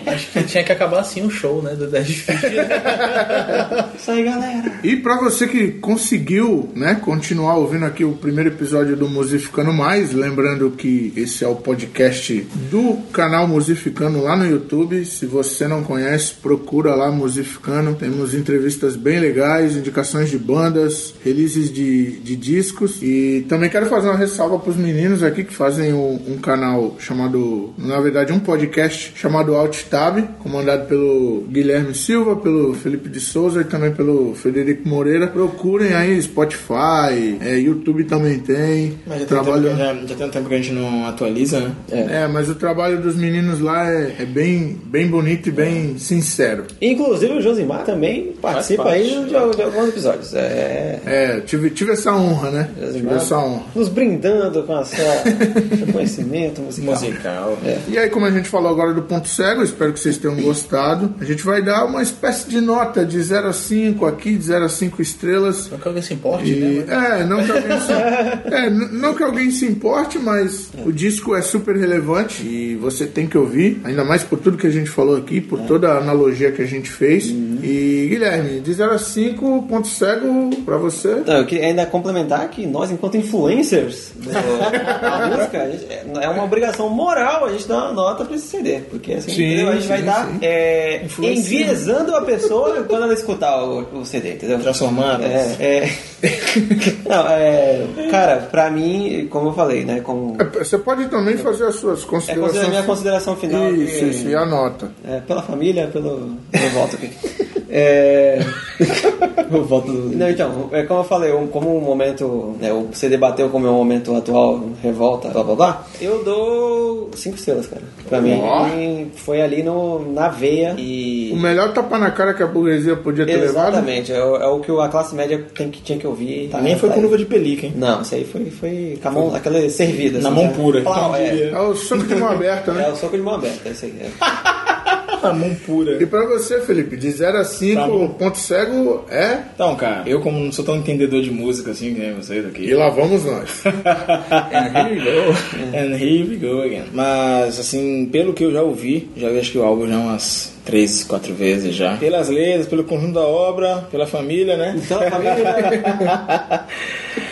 [SPEAKER 4] Acho que tinha que acabar assim o show, né? Do 10 de
[SPEAKER 2] Isso aí, galera.
[SPEAKER 1] E pra você que conseguiu, né, continuar ouvindo aqui o primeiro episódio do Musificando Mais, lembrando que esse é o podcast do canal Musificando lá no YouTube. Se você não conhece, procura lá Musificando. Temos entrevistas bem legais, indicações de bandas, releases de, de discos. E também quero fazer uma ressalva pros meninos aqui que fazem um, um canal chamado, na verdade, um podcast chamado Alt Tab, comandado pelo Guilherme Silva, pelo Felipe de Souza e também pelo Frederico Moreira. Procurem aí Spotify, é, YouTube também tem.
[SPEAKER 3] Mas já tem, um tempo,
[SPEAKER 1] trabalho...
[SPEAKER 3] que- já, já tem um tempo que a gente não atualiza, né?
[SPEAKER 1] É, mas o trabalho dos meninos lá é, é bem, bem bonito e
[SPEAKER 3] É.
[SPEAKER 1] bem sincero.
[SPEAKER 2] Inclusive o Josimar também participa
[SPEAKER 3] parte.
[SPEAKER 2] aí de, de alguns episódios. É,
[SPEAKER 1] É, tive, tive essa honra, né? Tive
[SPEAKER 2] Josimar
[SPEAKER 1] essa honra.
[SPEAKER 2] Tá nos brindando com a sua seu conhecimento musical.
[SPEAKER 3] Musical.
[SPEAKER 1] E aí, como a gente falou agora do ponto cego, espero que vocês tenham gostado. A gente vai dar uma espécie de nota de 0 a 5 aqui, de 0 a 5 estrelas.
[SPEAKER 4] Nunca vi esse importe,
[SPEAKER 1] E,
[SPEAKER 4] né?
[SPEAKER 1] é, não que, alguém se, é, n- não que alguém se importe, mas o disco é super relevante e você tem que ouvir, ainda mais por tudo que a gente falou aqui, por
[SPEAKER 2] É.
[SPEAKER 1] toda a analogia que a gente fez.
[SPEAKER 2] Uhum.
[SPEAKER 1] E Guilherme, de 0 a 5, ponto cego pra você.
[SPEAKER 2] Não, eu queria ainda complementar que nós, enquanto influencers da música, a gente- é- é uma obrigação moral a gente dar uma nota pra esse CD. Porque assim,
[SPEAKER 1] Sim,
[SPEAKER 2] entendeu? a gente vai
[SPEAKER 1] sim,
[SPEAKER 2] estar
[SPEAKER 1] sim.
[SPEAKER 2] é,
[SPEAKER 3] Influenciando.
[SPEAKER 2] enviesando a pessoa quando ela escutar o, o CD, entendeu?
[SPEAKER 3] Transformando.
[SPEAKER 2] É, é... Não, é... Cara, pra mim, como eu falei, né? Como...
[SPEAKER 1] É, Você pode também fazer as suas
[SPEAKER 2] É consider-
[SPEAKER 1] considerações.
[SPEAKER 2] minha consideração final.
[SPEAKER 1] Isso,
[SPEAKER 2] que-
[SPEAKER 1] isso, e a nota.
[SPEAKER 2] É, pela família, pelo. Eu volto aqui. É... eu volto. Não, então, é como eu falei, um- como o momento. Né, o CD bateu com o meu momento atual, revolta, blá blá blá. Eu dou cinco estrelas, cara. Pra mim,
[SPEAKER 1] Ó.
[SPEAKER 2] foi ali no, na veia e.
[SPEAKER 1] O melhor tapa na cara que a burguesia podia ter levado
[SPEAKER 2] Exatamente, é, o- é o que a classe média tem que, tinha que ouvir. Tá,
[SPEAKER 3] Nem foi
[SPEAKER 2] tá
[SPEAKER 3] com
[SPEAKER 2] aí.
[SPEAKER 3] luva de pelica, hein?
[SPEAKER 2] Não, isso aí foi, foi com a mão, aquela servida.
[SPEAKER 3] Na
[SPEAKER 2] assim,
[SPEAKER 3] mão
[SPEAKER 2] né?
[SPEAKER 3] pura.
[SPEAKER 2] Plau, é,
[SPEAKER 1] É o soco de mão aberta,
[SPEAKER 2] é
[SPEAKER 1] né?
[SPEAKER 2] o soco de mão aberta, é isso aí. é.
[SPEAKER 3] Na mão pura.
[SPEAKER 1] E pra você, Felipe, de 0 a 5,
[SPEAKER 3] Tá
[SPEAKER 1] o
[SPEAKER 3] bom.
[SPEAKER 1] ponto cego é.
[SPEAKER 3] Então, cara, eu como não sou tão entendedor de música assim, que nem vocês aqui.
[SPEAKER 1] E lá vamos nós.
[SPEAKER 3] And here we go again. Mas, assim, pelo que eu já ouvi, já vi acho que o álbum já umas três, quatro vezes já. Pelas letras, pelo conjunto da obra, pela família, né?
[SPEAKER 2] Então, a família.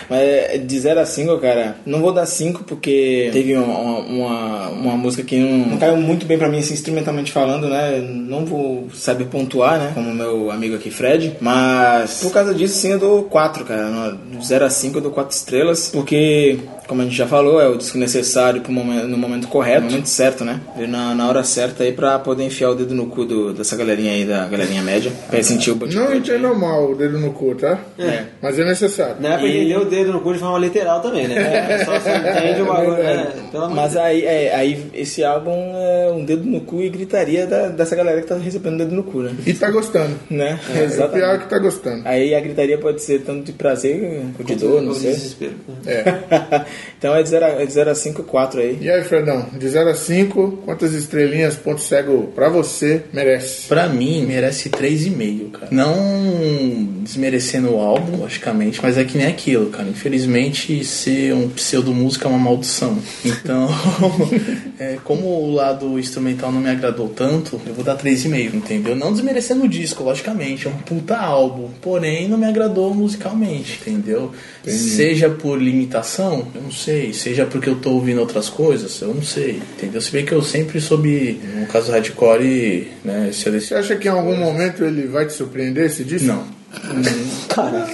[SPEAKER 3] Mas é, de 0 a 5, cara, não vou dar 5 porque teve uma, uma, uma música que não, não caiu muito bem pra mim, assim, instrumentalmente falando, né? Não vou saber pontuar, né? Como meu amigo aqui, Fred. Mas por causa disso, sim, eu dou 4, cara. No- De 0 a 5, eu dou 4 estrelas. Porque, como a gente já falou, é o disco necessário pro momento, no momento correto, no momento certo, né? Veio na, na hora certa aí pra poder enfiar o dedo no cu do- dessa galerinha aí, da galerinha média. Pra sentir o bote.
[SPEAKER 1] Não entendam mal o dedo no cu, tá?
[SPEAKER 3] É.
[SPEAKER 1] Mas é necessário.
[SPEAKER 2] Não é pra entender o dedo no cu de forma literal também, né? É, só se entende o
[SPEAKER 3] É
[SPEAKER 2] bagulho, né? Pelo amor de
[SPEAKER 3] Mas
[SPEAKER 2] Deus.
[SPEAKER 3] aí, é, aí esse álbum é um dedo no cu e gritaria da- dessa galera que tá recebendo dedo no cu, né?
[SPEAKER 1] E tá gostando.
[SPEAKER 3] Né?
[SPEAKER 1] É o pior é que tá gostando.
[SPEAKER 3] Aí a gritaria pode ser tanto de prazer quanto de dor, não
[SPEAKER 2] O
[SPEAKER 3] sei.
[SPEAKER 2] desespero.
[SPEAKER 1] É.
[SPEAKER 3] então é de 0 a, é de zero a 5, 4 aí.
[SPEAKER 1] E aí, Fredão, de 0 a 5, quantas estrelinhas ponto cego pra você merece?
[SPEAKER 4] Pra mim, merece 3,5, cara. Não desmerecendo o álbum, logicamente, mas é que nem aquilo, cara. Infelizmente, ser um pseudo-música é uma maldição. Então, é, como o lado instrumental não me agradou tanto, eu vou dar 3,5, entendeu? Não desmerecendo o disco, logicamente. É um puta álbum. Porém, não me agradou musicalmente, entendeu? Seja por limitação, eu não sei. Seja porque eu tô ouvindo outras coisas, eu não sei, entendeu? Se bem que eu sempre soube, no caso hardcore, né,
[SPEAKER 1] Você
[SPEAKER 4] selecionar.
[SPEAKER 1] acha que em algum momento ele vai te surpreender esse disco?
[SPEAKER 4] Não.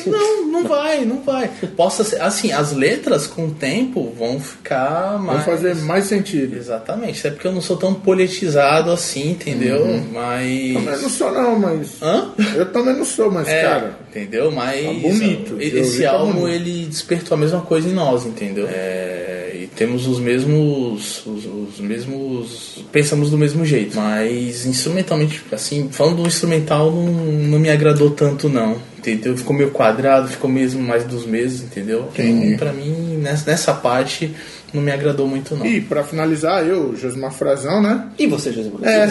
[SPEAKER 4] Não, não vai, não vai. Possa ser. Assim, as letras com o tempo vão ficar
[SPEAKER 1] Vamos
[SPEAKER 4] mais.
[SPEAKER 1] fazer mais sentido.
[SPEAKER 4] Exatamente. Até porque eu não sou tão politizado assim, entendeu?
[SPEAKER 1] Eu Uhum. não
[SPEAKER 4] Mas.
[SPEAKER 1] sou, não, mas.
[SPEAKER 4] Hã?
[SPEAKER 1] Eu também não sou, mas,
[SPEAKER 4] É,
[SPEAKER 1] cara.
[SPEAKER 4] entendeu? Mas
[SPEAKER 1] bonito.
[SPEAKER 4] e-
[SPEAKER 1] Eu
[SPEAKER 4] esse
[SPEAKER 1] vi, tá
[SPEAKER 4] álbum
[SPEAKER 1] bonito.
[SPEAKER 4] ele despertou a mesma coisa em nós, entendeu? É, e Temos os mesmos. Os, os mesmos. Pensamos do mesmo jeito. Mas instrumentalmente, assim, falando do instrumental, não, não me agradou tanto, não. Entendeu? Ficou meio quadrado, ficou mesmo mais dos meses, entendeu? Então, pra mim, nessa, nessa parte, não me agradou muito, não.
[SPEAKER 1] E pra finalizar, eu, Josmar Frazão, né?
[SPEAKER 2] E você, Josimar?
[SPEAKER 1] É.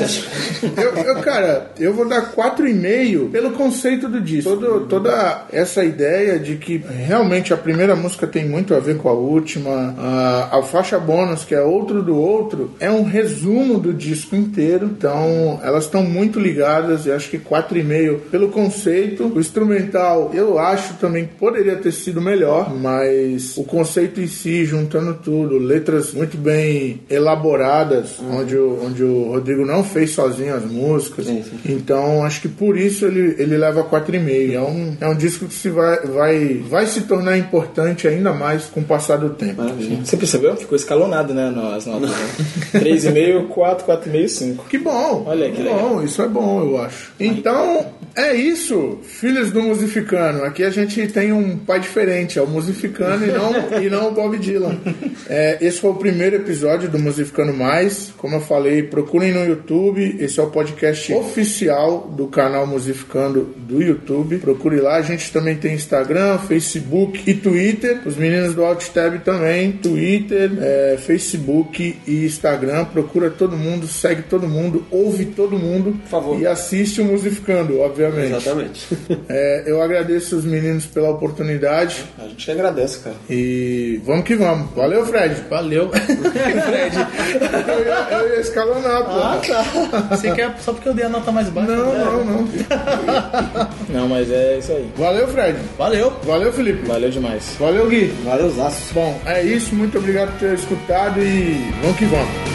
[SPEAKER 1] Eu, eu, cara, eu vou dar 4,5 pelo conceito do disco. Todo- toda essa ideia de que realmente a primeira música tem muito a ver com a última, a, a faixa bônus, que é outro do outro, é um resumo do disco inteiro. Então, elas estão muito ligadas e acho que 4,5 pelo conceito. O instrumental, eu acho também que poderia ter sido melhor, mas o conceito em si, juntando tudo, letras muito bem elaboradas, onde, o, onde o Rodrigo não fez sozinho as músicas.
[SPEAKER 2] Sim, sim.
[SPEAKER 1] Então, acho que por isso ele, ele leva 4,5. É um, é um disco que se vai, vai, vai se tornar importante ainda mais com o passar do tempo.
[SPEAKER 2] Maravilha.
[SPEAKER 3] Você percebeu? Ficou escalonado, né? no- As notas. Né? 3,5, 4, 4,5, 5.
[SPEAKER 1] Que bom!
[SPEAKER 3] Olha que legal.
[SPEAKER 1] bom, isso é bom, eu acho. Então, é isso, filhos do musificano. Aqui a gente tem um pai diferente, é o musificano e não, e não o Bob Dylan. É, esse foi o primeiro episódio do Musificano Mais. Como eu falei, procurem no YouTube. Esse é o podcast oficial do canal Musificando do YouTube. Procure lá. A gente também tem Instagram, Facebook e Twitter. Os meninos do OutTab também, Twitter, é, Facebook e Instagram. Procura todo mundo, segue todo mundo, ouve todo mundo. Por
[SPEAKER 2] favor.
[SPEAKER 1] E assiste o Musificando, obviamente.
[SPEAKER 2] Exatamente.
[SPEAKER 1] É, eu agradeço os meninos pela oportunidade
[SPEAKER 3] A gente que agradece, cara.
[SPEAKER 1] e vamos que vamos. Valeu, Fred.
[SPEAKER 4] Valeu.
[SPEAKER 1] Eu ia, eu ia escalonar, pô.
[SPEAKER 2] Ah,
[SPEAKER 4] Você quer só porque eu dei a nota mais baixa?
[SPEAKER 1] Não, não, não.
[SPEAKER 3] Não, mas é isso aí.
[SPEAKER 1] Valeu, Fred.
[SPEAKER 4] Valeu.
[SPEAKER 1] Valeu, Felipe.
[SPEAKER 3] Valeu demais.
[SPEAKER 1] Valeu, Gui.
[SPEAKER 2] Valeu, Zaço.
[SPEAKER 1] Bom, é isso. Muito obrigado por ter escutado e vamos que vamos.